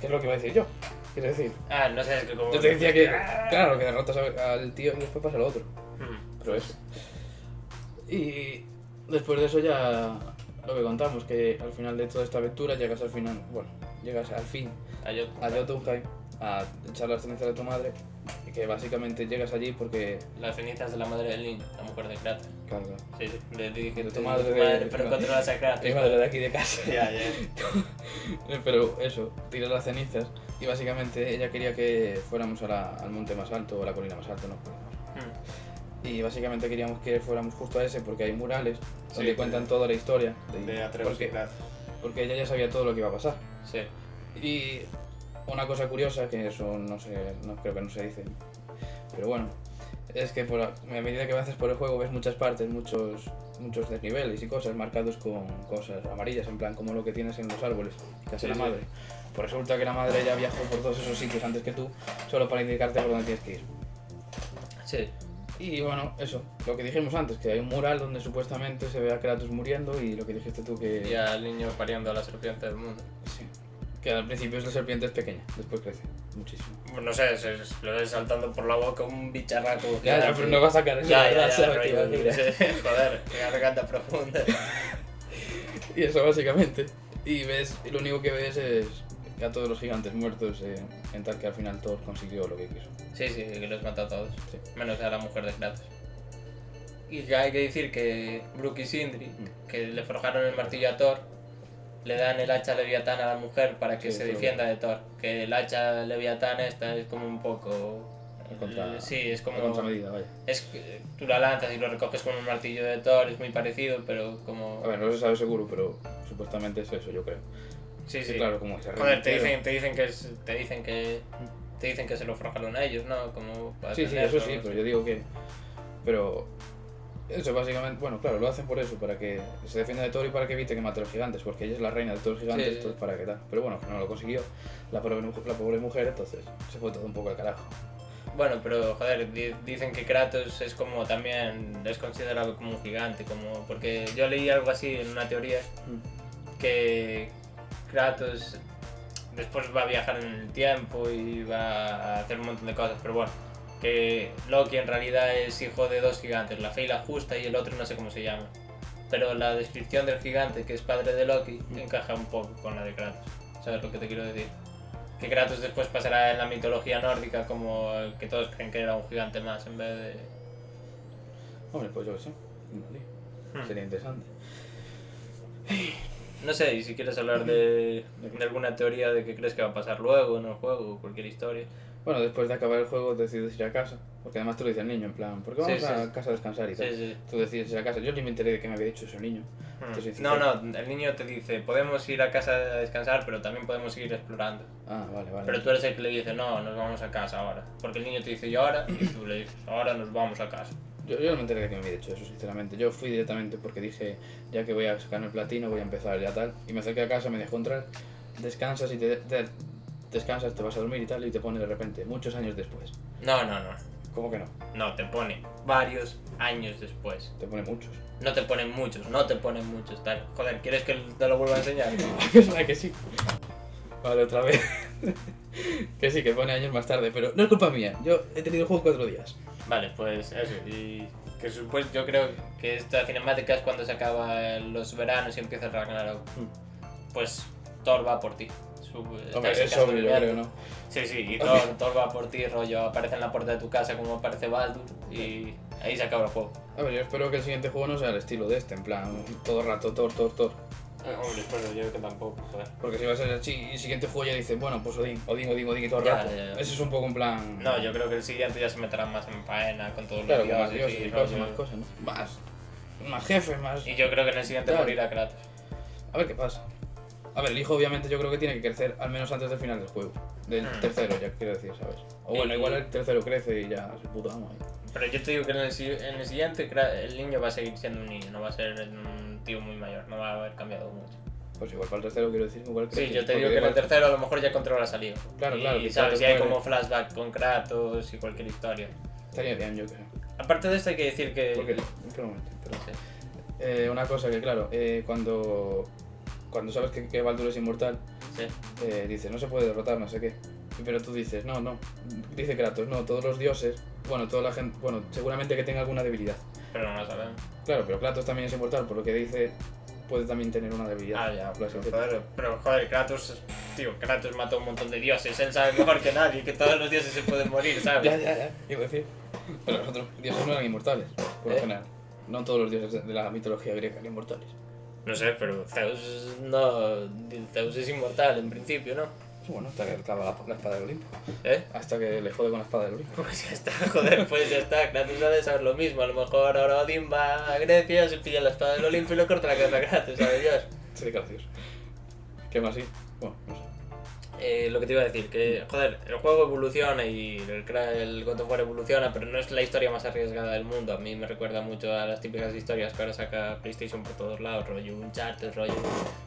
Speaker 1: ¿Qué es lo que iba a decir yo? Quiero decir,
Speaker 2: Ah, no sé, es que ¡Ah! como...
Speaker 1: yo te decía que, claro, que derrotas a- al tío y después pasa lo otro.
Speaker 2: Mm,
Speaker 1: Pero eso. Y después de eso ya lo que contamos, que al final de toda esta aventura llegas al final, bueno, llegas al fin
Speaker 2: Hay otro.
Speaker 1: a Jotunheim a echar las cenizas de tu madre y que básicamente llegas allí porque...
Speaker 2: Las cenizas de la madre del niño, la mujer de Kratos.
Speaker 1: Claro, claro.
Speaker 2: Sí, sí, le dije
Speaker 1: De tu
Speaker 2: "Tú,
Speaker 1: madre de-
Speaker 2: pero
Speaker 1: no.
Speaker 2: controlas a Kratos.
Speaker 1: Mi madre de aquí de casa.
Speaker 2: Ya, ya. este,
Speaker 1: Pero eso, tiras las cenizas y básicamente ella quería que fuéramos a la- al monte más alto o a la colina más alta, no recuerdo.
Speaker 2: Mm,
Speaker 1: Y básicamente queríamos que fuéramos justo a ese porque hay murales donde
Speaker 2: Sí,
Speaker 1: cuentan toda la historia.
Speaker 2: de Atreus
Speaker 1: porque,
Speaker 2: y Kratos.
Speaker 1: porque ella ya sabía todo lo que iba a pasar.
Speaker 2: Sí.
Speaker 1: Y una cosa curiosa, que eso no sé, no, creo que no se dice, pero bueno, es que por, a a medida que avanzas por el juego ves muchas partes, muchos, muchos desniveles y cosas marcados con cosas amarillas, en plan como lo que tienes en los árboles, que hace
Speaker 2: Sí,
Speaker 1: la
Speaker 2: sí.
Speaker 1: madre. Pues resulta que la madre ya viajó por todos esos sitios antes que tú, solo para indicarte por dónde tienes que ir.
Speaker 2: Sí.
Speaker 1: Y bueno, eso, lo que dijimos antes, que hay un mural donde supuestamente se ve a Kratos muriendo y lo que dijiste tú que...
Speaker 2: Y al niño pariendo a la serpiente del mundo.
Speaker 1: Sí. que al principio es la serpiente es pequeña, después crece muchísimo.
Speaker 2: Bueno, No sé, se, se le ve saltando por la boca un bicharraco.
Speaker 1: Ya, ya,
Speaker 2: gigante.
Speaker 1: pero no va a sacar eso.
Speaker 2: Ya,
Speaker 1: ¿verdad?
Speaker 2: ya, ya,
Speaker 1: ¿Sabes qué iba
Speaker 2: rollo,
Speaker 1: a decir?
Speaker 2: sí, Joder, qué garganta profunda.
Speaker 1: Y eso básicamente. Y ves, y lo único que ves es a todos los gigantes muertos eh, en tal que al final todos consiguió lo que quiso.
Speaker 2: Sí, sí, que los mata a todos.
Speaker 1: Sí.
Speaker 2: Menos a la mujer de Kratos. Y que hay que decir que Brook y Sindri,
Speaker 1: Mm.
Speaker 2: que le forjaron el martillo a Thor, le dan el hacha leviatán a la mujer para que
Speaker 1: Sí,
Speaker 2: se
Speaker 1: eso lo
Speaker 2: defienda de Thor. Que el hacha leviatán esta es como un poco... eh,
Speaker 1: En contra-
Speaker 2: sí, es como...
Speaker 1: Una contramedida, vaya.
Speaker 2: Es, que tú la lanzas y lo recoges con un martillo de Thor, es muy parecido, pero como...
Speaker 1: A ver, no se sabe seguro, pero supuestamente es eso, yo creo.
Speaker 2: sí,
Speaker 1: Sí,
Speaker 2: sí.
Speaker 1: claro, como se
Speaker 2: Joder, te
Speaker 1: arrepintieron.
Speaker 2: dicen, te dicen que es- te dicen que te dicen que se lo forjaron a ellos, ¿no? Como para
Speaker 1: Sí, sí,
Speaker 2: defenderlo,
Speaker 1: eso sí,
Speaker 2: no sé.
Speaker 1: pero yo digo que. Pero. Eso básicamente, bueno, claro, lo hacen por eso, para que se defienda de Thor y para que evite que mate a los gigantes, porque ella es la reina de todos los gigantes,
Speaker 2: Sí, sí.
Speaker 1: entonces para que tal. Pero bueno, que no lo consiguió la pobre, mu- la pobre mujer, entonces se fue todo un poco al carajo.
Speaker 2: Bueno, pero joder, di- dicen que Kratos es como también es considerado como un gigante, como porque yo leí algo así en una teoría que Kratos después va a viajar en el tiempo y va a hacer un montón de cosas, pero bueno. Que Loki en realidad es hijo de dos gigantes, la fe y la justa y el otro no sé cómo se llama. Pero la descripción del gigante que es padre de Loki encaja un poco con la de Kratos. ¿Sabes lo que te quiero decir? Que Kratos después pasará en la mitología nórdica como el que todos creen que era un gigante más en vez de...
Speaker 1: Hombre, pues yo qué sé. Vale.
Speaker 2: Hmm.
Speaker 1: Sería interesante.
Speaker 2: No sé, y si quieres hablar de, de alguna teoría de qué crees que va a pasar luego en el juego o cualquier historia.
Speaker 1: Bueno, después de acabar el juego decides ir a casa. Porque además te lo dice el niño, en plan, ¿por qué vamos
Speaker 2: Sí, sí,
Speaker 1: a
Speaker 2: sí.
Speaker 1: casa a descansar y
Speaker 2: Sí,
Speaker 1: tal?
Speaker 2: sí.
Speaker 1: Tú decides ir a casa. Yo ni me enteré de que me había dicho ese niño.
Speaker 2: Hmm.
Speaker 1: Te soy
Speaker 2: No,
Speaker 1: sincero.
Speaker 2: no, el niño te dice, podemos ir a casa a descansar, pero también podemos seguir explorando.
Speaker 1: Ah, vale, vale.
Speaker 2: Pero tú eres el que le dice, no, nos vamos a casa ahora. Porque el niño te dice, yo ahora, y tú le dices, ahora nos vamos a casa.
Speaker 1: Yo, yo no me enteré de que me había dicho eso, sinceramente. Yo fui directamente porque dije, ya que voy a sacarme el platino, voy a empezar ya tal. Y me acerqué a casa, me dejó entrar, descansas y te, te- descansas, te vas a dormir y tal, y te pone de repente, muchos años después.
Speaker 2: No, no, no.
Speaker 1: ¿Cómo que no?
Speaker 2: No, te pone varios años después.
Speaker 1: Te pone muchos.
Speaker 2: No te ponen muchos, no te ponen muchos. Tal. Joder, ¿quieres que te lo vuelva a enseñar?
Speaker 1: Es verdad que sí. Vale, otra vez. que sí, que pone años más tarde, pero no es culpa mía. Yo he tenido el juego cuatro días.
Speaker 2: Vale, pues eso. Y que supuesto, yo creo que esta cinemática es cuando se acaba los veranos y empieza el Ragnarok.
Speaker 1: Hmm.
Speaker 2: Pues Thor va por ti. Su-
Speaker 1: Hombre,
Speaker 2: estás en
Speaker 1: es
Speaker 2: casa
Speaker 1: obvio, yo
Speaker 2: durmiendo.
Speaker 1: creo, ¿no?
Speaker 2: Sí, sí, y Thor, Thor va por ti, rollo, aparece en la puerta de tu casa como aparece Baldur y ahí se acaba el juego.
Speaker 1: A ver, yo espero que el siguiente juego no sea el estilo de este, en plan, todo el rato, tor, tor, tor.
Speaker 2: Ah, Hombre, espero yo que tampoco, joder.
Speaker 1: Porque si vas a ser así, y el siguiente juego ya dices, bueno, pues Odín, Odín, Odín, Odín y todo el
Speaker 2: Ya,
Speaker 1: rato.
Speaker 2: ya, ya.
Speaker 1: Eso es un poco en plan.
Speaker 2: No, yo creo que el siguiente ya se meterá más en faena con todos
Speaker 1: Claro,
Speaker 2: los
Speaker 1: con más
Speaker 2: dioses
Speaker 1: dioses y
Speaker 2: y
Speaker 1: cosas,
Speaker 2: rollo.
Speaker 1: más cosas, ¿no? Más. Más jefes, más.
Speaker 2: Y yo creo que en el siguiente
Speaker 1: Claro.
Speaker 2: morirá Kratos.
Speaker 1: A ver qué pasa. A ver, el hijo obviamente yo creo que tiene que crecer al menos antes del final del juego. Del
Speaker 2: Hmm.
Speaker 1: tercero, ya quiero decir, ¿sabes? O bueno,
Speaker 2: Y-
Speaker 1: igual el tercero crece y ya se puto amo ahí.
Speaker 2: Pero yo te digo que en el, si- en el siguiente Kra- el niño va a seguir siendo un niño, no va a ser un tío muy mayor, no va a haber cambiado mucho.
Speaker 1: Pues igual para el tercero quiero decir, igual crece.
Speaker 2: Sí, yo te
Speaker 1: porque
Speaker 2: digo que en el
Speaker 1: igual-
Speaker 2: tercero a lo mejor ya controlas al hijo.
Speaker 1: Claro,
Speaker 2: y,
Speaker 1: claro,
Speaker 2: Y
Speaker 1: que
Speaker 2: sabes,
Speaker 1: Kratos
Speaker 2: y hay
Speaker 1: muere.
Speaker 2: como flashback con Kratos y cualquier historia.
Speaker 1: Estaría bien, yo creo.
Speaker 2: Aparte de esto hay que decir que...
Speaker 1: Porque. Espera un momento, perdón.
Speaker 2: Sí.
Speaker 1: Eh, una cosa que, claro, eh, cuando. Cuando sabes que, que Baldur es inmortal,
Speaker 2: Sí.
Speaker 1: eh, dice, no se puede derrotar, no sé qué. Pero tú dices, no, no. Dice Kratos, no, todos los dioses, bueno, toda la gente, bueno, seguramente que tenga alguna debilidad.
Speaker 2: Pero no lo sabemos.
Speaker 1: Claro, pero Kratos también es inmortal, por lo que dice, puede también tener una debilidad.
Speaker 2: Ah, ya,
Speaker 1: Lo
Speaker 2: pero,
Speaker 1: acepto.
Speaker 2: joder, pero joder, Kratos, tío, Kratos mató a un montón de dioses, él sabe mejor que nadie que todos los dioses se pueden morir, ¿sabes?
Speaker 1: Ya, ya, ya, iba a decir. Pero los otros dioses no eran inmortales, por lo
Speaker 2: ¿Eh?
Speaker 1: general. No todos los dioses de la mitología griega eran inmortales.
Speaker 2: No sé, pero Zeus no, Zeus es inmortal en principio, ¿no?
Speaker 1: Bueno, hasta que acaba la, la espada del Olimpo.
Speaker 2: ¿Eh?
Speaker 1: Hasta que le jode con la espada del Olimpo.
Speaker 2: Pues ya está, joder, pues ya está, Kratos ha de saber lo mismo, a lo mejor ahora Odín va a Grecia, se pilla la espada del Olimpo y le corta la cabeza a Kratos, ¿sabes Dios?
Speaker 1: Sería gracioso. ¿Qué más sí? Bueno, no sé.
Speaker 2: Eh, lo que te iba a decir, que joder, el juego evoluciona y el, cra- el God of War evoluciona, pero no es la historia más arriesgada del mundo. A mí me recuerda mucho a las típicas historias que ahora saca PlayStation por todos lados, rollo Uncharted, rollo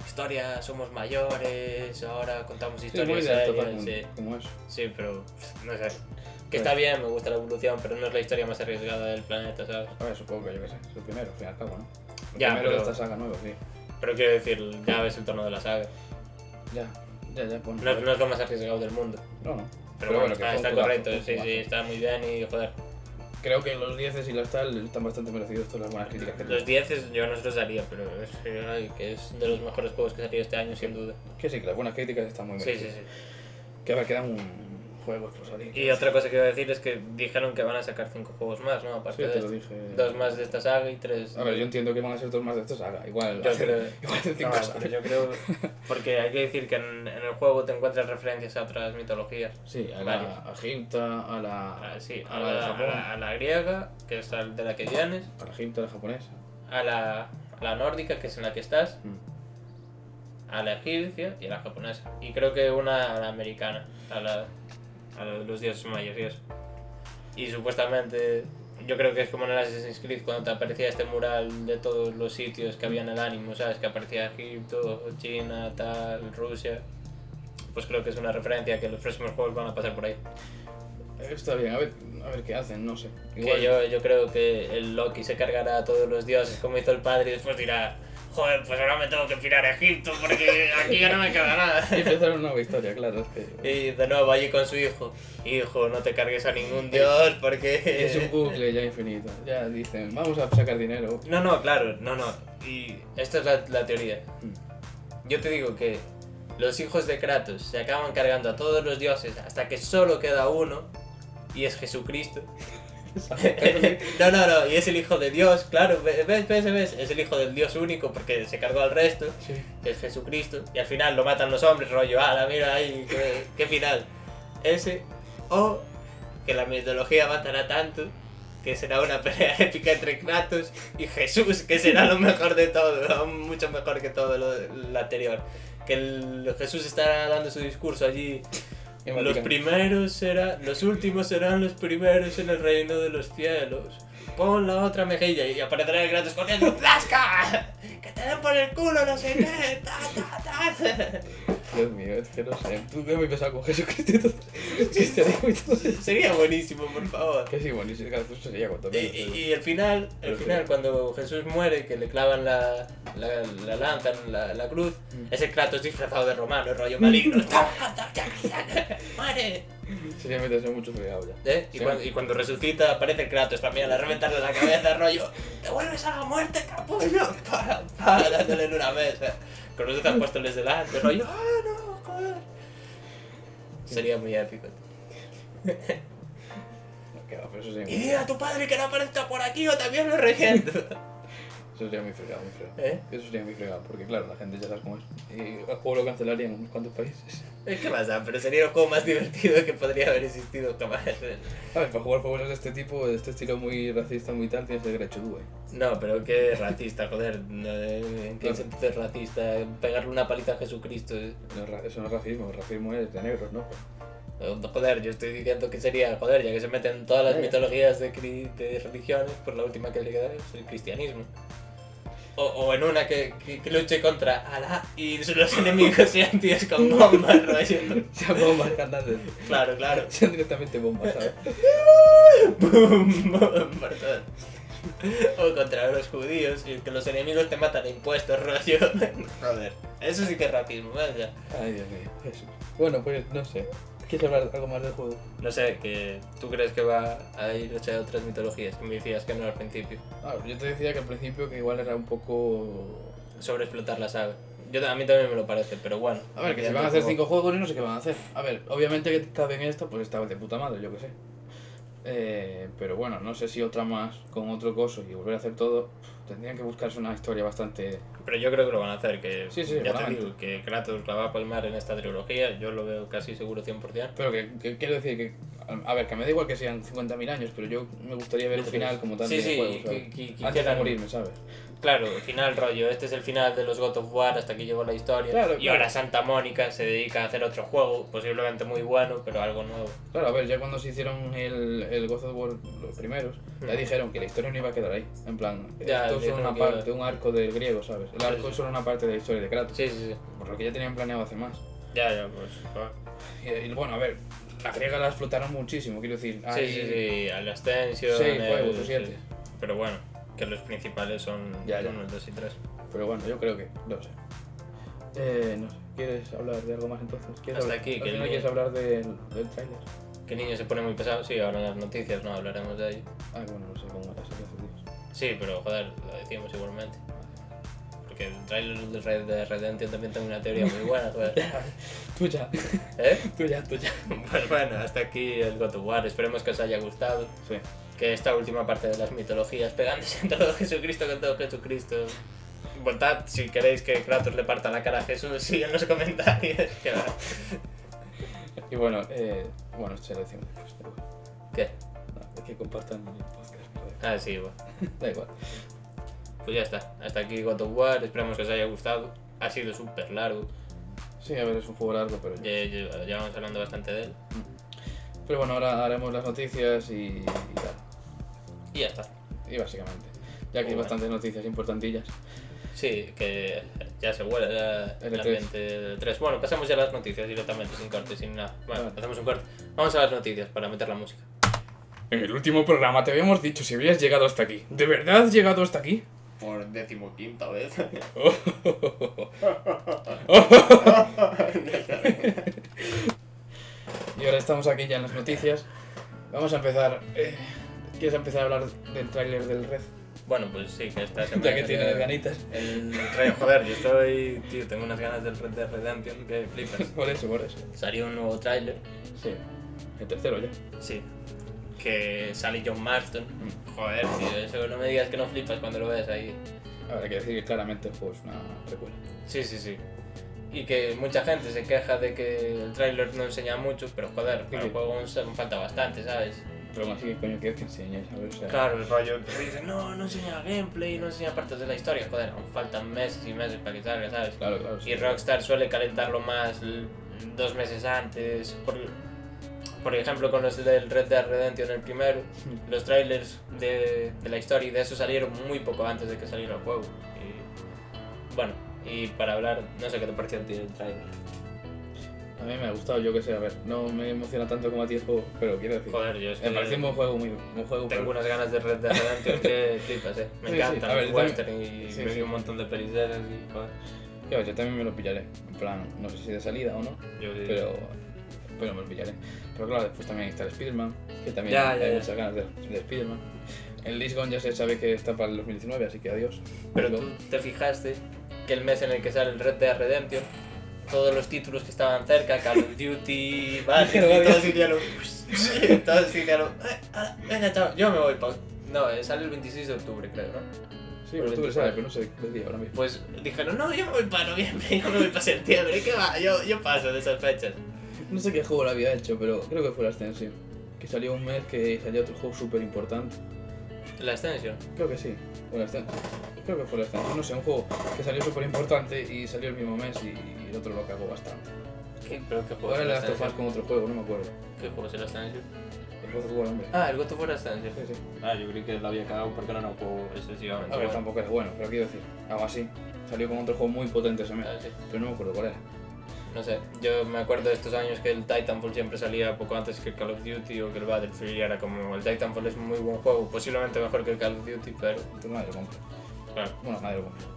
Speaker 2: historia, somos mayores, ahora contamos
Speaker 1: Sí, muy
Speaker 2: historias
Speaker 1: de alto
Speaker 2: serias, sí,
Speaker 1: como es.
Speaker 2: sí, pero pff, no sé. Que
Speaker 1: Pues.
Speaker 2: está bien, me gusta la evolución, pero no es la historia más arriesgada del planeta, ¿sabes?
Speaker 1: A ver, supongo que yo qué sé, es el primero, al fin y al cabo, ¿no? El
Speaker 2: Ya,
Speaker 1: primero
Speaker 2: pero-
Speaker 1: de esta saga nueva, sí.
Speaker 2: Pero quiero decir, ya ves el tono de la saga.
Speaker 1: Ya, ya, ya, bueno.
Speaker 2: No,
Speaker 1: a
Speaker 2: es-
Speaker 1: ver.
Speaker 2: no es lo más arriesgado del mundo.
Speaker 1: no. no.
Speaker 2: Pero, bueno,
Speaker 1: que
Speaker 2: está,
Speaker 1: fue
Speaker 2: está
Speaker 1: un juegazo,
Speaker 2: correcto,
Speaker 1: fue un
Speaker 2: sí, sí,
Speaker 1: juegazo.
Speaker 2: está muy bien y joder.
Speaker 1: Creo que los 10 y los tal están bastante merecidos todas las buenas críticas que
Speaker 2: Los
Speaker 1: tienen.
Speaker 2: 10 yo no se los daría, pero es, eh, ay, que es de los mejores juegos que salió este año, sin duda.
Speaker 1: Que sí, que las buenas críticas están muy
Speaker 2: Sí,
Speaker 1: merecidas.
Speaker 2: sí, sí.
Speaker 1: Que a ver, quedan un juegos por salir.
Speaker 2: Y otra cosa que iba a decir es que dijeron que van a sacar 5 juegos más, ¿no?
Speaker 1: Sí,
Speaker 2: Aparte
Speaker 1: te lo
Speaker 2: de este.
Speaker 1: dije.
Speaker 2: Dos más de esta saga y tres.
Speaker 1: A ver, yo entiendo que van a ser dos más de esta saga. Igual,
Speaker 2: Yo
Speaker 1: hacen-
Speaker 2: creo-
Speaker 1: igual hacen
Speaker 2: No,
Speaker 1: cinco
Speaker 2: pero
Speaker 1: sagas.
Speaker 2: yo creo. Porque hay que decir que en, en el juego te encuentras referencias a otras mitologías.
Speaker 1: Sí, a
Speaker 2: Varias.
Speaker 1: la a Egipta, a la.
Speaker 2: Ah, sí,
Speaker 1: a la de Japón.
Speaker 2: a la- a la griega, que es la- de la que vienes,
Speaker 1: A la Egipta, a la japonesa.
Speaker 2: a la, a la nórdica, que es en la que estás,
Speaker 1: Mm.
Speaker 2: a la egipcia y a la japonesa. Y creo que una a la americana, a la, a la de los dioses mayas y eso. Y supuestamente, yo creo que es como en el Assassin's Creed cuando te aparecía este mural de todos los sitios que había en el ánimo, ¿sabes? Que aparecía Egipto, China, tal, Rusia. Pues creo que es una referencia que los próximos juegos van a pasar por ahí.
Speaker 1: Está bien, a ver, a ver qué hacen, no sé.
Speaker 2: Que yo, yo creo que el Loki se cargará a todos los dioses como hizo el padre y después dirá, joder, pues ahora me tengo que pirar a Egipto porque aquí ya no me queda nada.
Speaker 1: Y empezar una nueva historia, claro. Es que,
Speaker 2: Y de nuevo allí con su hijo. Hijo, no te cargues a ningún dios porque...
Speaker 1: Es un
Speaker 2: eh.
Speaker 1: bucle ya infinito. Ya dicen, vamos a sacar dinero.
Speaker 2: No, no, claro, no, no. Y esta es la, la teoría. Yo te digo que los hijos de Kratos se acaban cargando a todos los dioses hasta que solo queda uno y es Jesucristo. no, no, no, y es el hijo de Dios, claro, ve- ves, ves, ves, es el hijo del Dios único porque se cargó al resto,
Speaker 1: Sí.
Speaker 2: que es Jesucristo, y al final lo matan los hombres, rollo, ala, mira ahí, qué, qué final. Ese, o que la mitología matará tanto que será una pelea épica entre Kratos y Jesús, que será lo mejor de todo, aún mucho mejor que todo lo, lo anterior. Que el- Jesús estará dando su discurso allí.
Speaker 1: En
Speaker 2: Los
Speaker 1: Vaticano.
Speaker 2: primeros serán, los últimos serán los primeros en el reino de los cielos. Pon la otra mejilla y aparecerá el Kratos corriendo. ¡Plasca! ¡Que te den por el culo, no sé qué! ¡Ta, ta, ta!
Speaker 1: Dios mío, es que no sé. Tú que muy pesado con Jesucristo y todo. Es que este digo y todo.
Speaker 2: Sería buenísimo, por favor.
Speaker 1: Que sí, bueno, y si es Jesús sería cuanto
Speaker 2: Y,
Speaker 1: menos.
Speaker 2: y- y el final, el
Speaker 1: Pero sí.
Speaker 2: final cuando Jesús muere, que le clavan la, la, la lanza en la, la cruz,
Speaker 1: Mm.
Speaker 2: ese Kratos disfrazado de romano, rollo maligno. ¡Ta, ta, ta, ta! ¡Muere!
Speaker 1: Sería meterse mucho fregado ya.
Speaker 2: ¿Eh? Y,
Speaker 1: Sí.
Speaker 2: cuan- y cuando resucita aparece el Kratos también a reventarle la cabeza, rollo, te vuelves a la muerte, capullo, para, para, dándole en una mesa, con los otros apóstoles delante, rollo, ah, no, joder. Sería muy épico.
Speaker 1: No, que va, pero eso sería
Speaker 2: Y
Speaker 1: muy
Speaker 2: di Eh, a tu padre que no aparezca por aquí o también lo reviento.
Speaker 1: Eso sería muy fregado, muy fregado.
Speaker 2: ¿Eh?
Speaker 1: Eso sería muy fregado, porque claro, la gente ya sabe cómo es. Y el juego lo cancelarían en unos cuantos países.
Speaker 2: ¿Qué pasa? Pero sería el juego más divertido que podría haber existido jamás.
Speaker 1: A ver, para jugar juegos de este tipo, de este estilo muy racista, muy tal, tienes el derecho tú, eh.
Speaker 2: No, pero qué racista, joder. no, eh, ¿En qué sentido es racista? Pegarle una paliza a Jesucristo. eh.
Speaker 1: No es ra- eso no es racismo, el racismo es de negros, ¿no?
Speaker 2: Joder, yo estoy diciendo que sería, joder, ya que se meten todas las
Speaker 1: Venga.
Speaker 2: mitologías de, cri- de religiones, pues la última que le queda es el cristianismo. O, o en una que, que- que luche contra Alá y los enemigos sean tíos con bombas, rollo.
Speaker 1: Sean bombas cantantes.
Speaker 2: Claro, claro.
Speaker 1: Sean directamente bombas, ¿sabes?
Speaker 2: Boom, boom, perdón. O contra los judíos y que los enemigos te matan a impuestos, rollo. Joder, eso sí que es racismo, vaya.
Speaker 1: Ay, Dios mío, Jesús. Bueno, pues no sé. ¿Quieres hablar algo más del juego?
Speaker 2: No sé, que tú crees que va a ir hecha de otras mitologías, que me decías que no al principio.
Speaker 1: Ah, yo te decía que al principio que igual era un poco...
Speaker 2: sobreexplotar la saga. Yo, a mí también me lo parece, pero bueno.
Speaker 1: A ver, que si
Speaker 2: Ya
Speaker 1: van a hacer
Speaker 2: tampoco-
Speaker 1: cinco juegos, yo no sé qué van a hacer. A ver, obviamente que cabe en esto, pues estaba de puta madre, yo qué sé. Eh, pero bueno, no sé si otra más con otro coso y volver a hacer todo, tendrían que buscarse una historia bastante...
Speaker 2: Pero yo creo que lo van a hacer, que
Speaker 1: Sí, sí,
Speaker 2: ya te
Speaker 1: seguramente.
Speaker 2: digo, que Kratos la va a palmar en esta trilogía, yo lo veo casi seguro 100%.
Speaker 1: Pero que, que quiero decir que... A ver, que me da igual que sean 50.000 años, pero yo me gustaría ver el
Speaker 2: Sí,
Speaker 1: final como tal
Speaker 2: sí,
Speaker 1: de
Speaker 2: sí,
Speaker 1: juego,
Speaker 2: que-
Speaker 1: ¿sabes?
Speaker 2: que- que
Speaker 1: Antes de
Speaker 2: quieran-
Speaker 1: morirme, ¿sabes?
Speaker 2: Claro, final rollo, este es el final de los God of War, hasta aquí llegó la historia.
Speaker 1: Claro,
Speaker 2: y
Speaker 1: claro.
Speaker 2: ahora Santa Mónica se dedica a hacer otro juego, posiblemente muy bueno, pero algo nuevo.
Speaker 1: Claro, a ver, ya cuando se hicieron el, el God of War los primeros, ya
Speaker 2: Mm.
Speaker 1: dijeron que la historia no iba a quedar ahí. En plan, esto
Speaker 2: Ya,
Speaker 1: es solo
Speaker 2: dijeron
Speaker 1: una
Speaker 2: que iba-
Speaker 1: parte, un arco del griego, ¿sabes? El arco
Speaker 2: Sí,
Speaker 1: es solo una parte de la historia de Kratos.
Speaker 2: Sí, sí, sí.
Speaker 1: Por lo que ya tenían planeado hace más.
Speaker 2: Ya, ya, pues. va.
Speaker 1: Y, y bueno, a ver, la griega la explotaron muchísimo, quiero decir.
Speaker 2: Sí,
Speaker 1: Hay
Speaker 2: sí, sí, al Ascension.
Speaker 1: seis
Speaker 2: el-
Speaker 1: juegos o siete.
Speaker 2: sí. Pero bueno, que los principales son
Speaker 1: Ya, ya.
Speaker 2: 1, 2 y 3.
Speaker 1: Pero bueno, yo creo que, no sé. Eh, no sé. ¿Quieres hablar de algo más entonces? ¿Quieres
Speaker 2: Hasta
Speaker 1: hablar-
Speaker 2: aquí,
Speaker 1: al
Speaker 2: que
Speaker 1: final
Speaker 2: el-
Speaker 1: quieres hablar del, del trailer?
Speaker 2: Que niño se pone muy pesado, sí, ahora en las noticias no hablaremos de ello.
Speaker 1: Ah, bueno, no sé cómo era ese Dios.
Speaker 2: Sí, pero joder, lo decíamos igualmente. Porque el trailer de Red Dead Redemption también tiene una teoría muy buena, joder.
Speaker 1: Tuya,
Speaker 2: ¿Eh?
Speaker 1: tuya, tuya.
Speaker 2: Pues bueno, hasta aquí el God of War. Esperemos que os haya gustado.
Speaker 1: Sí.
Speaker 2: Que esta última parte de las mitologías, pegándose en todo Jesucristo con todo Jesucristo. Votad si queréis que Kratos le parta la cara a Jesús y en los comentarios. Que va.
Speaker 1: Y bueno, eh, bueno, se lo decimos. después, pero bueno.
Speaker 2: ¿Qué?
Speaker 1: No, que compartan el podcast. pero
Speaker 2: Ah, sí, bueno.
Speaker 1: Da igual.
Speaker 2: Pues ya está. Hasta aquí God of War. Esperemos que os haya gustado. Ha sido súper largo.
Speaker 1: Sí, a ver, es un juego largo, pero...
Speaker 2: Ya, ya- ya vamos hablando bastante de él.
Speaker 1: Pero bueno, ahora haremos las noticias y, y tal.
Speaker 2: Y ya está.
Speaker 1: Y básicamente. Ya que hay
Speaker 2: Bueno.
Speaker 1: bastantes noticias importantillas.
Speaker 2: Sí, que ya se huele la,
Speaker 1: El E
Speaker 2: el
Speaker 1: E3.
Speaker 2: ambiente del 3. Bueno, pasamos ya a las noticias directamente, sin corte, sin nada. Bueno,
Speaker 1: Vale.
Speaker 2: hacemos un corte. Vamos a las noticias para meter la música.
Speaker 1: En el último programa te habíamos dicho si habías llegado hasta aquí. ¿De verdad has llegado hasta aquí?
Speaker 3: por decimoquinta vez.
Speaker 1: Y ahora estamos aquí ya en las noticias. Vamos a empezar. eh, ¿Quieres empezar a hablar del tráiler del Red?
Speaker 2: Bueno, pues sí, que esta semana.
Speaker 1: Ya que tienes ganitas.
Speaker 2: El Red- joder, yo estoy. Tío, tengo unas ganas del Red Dead Redemption que flipas.
Speaker 1: Por eso, por eso.
Speaker 2: Salió un nuevo tráiler.
Speaker 1: Sí. El tercero ya.
Speaker 2: Sí. Que sale John Marston.
Speaker 1: Mm.
Speaker 2: Joder, tío, eso no me digas que no flipas cuando lo ves ahí.
Speaker 1: Habrá que decir que claramente el juego es una precuela.
Speaker 2: Sí, sí, sí. Y que mucha gente se queja de que el tráiler no enseña mucho, pero joder, para el
Speaker 1: Sí.
Speaker 2: juego aún se- aún falta bastante, ¿sabes?
Speaker 1: Pero aún así, ¿qué coño quieres que enseñe? ¿sabes? O sea,
Speaker 2: Claro, el rollo que dicen, no, no enseña gameplay, no enseña partes de la historia, joder, aún faltan meses y meses para que salga, ¿sabes?
Speaker 1: claro, claro, sí.
Speaker 2: Y Rockstar suele calentarlo más l- dos meses antes. Por, por ejemplo, con los del Red Dead Redemption, el primero, los trailers de, de la historia y de eso salieron muy poco antes de que saliera el juego. Y, bueno, y para hablar, no sé qué te pareció a ti el trailer.
Speaker 1: A mí me ha gustado, yo que sé, a ver, no me emociona tanto como a ti el juego, pero quiero decir.
Speaker 2: Joder, este yo es que
Speaker 1: me parece un buen juego, muy un juego.
Speaker 2: tengo
Speaker 1: pero-
Speaker 2: unas ganas de Red Dead Redemption que flipas, eh. Me
Speaker 1: Sí, sí,
Speaker 2: encantan
Speaker 1: a ver,
Speaker 2: los
Speaker 1: yo también-
Speaker 2: western y
Speaker 1: sí,
Speaker 2: me vi
Speaker 1: sí.
Speaker 2: un montón de pelis de esas y joder.
Speaker 1: Claro, yo también me lo pillaré. En plan, no sé si de salida o no,
Speaker 2: Yo,
Speaker 1: pero, pero me lo pillaré. Pero claro, después también está el Spider-Man, que también
Speaker 2: Ya,
Speaker 1: hay
Speaker 2: ya, ya.
Speaker 1: muchas ganas de, de Spider-Man. El Days Gone ya se sabe que está para el 2019, así que adiós.
Speaker 2: Pero
Speaker 1: Digo,
Speaker 2: tú te fijaste que el mes en el que sale el Red Dead Redemption, todos los títulos que estaban cerca, Call of Duty, Battlefield, todos irían lo... todos irían lo... "Eh, ah, Venga, chao, yo me voy, pa... No, eh, sale el 26 de octubre, creo, ¿no?
Speaker 1: Sí, pero tú lo sabes, pero no sé qué día ahora mismo.
Speaker 2: Pues dijeron, no, yo me voy para noviembre, yo me voy para septiembre, ¿qué va? Yo, yo paso de esas fechas.
Speaker 1: No sé qué juego lo había hecho, pero creo que fue el Ascension. Que salió un mes que salió otro juego súper importante.
Speaker 2: La extensión.
Speaker 1: Creo que sí, o el Ascension. Creo que fue el Ascension, no sé, un juego que salió súper importante y salió el mismo mes y, y el otro lo cagó bastante.
Speaker 2: ¿Qué, pero qué juego
Speaker 1: Ahora
Speaker 2: es
Speaker 1: el
Speaker 2: el
Speaker 1: Last of Us
Speaker 2: Ascension?
Speaker 1: con otro juego, no me acuerdo.
Speaker 2: ¿Qué juego es el Ascension?
Speaker 1: El God of War, hombre.
Speaker 2: Ah, el God of War Ascension.
Speaker 1: Sí, sí.
Speaker 2: Ah, yo creí que lo había cagado porque no era un juego excesivamente
Speaker 1: A ver, tampoco es bueno, pero quiero decir, algo así. Salió con otro juego muy potente ese mes,
Speaker 2: Ah, sí.
Speaker 1: pero no me acuerdo cuál era.
Speaker 2: No sé, yo me acuerdo de estos años que el Titanfall siempre salía poco antes que el Call of Duty o que el Battlefield y era como el Titanfall es un muy buen juego, posiblemente mejor que el Call of Duty, pero
Speaker 1: Tu madre lo compró.
Speaker 2: claro,
Speaker 1: Bueno, nadie lo compró.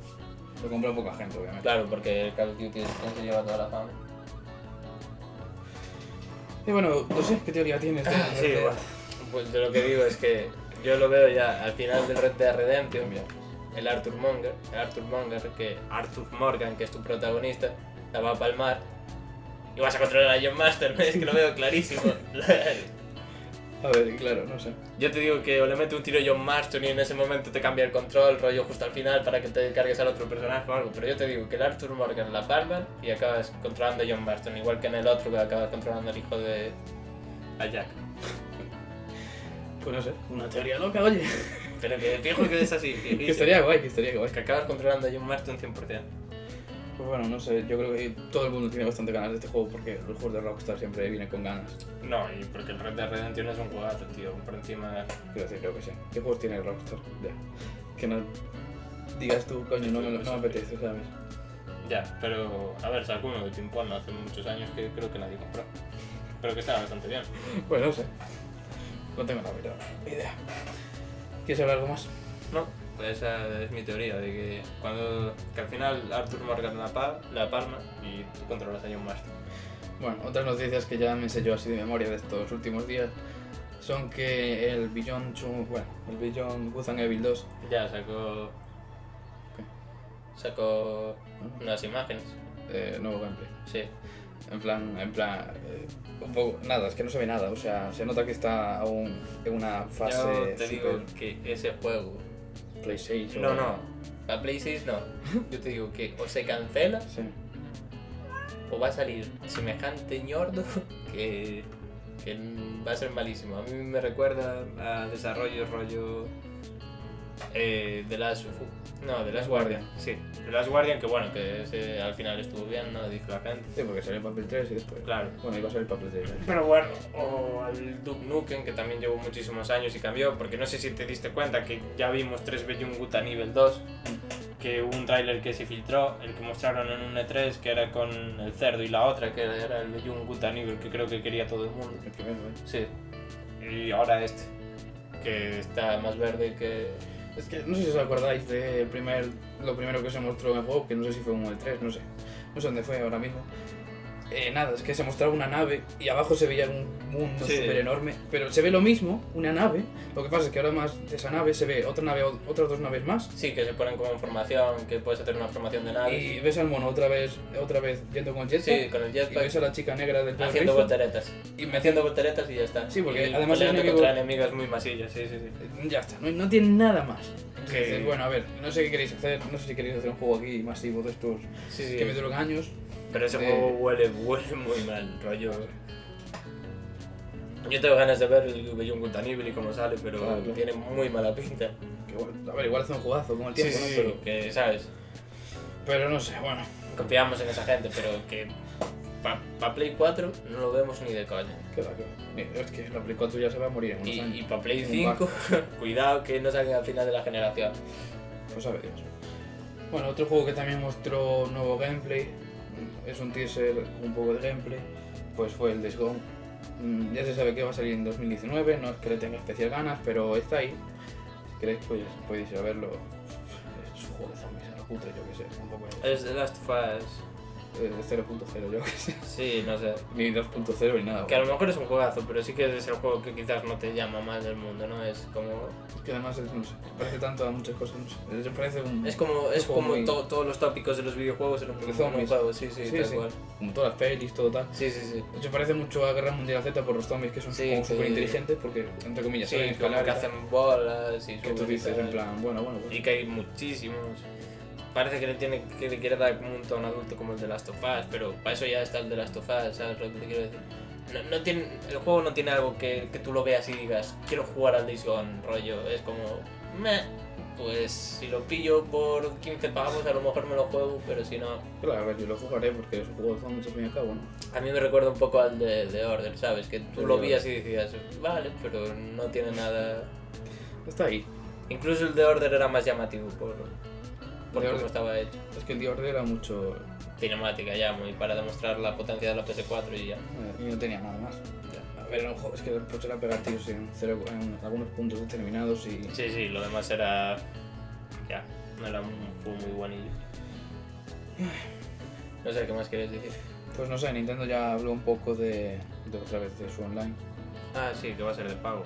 Speaker 1: Lo compró poca gente, obviamente.
Speaker 2: claro porque el Call of Duty es quien se lleva toda la fama.
Speaker 1: Y bueno, no sé qué teoría tienes. de- de-
Speaker 2: Pues yo lo que digo es que yo lo veo ya al final del Red Dead Redemption,
Speaker 1: Bien.
Speaker 2: el Arthur Monger, el Arthur Monger que Arthur Morgan, que es tu protagonista, la va a palmar y vas a controlar a John Master, es que lo veo clarísimo.
Speaker 1: A ver, claro, no sé.
Speaker 2: Yo te digo que o le mete un tiro a John Marston y en ese momento te cambia el control, rollo justo al final para que te cargues al otro personaje o algo. Pero yo te digo que el Arthur Morgan la palma y acabas controlando a John Marston, igual que en el otro que acabas controlando al hijo de. a Jack.
Speaker 1: Pues no sé, una teoría loca, oye.
Speaker 2: Pero que fijo que es así,
Speaker 1: que estaría guay, que estaría guay.
Speaker 2: que acabas controlando a John Marston 100%.
Speaker 1: Pues bueno, no sé, yo creo que todo el mundo tiene bastante ganas de este juego porque los juegos de Rockstar siempre vienen con ganas.
Speaker 2: No, y porque el Red Dead Redemption es un jugazo, tío, por encima.
Speaker 1: Quiero decir, creo que sí. ¿Qué juegos tiene Rockstar? Ya. Que no digas tú, coño, no me, lo- no me apetece, ¿sabes?
Speaker 2: Ya, pero a ver, sacó uno de Timpón hace muchos años que creo que nadie compró. Pero que estaba bastante bien.
Speaker 1: Pues no sé. No tengo la menor idea. ¿Quieres hablar algo más?
Speaker 2: No, pues esa es mi teoría, de que cuando que al final Arthur Morgan la, pa- la palma y tú controlas a John Marston.
Speaker 1: Bueno, otras noticias que ya me sé yo así de memoria de estos últimos días son que el Beyond Two- bueno, el Beyond Good and Evil 2
Speaker 2: Ya, sacó...
Speaker 1: ¿Qué?
Speaker 2: Sacó
Speaker 1: ¿no?
Speaker 2: unas imágenes,
Speaker 1: Eh, nuevo gameplay.
Speaker 2: sí.
Speaker 1: En plan, en plan, eh, un poco, nada, es que no se ve nada, o sea, se nota que está aún en una fase
Speaker 2: Yo te digo
Speaker 1: super
Speaker 2: que ese juego...
Speaker 1: Play 6 o-
Speaker 2: No, no, para Play 6 no. Yo te digo que o se cancela
Speaker 1: Sí.
Speaker 2: o va a salir semejante ñordo que, que va a ser malísimo. A mí me recuerda a desarrollo rollo eh, The Last of Us. No, The Last Guardian. Sí, The Last Guardian que bueno, que ese al final estuvo bien, ¿no? Dijo la gente.
Speaker 1: Sí, porque salió Papel 3 y después.
Speaker 2: Claro.
Speaker 1: Bueno, iba a salir Papel 3. ¿eh?
Speaker 2: Pero bueno, o al Duke Nukem, que también llevó muchísimos años y cambió, porque no sé si te diste cuenta que ya vimos 3 Beyond Good a nivel 2, que hubo un tráiler que se filtró, el que mostraron en un E3, que era con el cerdo y la otra, que era el Beyond Good a nivel que creo que quería todo el mundo.
Speaker 1: El primero, ¿eh?
Speaker 2: Sí. Y ahora este, que está más verde que...
Speaker 1: eh. Es que no sé si os acordáis de primer, lo primero que se mostró en el juego, que no sé si fue un E3, no sé. No sé dónde fue ahora mismo. Eh, nada, es que se mostraba una nave y abajo se veía un mundo
Speaker 3: Sí.
Speaker 1: súper enorme. Pero se ve lo mismo, una nave. Lo que pasa es que ahora más de esa nave se ve otra nave, o- otras dos naves más.
Speaker 2: Sí, que se ponen como en formación, que puedes hacer una formación de naves.
Speaker 1: Y ves al mono otra vez, otra vez yendo con jetpack.
Speaker 2: Sí, con el
Speaker 1: Y
Speaker 2: jetpack.
Speaker 1: ves a la chica negra del Puerto
Speaker 2: Haciendo
Speaker 1: Rico,
Speaker 2: volteretas.
Speaker 1: Y me
Speaker 2: Haciendo volteretas y ya está.
Speaker 1: Sí, porque
Speaker 2: Y
Speaker 1: además el
Speaker 2: peleándote
Speaker 1: enemigo-
Speaker 2: contra enemigos muy más.
Speaker 3: masillas, sí, sí, sí.
Speaker 1: Ya está, no, no tiene nada más.
Speaker 3: Que-
Speaker 1: Entonces, bueno, a ver, no sé qué queréis hacer, no sé si queréis hacer un juego aquí masivo de estos
Speaker 2: Sí, sí.
Speaker 1: que me duran años.
Speaker 2: Pero ese
Speaker 1: Eh,
Speaker 2: juego huele, huele muy mal, rollo. Yo tengo ganas de ver el Beyond Tanibli y cómo sale, pero
Speaker 1: Claro, claro.
Speaker 2: tiene muy mala pinta.
Speaker 1: Que, bueno, a ver, igual hace un jugazo con el tiempo, ¿no?
Speaker 2: Pero que, ¿sabes?
Speaker 1: Pero, pero no sé, bueno.
Speaker 2: Confiamos en esa gente, pero que para Play 4 no lo vemos ni de coña.
Speaker 1: qué va, qué va. Mira, Es que la Play 4 ya se va a morir en unos
Speaker 2: Y,
Speaker 1: años.
Speaker 2: y para Play
Speaker 1: Un
Speaker 2: 5, cuidado que no salga al final de la generación.
Speaker 1: Lo sabe Dios. Bueno, otro juego que también mostró nuevo gameplay, es un teaser con un poco de gameplay, pues fue el Days Gone. Mm, Ya se sabe que va a salir en 2019, no es que le tenga especial ganas, pero está ahí. Si queréis, pues podéis ir a verlo. Es un juego de zombies, a lo cutre, yo que sé. Tampoco es
Speaker 2: Es The Last of Us.
Speaker 1: eh, 0.0, yo que sé.
Speaker 2: Sí, no sé.
Speaker 1: Ni 2.0 ni nada.
Speaker 2: Que a lo mejor es un juegazo, pero sí que es el juego que quizás no te llama más del mundo, ¿no? Es como.
Speaker 1: Que además, es, no sé, parece tanto a muchas cosas, no sé. Se parece un...
Speaker 2: Es como, es
Speaker 1: juego
Speaker 2: como
Speaker 1: muy-
Speaker 2: to- todos los tópicos de los videojuegos en un,
Speaker 1: De
Speaker 2: en un
Speaker 1: zombies.
Speaker 2: juego, sí, sí,
Speaker 1: Sí,
Speaker 2: tal
Speaker 1: sí.
Speaker 2: cual.
Speaker 1: Como todas las pelis, todo tal.
Speaker 2: Sí, sí, sí.
Speaker 1: Pues Se parece mucho a Guerra Mundial Z por los zombies que son
Speaker 2: Sí,
Speaker 1: como
Speaker 2: que-
Speaker 1: súper inteligentes porque, entre comillas,
Speaker 2: Sí,
Speaker 1: saben
Speaker 2: como
Speaker 1: escalar.
Speaker 2: que
Speaker 1: y tal.
Speaker 2: hacen bolas y
Speaker 1: Que tú
Speaker 2: suben y
Speaker 1: dices
Speaker 2: tal.
Speaker 1: en plan, bueno, bueno, pues, bueno.
Speaker 2: Y que hay muchísimos. Parece que le, tiene, que le quiere dar como un tono adulto como el de Last of Us, pero para eso ya está el de Last of Us, ¿sabes lo que te quiero decir? No, no tiene, el juego no tiene algo que, que tú lo veas y digas, quiero jugar al Days Gone", rollo. Es como, meh, pues si lo pillo por 15 pavos a lo mejor me lo juego, pero si no,
Speaker 1: Claro, a ver, yo lo jugaré porque es un juego de zombies al fin y al cabo, ¿no?
Speaker 2: A mí me recuerda un poco al de, de Order, ¿sabes? Que tú
Speaker 1: Sí,
Speaker 2: lo
Speaker 1: yo-
Speaker 2: vías y decías, vale, pero no tiene nada.
Speaker 1: Está ahí.
Speaker 2: Incluso el de Order era más llamativo por, por
Speaker 1: The
Speaker 2: cómo
Speaker 1: Order.
Speaker 2: estaba hecho.
Speaker 1: Es que el The Order era mucho...
Speaker 2: Cinemática ya, muy para demostrar la potencia de la PS4 y ya.
Speaker 1: eh, Y no tenía nada más. A ver, era un juego- es que pues era pegar tiros en, cero, en algunos puntos determinados y...
Speaker 2: Sí, sí, lo demás era. Ya, no era un juego muy buenillo. No sé qué más querías decir.
Speaker 1: Pues no sé, Nintendo ya habló un poco de, de otra vez de su online.
Speaker 2: Ah, sí, que va a ser de pago.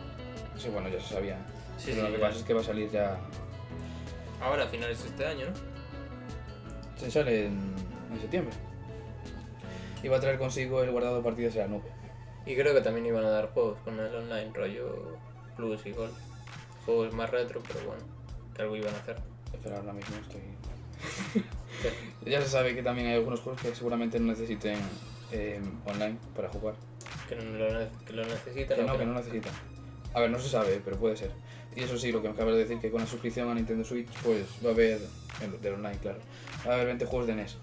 Speaker 1: Sí, bueno, ya se sabía.
Speaker 2: Sí,
Speaker 1: Pero
Speaker 2: sí,
Speaker 1: lo que
Speaker 2: ya.
Speaker 1: pasa es que va a salir ya...
Speaker 2: Ahora, a finales de este año, ¿no?
Speaker 1: Se sale en, en septiembre. Y va a traer consigo el guardado de partidas en la nube.
Speaker 2: Y creo que también iban a dar juegos con el online, rollo Plus y Gold. Juegos más retro, pero bueno, que algo iban a hacer.
Speaker 1: Espera, ahora mismo estoy. ya se sabe que también hay algunos juegos que seguramente no necesiten eh, online para jugar.
Speaker 2: Que no lo, ne- que lo necesitan.
Speaker 1: Que
Speaker 2: o
Speaker 1: no,
Speaker 2: que
Speaker 1: que no
Speaker 2: no.
Speaker 1: necesitan. A ver, no se sabe, pero puede ser. Y eso sí, lo que me acabas de decir, que con la suscripción a Nintendo Switch, pues va a haber. en- del online, claro. Va a haber 20 juegos de NES.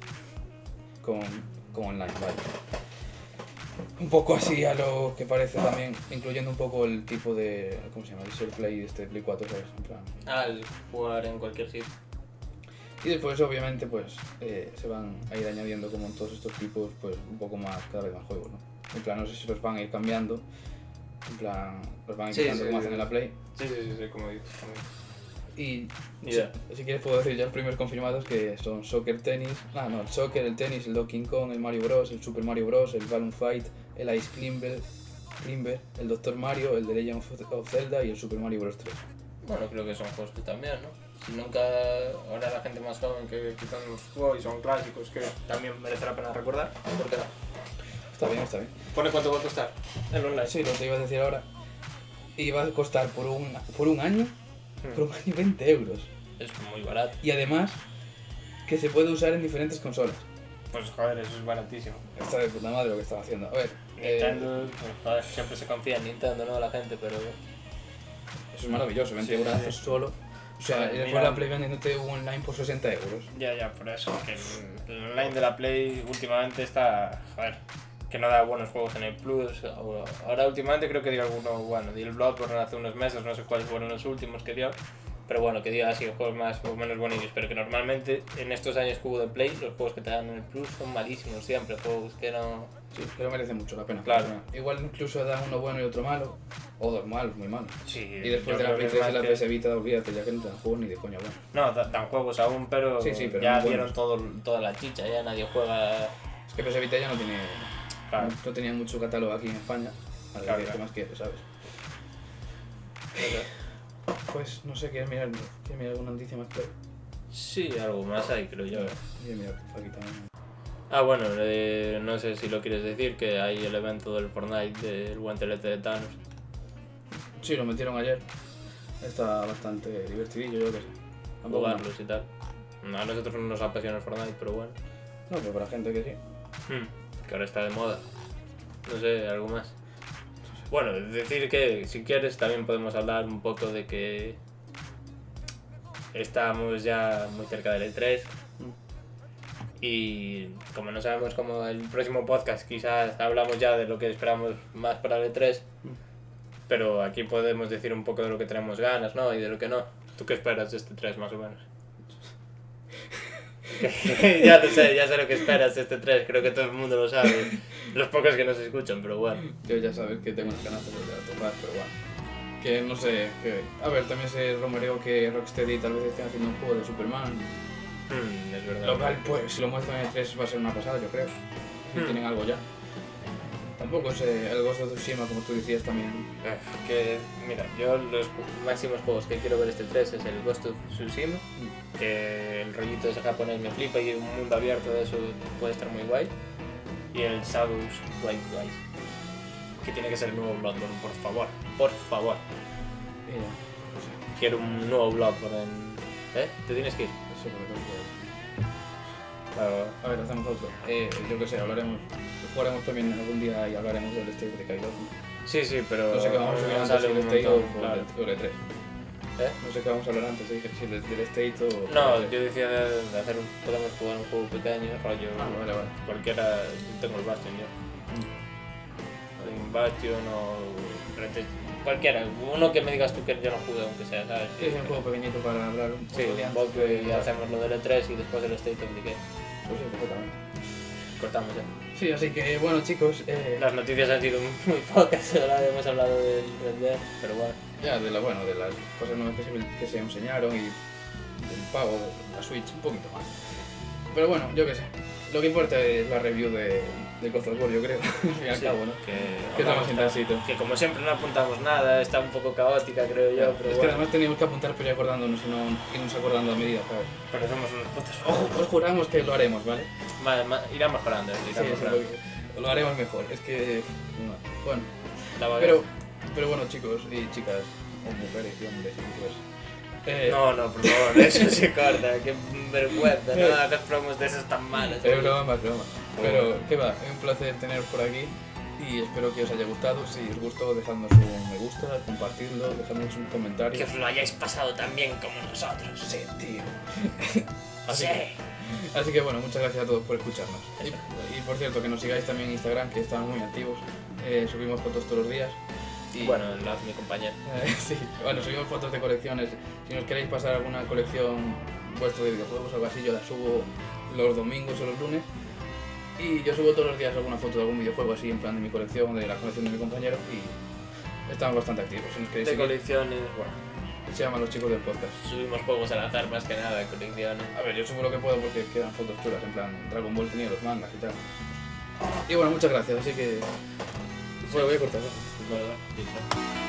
Speaker 1: Con, con online, vale. Un poco así a lo que parece también, incluyendo un poco el tipo de. ¿Cómo se llama? El Play, este Play 4, ¿sabes? En plan,
Speaker 2: Al jugar en cualquier sitio.
Speaker 1: Y después, obviamente, pues eh, se van a ir añadiendo, como en todos estos tipos, pues un poco más, cada vez más juegos, ¿no? En plan, no sé si los van a ir cambiando. En plan, los van a ir
Speaker 3: Sí,
Speaker 1: cambiando
Speaker 3: sí,
Speaker 1: como
Speaker 3: sí.
Speaker 1: hacen en la Play.
Speaker 3: Sí, sí, sí, sí, como dices. como dices.
Speaker 1: Y
Speaker 3: Y ya.
Speaker 1: si, si quieres, puedo decir ya los primeros confirmados que son Soccer Tennis. Ah, no, el Soccer, el Tennis, el Donkey Kong, el Mario Bros, el Super Mario Bros, el Balloon Fight, el Ice Climber, Climber el Doctor Mario, el The Legend of- of Zelda y el Super Mario Bros 3.
Speaker 2: Bueno, creo que son juegos que también, ¿no?
Speaker 3: Si nunca, ahora la gente más joven que quizás nos jugó y son clásicos que también merece la pena recordar, ¿por qué no?
Speaker 1: Está bien, está bien.
Speaker 3: Pone cuánto va a costar el online.
Speaker 1: Sí, lo que te iba a decir ahora. Y va a costar por un, por un año,
Speaker 3: Hmm.
Speaker 1: por un año 20 euros.
Speaker 2: Es muy barato.
Speaker 1: Y además, que se puede usar en diferentes consolas.
Speaker 3: Pues joder, eso es baratísimo.
Speaker 1: Está de puta madre lo que están haciendo. A ver, eh,
Speaker 3: Nintendo, pues, joder, siempre se confía.
Speaker 2: Confía en Nintendo, ¿no? La gente, pero.
Speaker 1: eso es maravilloso, 20
Speaker 3: Sí,
Speaker 1: euros
Speaker 3: sí.
Speaker 1: solo. O sea,
Speaker 3: Joder,
Speaker 1: y después
Speaker 3: mira.
Speaker 1: la Play vendiéndote un online por 60 euros.
Speaker 3: Ya, ya, por eso, que el- el online de la Play últimamente está, joder, que no da buenos juegos en el Plus. o- Ahora últimamente creo que dio alguno bueno, di el Bloodborne hace unos meses, no sé cuáles fueron los últimos que dio. Pero bueno, que dio así juegos más o menos bonitos, pero que normalmente en estos años que hubo de Play, los juegos que te dan en el Plus son malísimos siempre, juegos que no...
Speaker 1: Sí, pero merece mucho la pena.
Speaker 4: Claro.
Speaker 1: O sea, Igual incluso da uno bueno y otro malo, o dos malos, muy malos.
Speaker 4: Sí,
Speaker 1: Y después de la Play 3 y la PS Vita, olvídate, ya que no te dan juegos ni de coña bueno.
Speaker 4: No, da- dan juegos aún, pero,
Speaker 1: Sí, sí, pero
Speaker 4: ya
Speaker 1: no
Speaker 4: dieron
Speaker 1: buenos.
Speaker 4: todo, toda la chicha, ya nadie juega.
Speaker 1: Es que PS Vita ya no tiene
Speaker 4: Claro.
Speaker 1: no tenía mucho catálogo aquí en España. A ver,
Speaker 4: Claro,
Speaker 1: ¿qué
Speaker 4: claro.
Speaker 1: más quieres, sabes? Pues no sé, ¿quieres mirar, ¿quieres mirar alguna noticia más? Play?
Speaker 2: Sí, algo más hay, creo yo.
Speaker 1: Yo ¿eh? mira, aquí también.
Speaker 2: Ah, bueno, eh, no sé si lo quieres decir, que hay el evento del Fortnite del guantelete de Thanos.
Speaker 1: Sí, lo metieron ayer. Está bastante divertidillo, yo que sé.
Speaker 2: A
Speaker 1: Tampoco-
Speaker 2: jugarlos y tal. A nosotros no nos apasiona el Fortnite, pero bueno.
Speaker 1: No, pero para gente que sí.
Speaker 2: Hmm. Que ahora está de moda. No sé, algo más. Bueno, decir que si quieres también podemos hablar un poco de que estamos ya muy cerca del E3 y como no sabemos cómo el próximo podcast quizás hablamos ya de lo que esperamos más para el E3, pero aquí podemos decir un poco de lo que tenemos ganas, ¿no? Y de lo que no. ¿Tú qué esperas de este 3 más o menos? ya lo sé, ya sé lo que esperas de este 3, creo que todo el mundo lo sabe. Los pocos que nos escuchan, pero bueno.
Speaker 1: Yo ya sabes que tengo unas ganas de volver a tocar, pero bueno. Que no sé, que... A ver, también se rumoreó que Rocksteady tal vez estén haciendo un juego de Superman.
Speaker 2: Mm, es verdad.
Speaker 1: Lo cual, pues, si lo muestran en el 3 va a ser una pasada, yo creo. Si
Speaker 2: Hmm.
Speaker 1: tienen algo ya. Tampoco sé, el Ghost of Tsushima, como tú decías también.
Speaker 2: Eh, Que, mira, yo los ju- máximos juegos que quiero ver este 3 es el Ghost of Tsushima, que el rollito ese japonés me flipa y un mundo abierto de eso puede estar muy guay. Y el Shadows White Guys, que tiene que ser el nuevo Bloodborne, por favor. Por favor.
Speaker 1: Y ya, no sé,
Speaker 2: Quiero un nuevo Bloodborne en... ¿Eh? ¿Te tienes que ir?
Speaker 1: eso es lo que tengo que decir.
Speaker 2: Claro.
Speaker 1: A ver, hacemos otro. Eh, yo qué sé, hablaremos. Jugaremos también algún día y hablaremos del State de Kaido.
Speaker 2: Sí, sí, pero...
Speaker 1: No sé qué vamos a hablar antes,
Speaker 2: Eh, sale
Speaker 1: si el
Speaker 2: un
Speaker 1: State
Speaker 2: montón,
Speaker 1: o
Speaker 2: claro.
Speaker 1: o el E3.
Speaker 2: ¿Eh?
Speaker 1: No sé qué vamos a hablar antes, si si del del State o...
Speaker 2: No,
Speaker 1: el E3.
Speaker 2: yo decía de, de hacer un, podemos jugar un juego pequeño, rollo
Speaker 1: Ah, vale, vale.
Speaker 2: cualquiera, yo tengo el Bastion yo.
Speaker 1: Mm.
Speaker 2: Un Bastion o Red Dead- cualquiera, uno que me digas tú que yo no jugué aunque sea, ¿sabes?
Speaker 1: Sí, es un juego pequeñito para hablar un poco
Speaker 2: Sí,
Speaker 1: de
Speaker 2: un
Speaker 1: antes.
Speaker 2: poco y hacemos lo del E3 y después del State of Decay.
Speaker 1: Pues sí, perfectamente.
Speaker 2: Cortamos ya.
Speaker 1: Sí, así que, bueno, chicos, eh,
Speaker 2: Las noticias han sido muy pocas, ahora hemos hablado del Red Dead, pero bueno.
Speaker 1: Ya, de la, bueno, de las cosas nuevas que se, que se enseñaron y del pago de la Switch, un poquito más. Pero bueno, yo qué sé. Lo que importa es la review de, de Costa War, yo creo. Al fin y al
Speaker 2: Sí,
Speaker 1: cabo, ¿no?
Speaker 2: Que,
Speaker 1: Que es la
Speaker 2: hablamos
Speaker 1: más intensito.
Speaker 2: tam- que como siempre no apuntamos nada, está un poco caótica creo yo, pero
Speaker 1: es que
Speaker 2: bueno.
Speaker 1: además teníamos que apuntar pero ir acordándonos y no irnos acordando a medida, ¿sabes?
Speaker 4: Pero somos unos putos.
Speaker 1: Ojo, os juramos que lo haremos, ¿vale?
Speaker 2: Ma- ma- irá mejorando, irá
Speaker 1: Sí, eso es
Speaker 2: mejorando.
Speaker 1: lo, que- lo haremos mejor. Es que. no, Bueno,
Speaker 2: La vaguez.
Speaker 1: pero, pero bueno, chicos y chicas, o mujeres y hombres, y eh,
Speaker 2: No, no, por favor, eso se corta, qué vergüenza, no hagas promos de esas tan malas.
Speaker 1: Es broma, es broma. Pero, ¿qué va? Es un placer teneros por aquí y espero que os haya gustado. Si os gustó, dejadnos un me gusta, compartidlo, dejadnos un
Speaker 2: Que
Speaker 1: comentario.
Speaker 2: os lo hayáis pasado tan bien como nosotros.
Speaker 1: Sí, tío.
Speaker 2: Sí.
Speaker 1: Así, que, así que, bueno, muchas gracias a todos por escucharnos. Y, y, por cierto, que nos sigáis también en Instagram, que están muy activos. Eh, subimos fotos todos los días. Y,
Speaker 2: Bueno, lo hace mi compañero.
Speaker 1: eh, sí, bueno, subimos fotos de colecciones. Si nos queréis pasar alguna colección vuestra de videojuegos o algo así, yo la subo los domingos o los lunes. Y yo subo todos los días alguna foto de algún videojuego así, en plan de mi colección, de la colección de mi compañero. Y estamos bastante activos. Si nos queréis
Speaker 2: De
Speaker 1: seguir,
Speaker 2: colecciones, bueno,
Speaker 1: se llaman los chicos del podcast.
Speaker 2: subimos juegos al azar más que nada, colecciones.
Speaker 1: A ver, yo subo lo que puedo porque quedan fotos chulas, en plan Dragon Ball tenía los mangas y tal. Y bueno, muchas gracias, así que... Bueno, voy a cortar. ¿no?
Speaker 2: Bueno, bueno, listo.